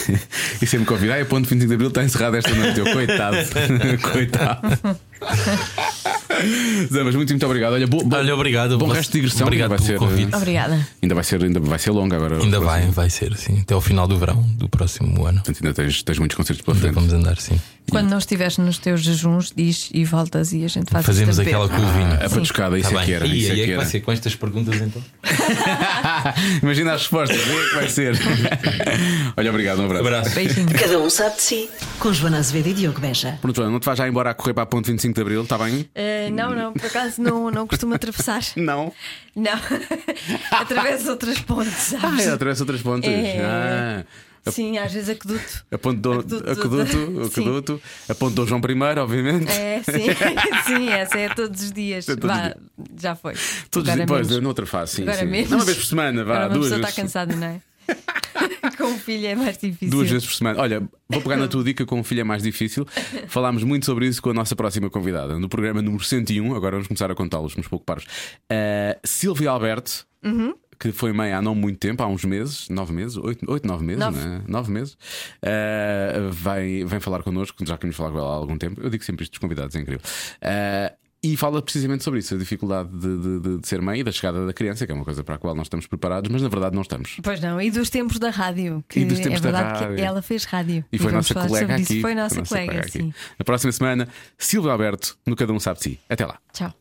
e sempre que ouvir, ai, a ponte 25 de Abril está encerrada esta noite. Eu, coitado, coitado. Zambas, muito, muito obrigado. Olha, bo, bo-
Olha, obrigado.
Bom resto de digressão,
Obrigado
vai
pelo
ser- eh,
convite.
Obrigada.
ainda, vai ser, ainda vai ser longa agora.
Ainda vai, vai ser, sim. Até ao final do verão do próximo ano.
Portanto, ainda tens, tens muitos concertos pela
Ainda
frente.
Vamos andar, sim.
Quando não estiveres nos teus jejuns, diz e voltas e a gente faz
Fazemos
isto a beber.
aquela com o vinho.
A patuscada, isso
Tá
é
bem.
que era.
E
Isso é
aí
que
que
era.
vai ser com estas perguntas então?
Imagina as respostas, vê o que vai ser. Olha, obrigado, um abraço.
Abraço.
Beijinho.
Cada um sabe de si. Com Joana Azevedo e Diogo Beja.
Pronto, Joana, não te vais já embora a correr para a ponte 25 de Abril, está bem?
Eh, não, não, por acaso não, não costumo atravessar.
Não.
Não. Através outras pontes,
Ah,
sabes?
ela atravessa outras pontes.
É.
Ah.
Sim, às vezes aqueduto.
A ponte do
Aqueduto.
Aqueduto,
Sim.
Aqueduto, a ponte do João I, obviamente.
É, sim, sim, essa é todos os dias.
É todos os
Vá, já foi.
Todos
Agora
depois,
menos.
noutra fase, sim.
Agora
sim.
menos.
Não, uma vez por semana, vá,
Agora uma
duas
pessoa
vezes.
está cansada, não é? Com o filho é mais difícil.
Duas vezes por semana. Olha, vou pegar na tua dica com o filho é mais difícil. Falámos muito sobre isso com a nossa próxima convidada. No programa número 101, agora vamos começar a contá-los, uns pouco paros. Uh, Silvia Alberto,
Uhum.
que foi mãe há não muito tempo, há uns meses, nove meses, oito, oito nove meses,
Nove.
né? Nove meses, uh, vai, vem falar connosco, já queríamos falar com ela há algum tempo. Eu digo sempre isto dos convidados, é incrível. Uh, e fala precisamente sobre isso, a dificuldade de, de- de- de ser mãe e da chegada da criança, que é uma coisa para a qual nós estamos preparados, mas na verdade não estamos.
Pois não, e dos tempos da rádio. Que
E dos tempos
é
da
verdade
rádio.
que ela fez rádio.
E
Então
foi
vamos
nossa
falar
colega
sobre
aqui.
isso. Foi nossa, colega,
aqui.
sim.
Na próxima semana, Silvio Alberto, no Cada Um Sabe de Si. Até lá.
Tchau.